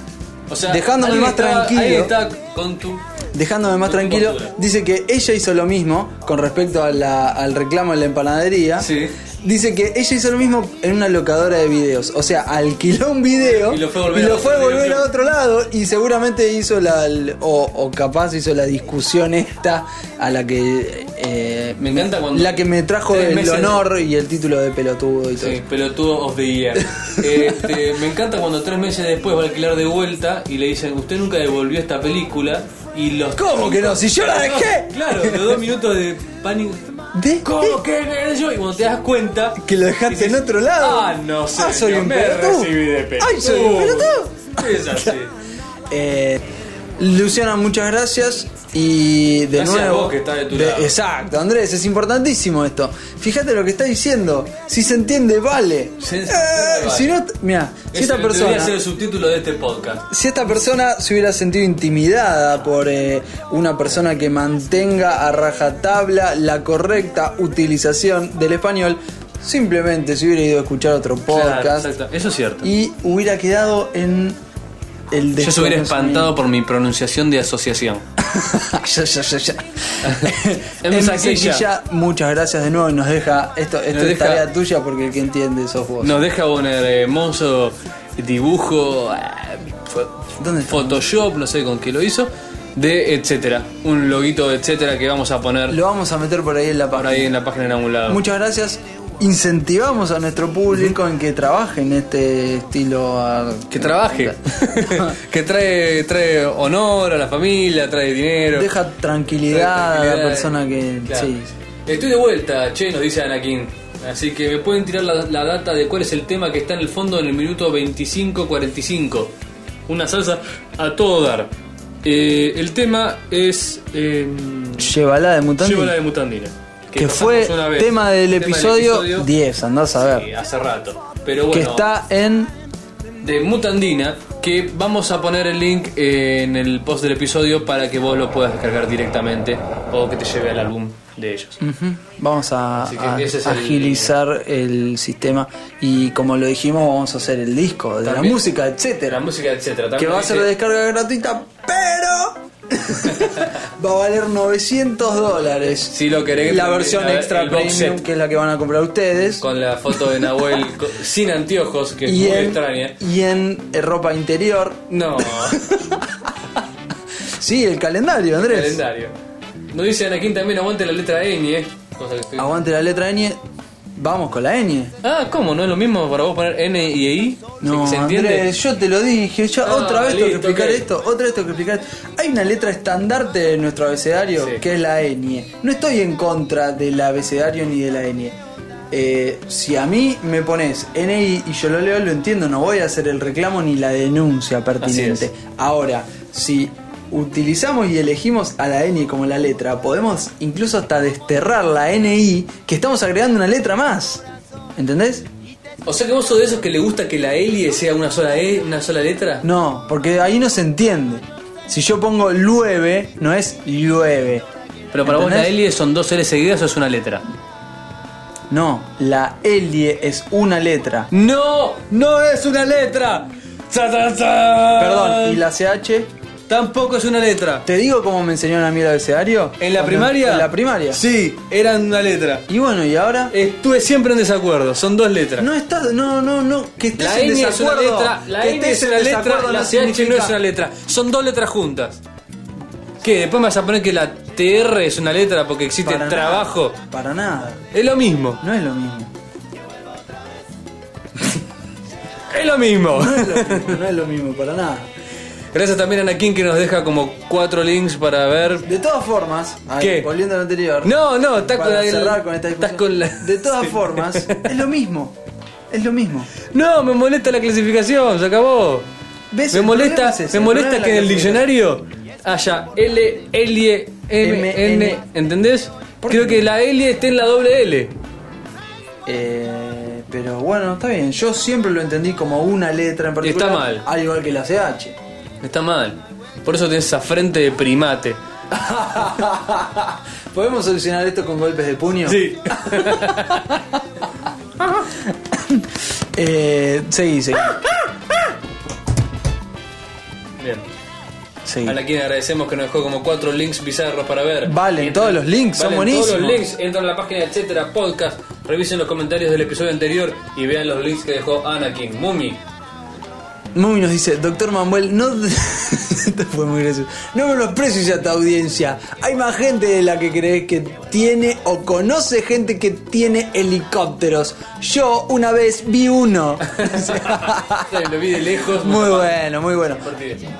S1: O sea,
S2: dejándome
S1: alguien
S2: más
S1: está-
S2: tranquilo.
S1: Alguien está con tu.
S2: Dejándome más
S1: Con tu
S2: tranquilo,
S1: postura.
S2: dice que ella hizo lo mismo con respecto a la- al reclamo en la empanadería.
S1: Sí.
S2: Dice que ella hizo lo mismo en una locadora de videos. O sea, alquiló un video
S5: Y lo fue a volver
S2: y
S5: a
S2: lo
S5: otro
S2: fue a, volver
S5: videoclub.
S2: a otro lado y seguramente hizo la... O, o capaz hizo la discusión esta a la que... eh,
S5: Me encanta cuando-
S2: La que me trajo
S5: Tres
S2: el
S5: meses de-
S2: honor y el título de pelotudo y todo.
S5: Sí, pelotudo of the year. Este, me encanta cuando tres meses después va a alquilar de vuelta y le dicen, usted nunca devolvió esta película y los...
S2: ¿Cómo que no? Si yo la dejé.
S5: Claro, los dos minutos de pánico.
S2: ¿De?
S5: ¿Cómo que no? yo? Y cuando te das cuenta...
S2: Que lo dejaste
S5: dices,
S2: en otro lado.
S5: Ah, no sé.
S2: Ah, soy un
S5: me
S2: pelotudo.
S5: recibí de pelotudo.
S2: Ay, soy un
S1: Uh,
S2: pelotudo.
S5: Es así.
S2: Eh, Luciana, muchas gracias. Y de
S5: Gracias a
S2: nuevo.
S5: vos que estás de tu lado.
S2: Exacto, Andrés, es importantísimo esto. Fíjate lo que está diciendo. Si se entiende, vale.
S5: Si se
S2: Eh,
S5: entiende, vale.
S2: Si no, mira, si
S5: Ese
S2: esta
S5: Debería
S2: persona.
S5: ser el subtítulo de este podcast.
S2: Si esta persona se hubiera sentido intimidada por eh, una persona que mantenga a rajatabla la correcta utilización del español, simplemente se hubiera ido a escuchar otro podcast
S5: Claro, exacto. Eso es cierto.
S2: y hubiera quedado en el
S1: Yo se hubiera espantado
S2: desconocimiento.
S1: por mi pronunciación de asociación.
S2: ya, ya, ya, ya.
S1: En
S2: En
S1: Saquilla.
S2: Saquilla, muchas gracias de nuevo y nos deja. Esto, esto
S1: Nos
S2: es
S1: deja-
S2: tarea tuya porque el que entiende sos vos.
S1: Nos deja un eh, hermoso dibujo, ah, fo-
S2: ¿Dónde está?
S1: Photoshop, no sé con qué lo hizo, de etcétera. Un loguito de etcétera que vamos a poner
S2: Lo vamos a meter por ahí en la
S1: por
S2: página.
S1: ahí en la página en algún lado.
S2: Muchas gracias. Incentivamos a nuestro público en que trabaje en este estilo. ah,
S1: que trabaje, que trae, trae honor a la familia, trae dinero.
S2: Deja tranquilidad, a la
S1: Tranquilidad, eh,
S2: persona que.
S1: claro.
S2: Sí.
S1: Estoy de vuelta, che, nos dice Anakin. Así que me pueden tirar la, la data de cuál es el tema que está en el fondo en el minuto 25-45. Una salsa a todo dar. Eh, el tema es. Eh,
S2: Llévala de mutante.
S1: Llévala de Mutandina.
S2: Que
S1: pasamos
S2: fue
S1: una vez.
S2: tema del
S1: Tema del
S2: episodio
S1: episodio.
S2: 10, andás a ver.
S1: Sí, hace rato. Pero
S2: que
S1: bueno,
S2: está en.
S1: de Mutandina. Que vamos a poner el link eh, en el post del episodio para que vos lo puedas descargar directamente o que te lleve al álbum de ellos.
S2: Ujú. Vamos a,
S1: Así que
S2: a-
S1: ese es el-
S2: agilizar el sistema y como lo dijimos vamos a hacer el disco de la
S1: También.
S2: música,
S1: De la
S2: etcétera,
S1: música, etcétera.
S2: que
S1: También
S2: va a ser
S1: dice-
S2: de descarga gratuita, pero va a valer 900 dólares.
S1: Si lo querés,
S2: la
S1: también,
S2: versión
S1: a ver,
S2: extra
S1: el box
S2: premium
S1: set.
S2: que es la que van a comprar ustedes
S1: con la foto de Nahuel co- sin anteojos, que es
S2: y
S1: muy
S2: en,
S1: extraña.
S2: y en eh, ropa interior.
S1: No,
S2: Sí, el calendario, Andrés.
S1: calendario. Nos dice Anakin también, aguante la letra ñ, eh. Cosa que estoy-
S2: Aguante la letra ñ. Vamos con la ñ.
S1: Ah, ¿cómo? ¿No es lo mismo para vos poner N y E I?
S2: No,
S1: ¿Se, se entiende?
S2: Andrés, yo te lo dije, yo
S1: Ah,
S2: otra vez tengo que
S1: listo,
S2: explicar
S1: ok.
S2: esto, otra vez tengo que explicar esto. Hay una letra estandarte de nuestro abecedario
S1: Sí.
S2: que es la ñ. No estoy en contra del abecedario ni de la ñ. Eh, si a mí me pones NI y yo lo leo, lo entiendo, no voy a hacer el reclamo ni la denuncia pertinente.
S1: es.
S2: Ahora, si utilizamos y elegimos a la ñ como la letra, podemos incluso hasta desterrar la NI, que estamos agregando una letra más. ¿Entendés?
S1: O sea que vos sos de esos que le gusta que la L sea una sola E, una sola letra.
S2: No, porque ahí no se entiende. Si yo pongo llueve, no es llueve.
S1: Pero para vos la
S2: ¿Entendés?
S1: L son dos L seguidas o es una letra.
S2: No, la elie es una letra.
S1: ¡No! ¡No es una letra! ¡Za, za, za!
S2: Perdón, ¿y la CH?
S1: Tampoco es una letra.
S2: ¿Te digo cómo me enseñaron a mí el abecedario?
S1: ¿En la
S2: Cuando-
S1: primaria?
S2: En la primaria.
S1: Sí, eran una letra.
S2: Y bueno, ¿y ahora?
S1: Estuve siempre en desacuerdo, son dos letras.
S2: No estás, no, no, no, que estés
S1: la
S2: en
S1: N es una
S2: desacuerdo.
S1: letra, la
S2: que
S1: N
S2: estés
S1: es
S2: en
S1: una letra,
S2: desacuerdo
S1: la
S2: no
S1: CH no
S2: significa-
S1: es una letra. Son dos letras juntas. ¿Qué? Después me vas a poner que la TR es una letra porque existe
S2: Para nada.
S1: trabajo.
S2: Para nada,
S1: Es lo mismo,
S2: no es lo mismo.
S1: es lo mismo.
S2: No es lo mismo, no es lo mismo, para nada.
S1: Gracias también a Anakin que nos deja como cuatro links para ver.
S2: De todas formas, ahí,
S1: ¿Qué?
S2: volviendo al anterior.
S1: No, no, estás con
S2: Para
S1: la.
S2: cerrar con esta
S1: estás
S2: discusión.
S1: con la-
S2: De todas formas, es lo mismo. Es lo mismo.
S1: No, me molesta la clasificación, se acabó.
S2: ¿Ves?
S1: Me
S2: El
S1: molesta,
S2: problema es ese,
S1: me
S2: el
S1: molesta
S2: problema
S1: que en
S2: es
S1: el
S2: la
S1: diccionario haya L, L, M,
S2: M,
S1: N, ¿entendés?
S2: ¿Por
S1: Creo
S2: qué?
S1: que la L esté en la doble L.
S2: Eh, pero bueno, está bien. Yo siempre lo entendí como una letra en particular.
S1: Está mal.
S2: Al igual que la CH.
S1: Está mal. Por eso tenés esa frente de primate.
S2: ¿Podemos solucionar esto con golpes de puño? Eh, seguí, seguí.
S1: Bien.
S2: seguí.
S1: A la quien agradecemos que nos dejó como cuatro links bizarros para ver.
S2: Valen
S1: Entran-
S2: todos los links, son
S1: valen Todos los
S2: buenísimos.
S1: links, entran a la página etcétera podcast Revisen los comentarios del episodio anterior y vean los links que dejó Anakin. Mumi,
S2: Mumi nos dice, doctor Manuel, no... Esto fue muy gracioso. No menosprecies a tu audiencia. Hay más gente de la que crees que tiene o conoce gente que tiene helicópteros. Yo una vez vi uno.
S1: lo vi de lejos.
S2: muy bueno, muy bueno.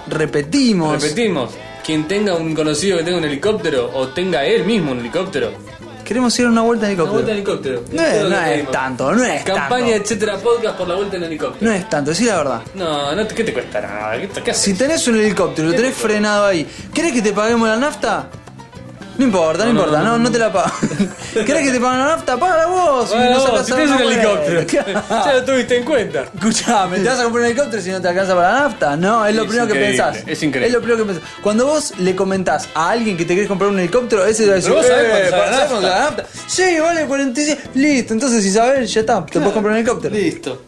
S2: Repetimos.
S1: Repetimos, quien tenga un conocido que tenga un helicóptero o tenga él mismo un helicóptero.
S2: Queremos ir a una vuelta en
S1: La vuelta en
S2: helicóptero.
S1: helicóptero.
S2: No es-
S1: Todo lo
S2: no
S1: que
S2: es
S1: pedimos.
S2: tanto, no es
S1: Campaña
S2: tanto.
S1: etcétera podcast por la vuelta en helicóptero.
S2: No es tanto, decí la verdad.
S1: No, no, te- ¿qué te cuesta nada? ¿Qué, qué haces?
S2: Si tenés un helicóptero, lo tenés frenado ahí, ¿querés que te paguemos la nafta? No importa, no,
S1: No, no,
S2: importa, no,
S1: no,
S2: no,
S1: no.
S2: te la pago. ¿Querés que te paguen la nafta? Págala vos.
S1: Bueno, vos, si tenés un helicóptero. ya
S2: helicóptero.
S1: lo tuviste en cuenta.
S2: Escuchame, ¿te vas a comprar un helicóptero si no te alcanza para la nafta? No, es lo
S1: Es
S2: primero que
S1: increíble,
S2: pensás.
S1: es increíble.
S2: Es lo primero que pensás. Cuando vos le comentás a alguien que te querés comprar un helicóptero, ese te va a decir,
S1: Pero vos sabés
S2: "Eh,
S1: cuánto sale la
S2: ¿sabés cuánto sale la nafta? Sí, vale 46. Listo, entonces si sabés, ya está, te puedes comprar un helicóptero.
S6: Listo.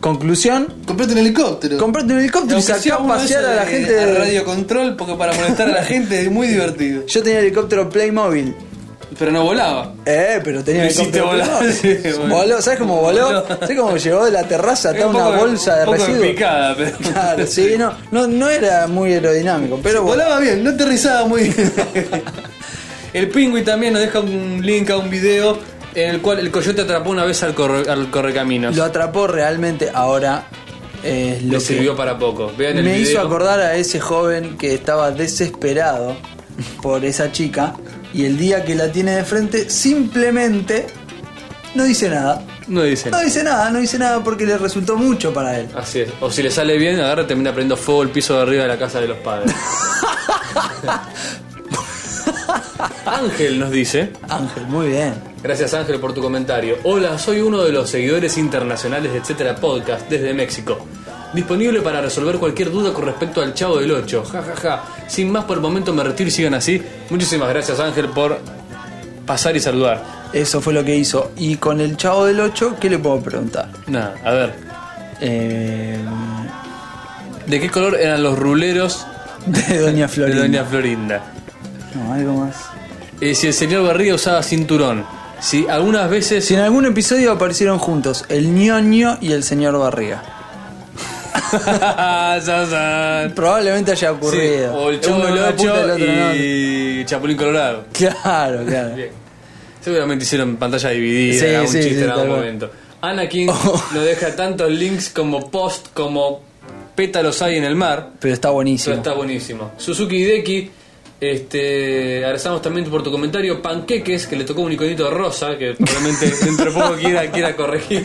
S2: Conclusión,
S6: Comprate un helicóptero.
S2: comprate un helicóptero y
S6: Aunque sea
S2: sacá a
S6: uno de
S2: pasear
S6: esos
S2: a la
S6: de-
S2: gente
S6: a radio control porque para molestar a la gente es muy divertido.
S2: Yo tenía helicóptero Playmobil.
S6: Pero no volaba.
S2: Eh, pero tenía
S6: Lo hiciste
S2: helicóptero
S6: volar,
S2: Playmobil.
S6: sí, bueno.
S2: voló. ¿Sabes cómo voló? ¿Sabes cómo llegó de la terraza hasta
S6: Es un
S2: una
S6: poco-
S2: bolsa de
S6: un poco
S2: residuos?
S6: picada, pero-
S2: Claro, sí, no, no, no era muy aerodinámico, pero voló.
S6: Volaba bien, no aterrizaba muy bien.
S1: El Pingüi también nos deja un link a un video en el cual el coyote atrapó una vez al, corre- al correcaminos.
S2: Lo atrapó realmente ahora. eh,
S1: Le
S2: lo que
S1: sirvió para poco. Vean el
S2: me hizo
S1: video.
S2: acordar a ese joven que estaba desesperado por esa chica y el día que la tiene de frente simplemente no dice nada.
S1: No dicen.
S2: No dice nada, no dice nada porque le resultó mucho para él.
S1: Así es. O si le sale bien, agarra y termina prendiendo fuego el piso de arriba de la casa de los padres. Ángel nos dice.
S2: Ángel, muy bien.
S1: Gracias Ángel por tu comentario. Hola, soy uno de los seguidores internacionales de Etcétera Podcast desde México. Disponible para resolver cualquier duda con respecto al Chavo del 8. Ja, ja, ja. Sin más por el momento me retiro y sigan así. Muchísimas gracias Ángel por pasar y saludar.
S2: Eso fue lo que hizo. Y con el chavo del 8, ¿qué le puedo preguntar?
S1: Nada, a ver.
S2: Eh,
S1: ¿De qué color eran los ruleros
S2: de Doña
S1: de
S2: Florinda.
S1: Doña Florinda?
S2: No, algo más.
S1: Eh, si el señor Barriga usaba cinturón. Si algunas veces...
S2: Si en algún episodio aparecieron juntos el ñoño y el señor Barriga.
S1: Zazán.
S2: Probablemente haya
S1: Sí,
S2: ocurrido.
S1: o el
S2: Uno
S1: Chavo
S2: en
S1: del
S2: una punta, el
S1: 8
S2: otro en la otra.
S1: y Chapulín Colorado.
S2: Claro, claro.
S1: Bien. Seguramente hicieron pantalla dividida,
S2: Sí,
S1: algún
S2: sí,
S1: chiste
S2: sí,
S1: en algún
S2: tal cual. Oh.
S1: momento. Anakin nos deja tantos links como post, como pétalos hay en el mar.
S2: Pero está
S1: Eso
S2: buenísimo.
S1: está buenísimo. Suzuki Hideki, este, agradecemos también por tu comentario. Panqueques, que le tocó un iconito rosa, que probablemente dentro de poco quiera, quiera corregir.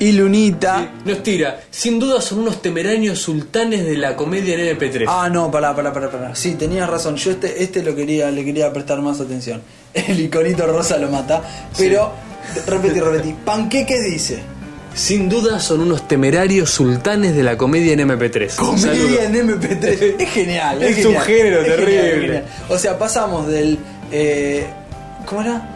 S2: Y Lunita.
S1: Nos tira, sin duda son unos temerarios sultanes de la comedia en MP3.
S2: Ah, no, pará, pará, pará, pará. Sí, tenías razón. Yo este, este lo quería, le quería prestar más atención. El iconito rosa lo mata. Pero, repetí, repetí. Panqueque dice.
S1: Sin duda son unos temerarios sultanes de la comedia en MP3. Saludos.
S2: Comedia en MP3. Es genial. Es,
S1: Es un
S2: genial.
S1: género
S2: Es genial,
S1: terrible.
S2: es genial. o sea, pasamos del. eh, ¿Cómo era?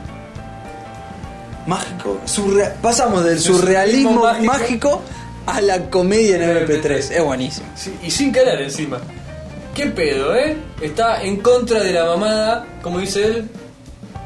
S2: Mágico. surrea- pasamos del surrealismo mágico,
S1: mágico.
S2: a la comedia en MP3.
S1: MP3.
S2: Es buenísimo.
S1: Sí, y sin calar encima. ¿Qué pedo, eh? Está en contra de la mamada, como dice él.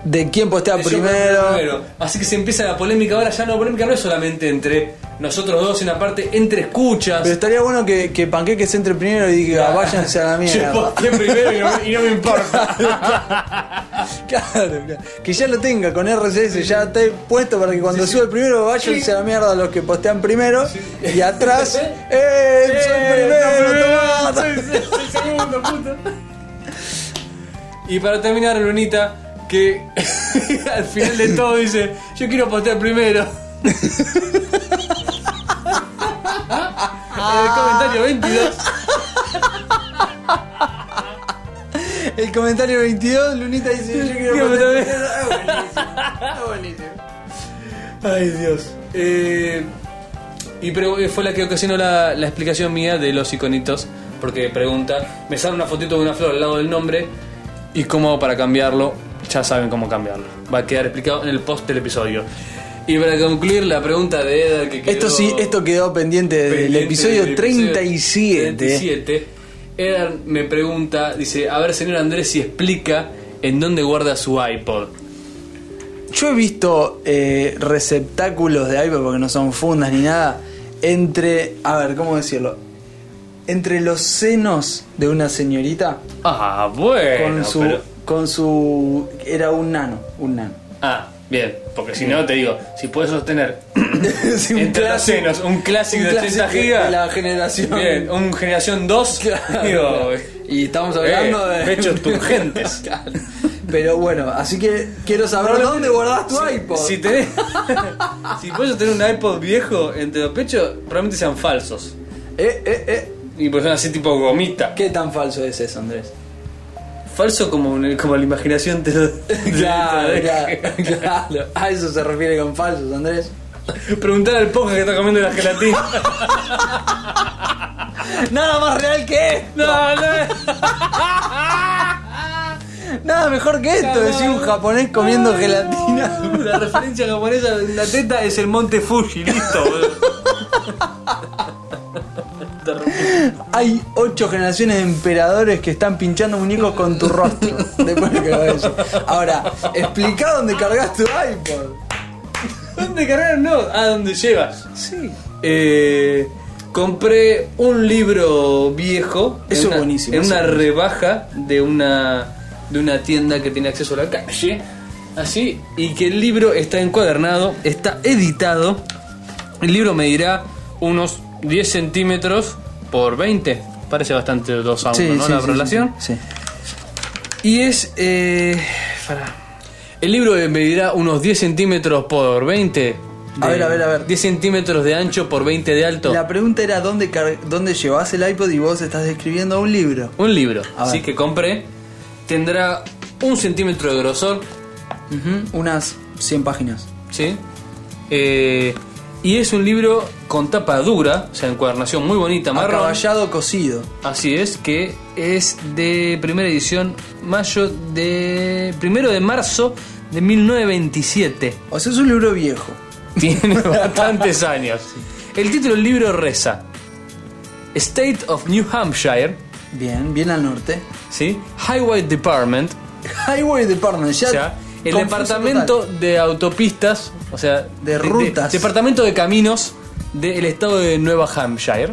S2: ¿De quién postea
S1: de siempre
S2: Ah, primero?
S1: primero. Así que se empieza la polémica. Ahora ya no, la polémica no es solamente entre nosotros dos, sino aparte entre escuchas.
S2: Pero estaría bueno que, que Panqueque se entre primero y diga, váyanse a la mierda.
S1: Yo posteé primero y no, y no me importa.
S2: Claro, claro. que ya lo tenga con RSS, ya esté puesto para que cuando sube el primero váyanse a la mierda los que postean primero y atrás, ¡eh! ¡Soy primero! tomá!
S1: Y para terminar, Lunita, que al final de todo dice: Yo quiero postear primero. En el comentario 22.
S2: El comentario 22, Lunita dice, yo quiero
S1: Quiero
S2: postear
S1: postear
S2: primero. Ah, buenísimo, ah, buenísimo.
S1: Ay, Dios. Eh, y pre- fue la que ocasionó la, la explicación mía de los iconitos. Porque pregunta, me sale una fotito de una flor al lado del nombre. ¿Y cómo hago para cambiarlo? Ya saben cómo cambiarlo. Va a quedar explicado en el post del episodio. Y para concluir, la pregunta de Edgar que quedó
S2: Esto sí, esto quedó pendiente del
S1: pendiente
S2: episodio
S1: del episodio
S2: 37.
S1: 37. Edgar me pregunta, dice, a ver señor Andrés si explica en dónde guarda su iPod.
S2: Yo he visto eh, receptáculos de iPad porque no son fundas ni nada. Entre. A ver, ¿cómo decirlo? Entre los senos de una señorita
S1: Ah, bueno.
S2: con su.
S1: pero-
S2: con su. Era un nano. Un nano.
S1: Ah, bien. Porque si no, te digo, si puedes sostener
S2: Sí, un
S1: entre los
S2: clásico-
S1: senos un clásico
S2: un
S1: de 30
S2: clásico de
S1: gigas,
S2: la generación.
S1: bien, un generación 2, digo,
S2: Y estamos hablando
S1: Eh,
S2: de.
S1: pechos turgentes.
S2: Claro. Pero bueno, así que quiero saber dónde guardás tu iPod.
S1: si tenés, si puedes sostener un iPod viejo entre los pechos, probablemente sean falsos.
S2: Eh, eh, eh.
S1: Y pues son así tipo gomita.
S2: ¿Qué tan falso es eso, Andrés?
S1: Falso como, un- como la imaginación te lo. te lo-
S2: Claro,
S1: te lo-
S2: claro, claro. A eso se refiere con falsos, Andrés.
S1: Preguntar al poca que está comiendo la gelatina.
S2: Nada más real que esto.
S1: no, no.
S2: Nada mejor que esto. Decir un japonés comiendo gelatina.
S1: La referencia japonesa en la teta es el monte Fuji, listo. boludo.
S2: Hay ocho generaciones de emperadores que están pinchando muñecos con tu rostro. Después de que lo ves. Ahora, explica dónde cargas tu iPod.
S1: ¿Dónde cargaron? No. Ah, ¿dónde llevas?
S2: Sí.
S1: Eh, compré un libro viejo. en
S2: Eso es
S1: una-
S2: buenísimo,
S1: En
S2: eso
S1: una
S2: es buenísimo.
S1: rebaja de una, de una tienda que tiene acceso a la calle. Así. Y que el libro está encuadernado, está editado. El libro medirá unos 10 centímetros por 20. Parece bastante 2
S2: Ah,
S1: a 1, ¿no? la relación.
S2: Sí.
S1: Y es. Eh, pará. El libro medirá unos 10 centímetros por 20.
S2: A
S1: de-
S2: ver, a ver, a ver.
S1: 10 centímetros de ancho por 20 de alto.
S2: La pregunta era dónde, car- dónde llevas el iPod y vos estás escribiendo un libro.
S1: Un libro.
S2: A
S1: Así
S2: ver.
S1: que compré. Tendrá un centímetro de grosor.
S2: Ujú, Unas 100 páginas.
S1: ¿Sí? Eh, y es un libro con tapa dura. O sea, encuadernación muy bonita,
S2: Ah,
S1: marrón.
S2: Acaballado cocido.
S1: Así es, que es de primera edición, mayo de. primero de marzo de 1927.
S2: O sea, es un libro viejo.
S1: Tiene bastantes años. El título del libro reza: State of New Hampshire,
S2: Bien, bien al norte.
S1: ¿sí? Highway Department,
S2: Highway Department, ya.
S1: o sea, el
S2: confuso
S1: departamento de autopistas, o sea,
S2: De rutas.
S1: departamento de caminos del estado de Nueva Hampshire.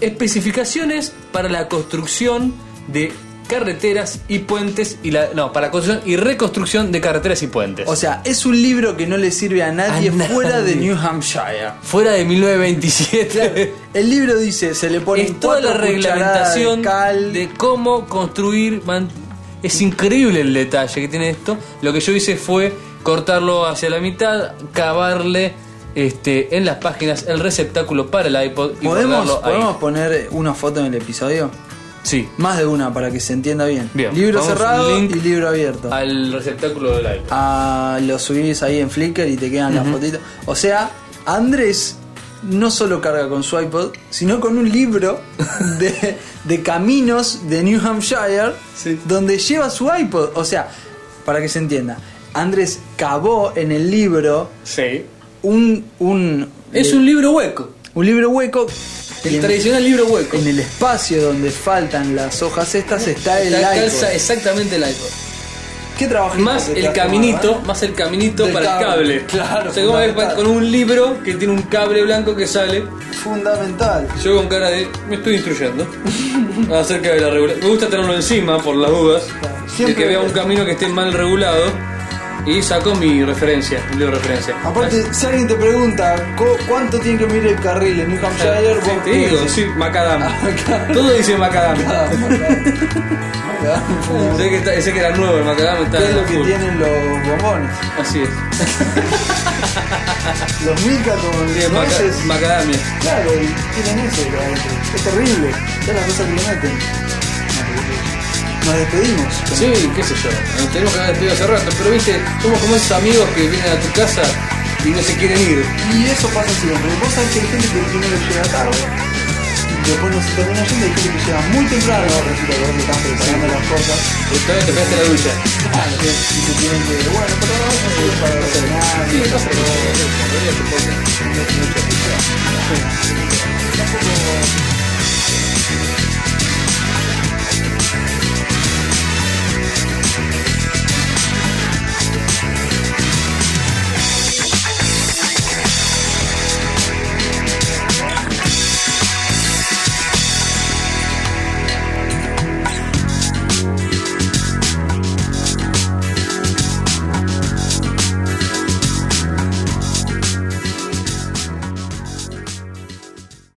S1: Especificaciones para la construcción de carreteras y puentes y la no, para la construcción y reconstrucción de carreteras y puentes.
S2: total. O sea, es un libro que no le sirve a nadie,
S1: A nadie.
S2: fuera de New Hampshire.
S1: fuera de 1927.
S2: El libro dice, se le pone
S1: es toda la reglamentación de, cómo construir. man- Es increíble el detalle que tiene esto. Lo que yo hice fue cortarlo hacia la mitad, cavarle este, en las páginas el receptáculo para el iPod y
S2: ¿Podemos,
S1: guardarlo ahí.
S2: ¿Podemos poner una foto en el episodio?
S1: Sí,
S2: Más de una para que se entienda bien.
S1: Bien,
S2: libro
S1: vamos,
S2: cerrado
S1: link
S2: y libro abierto.
S1: al receptáculo del iPod.
S2: a- lo subís ahí en Flickr y te quedan las fotitos. O sea, Andrés no solo carga con su iPod, sino con un libro de, de caminos de New Hampshire donde lleva su iPod. O sea, para que se entienda, Andrés cavó en el libro
S1: Sí.
S2: un. un
S1: Es un libro hueco.
S2: un libro hueco. y
S1: El
S2: en-
S1: tradicional libro hueco.
S2: En el espacio donde faltan las hojas estas está el
S1: La calza
S2: iPod.
S1: exactamente el iPod.
S2: ¿Qué este trabajito
S1: Más
S2: que te
S1: el
S2: has
S1: caminito,
S2: tomado, eh?
S1: más el caminito
S2: Del
S1: para
S2: cable,
S1: el cable.
S2: claro,
S1: O sea, como ves,
S2: fundamental.
S1: con un libro que tiene un cable blanco que sale.
S2: eh? Fundamental.
S1: Yo con cara de. me estoy instruyendo. acerca de la regulación. Me gusta tenerlo encima por las dudas. De que
S2: Siempre-
S1: vea un camino que esté mal regulado. Y saco mi referencia, mi libro de referencia. Así-
S2: Aparte, si alguien te pregunta co- cuánto tiene que medir el carril en New Hampshire,
S1: sí,
S2: vos
S1: te digo,
S2: piensas,
S1: sí, Macadam.
S2: Macadam.
S1: Todo dice Macadam.
S2: "Ah,
S1: Sé que, está- sé que era nuevo el Macadam, está
S2: ¿Qué es
S1: en
S2: lo
S1: la
S2: que
S1: full.
S2: tienen los bombones?
S1: Así es.
S2: Los mica con
S1: Sí,
S2: los
S1: Maca-
S2: nueces.
S1: Macadamia.
S2: Claro, y tienen eso. y lo otro. Es terrible. Es la cosa que le meten. Nos despedimos.
S1: Sí, qué sé yo. Nos tenemos que haber despedido hace rato, pero viste, somos como esos amigos que vienen a tu casa y no se quieren ir.
S2: Y eso pasa siempre. Vos sabés que hay gente que primero llega tarde. y Después no se termina yendo, hay gente que llega muy temprano a resulta que vos le estás preparando las cosas.
S1: Pero todavía te pegaste la ducha.
S2: Y se tienen que, bueno, pero vamos a ir para cenar. y-
S1: Sí, no sé.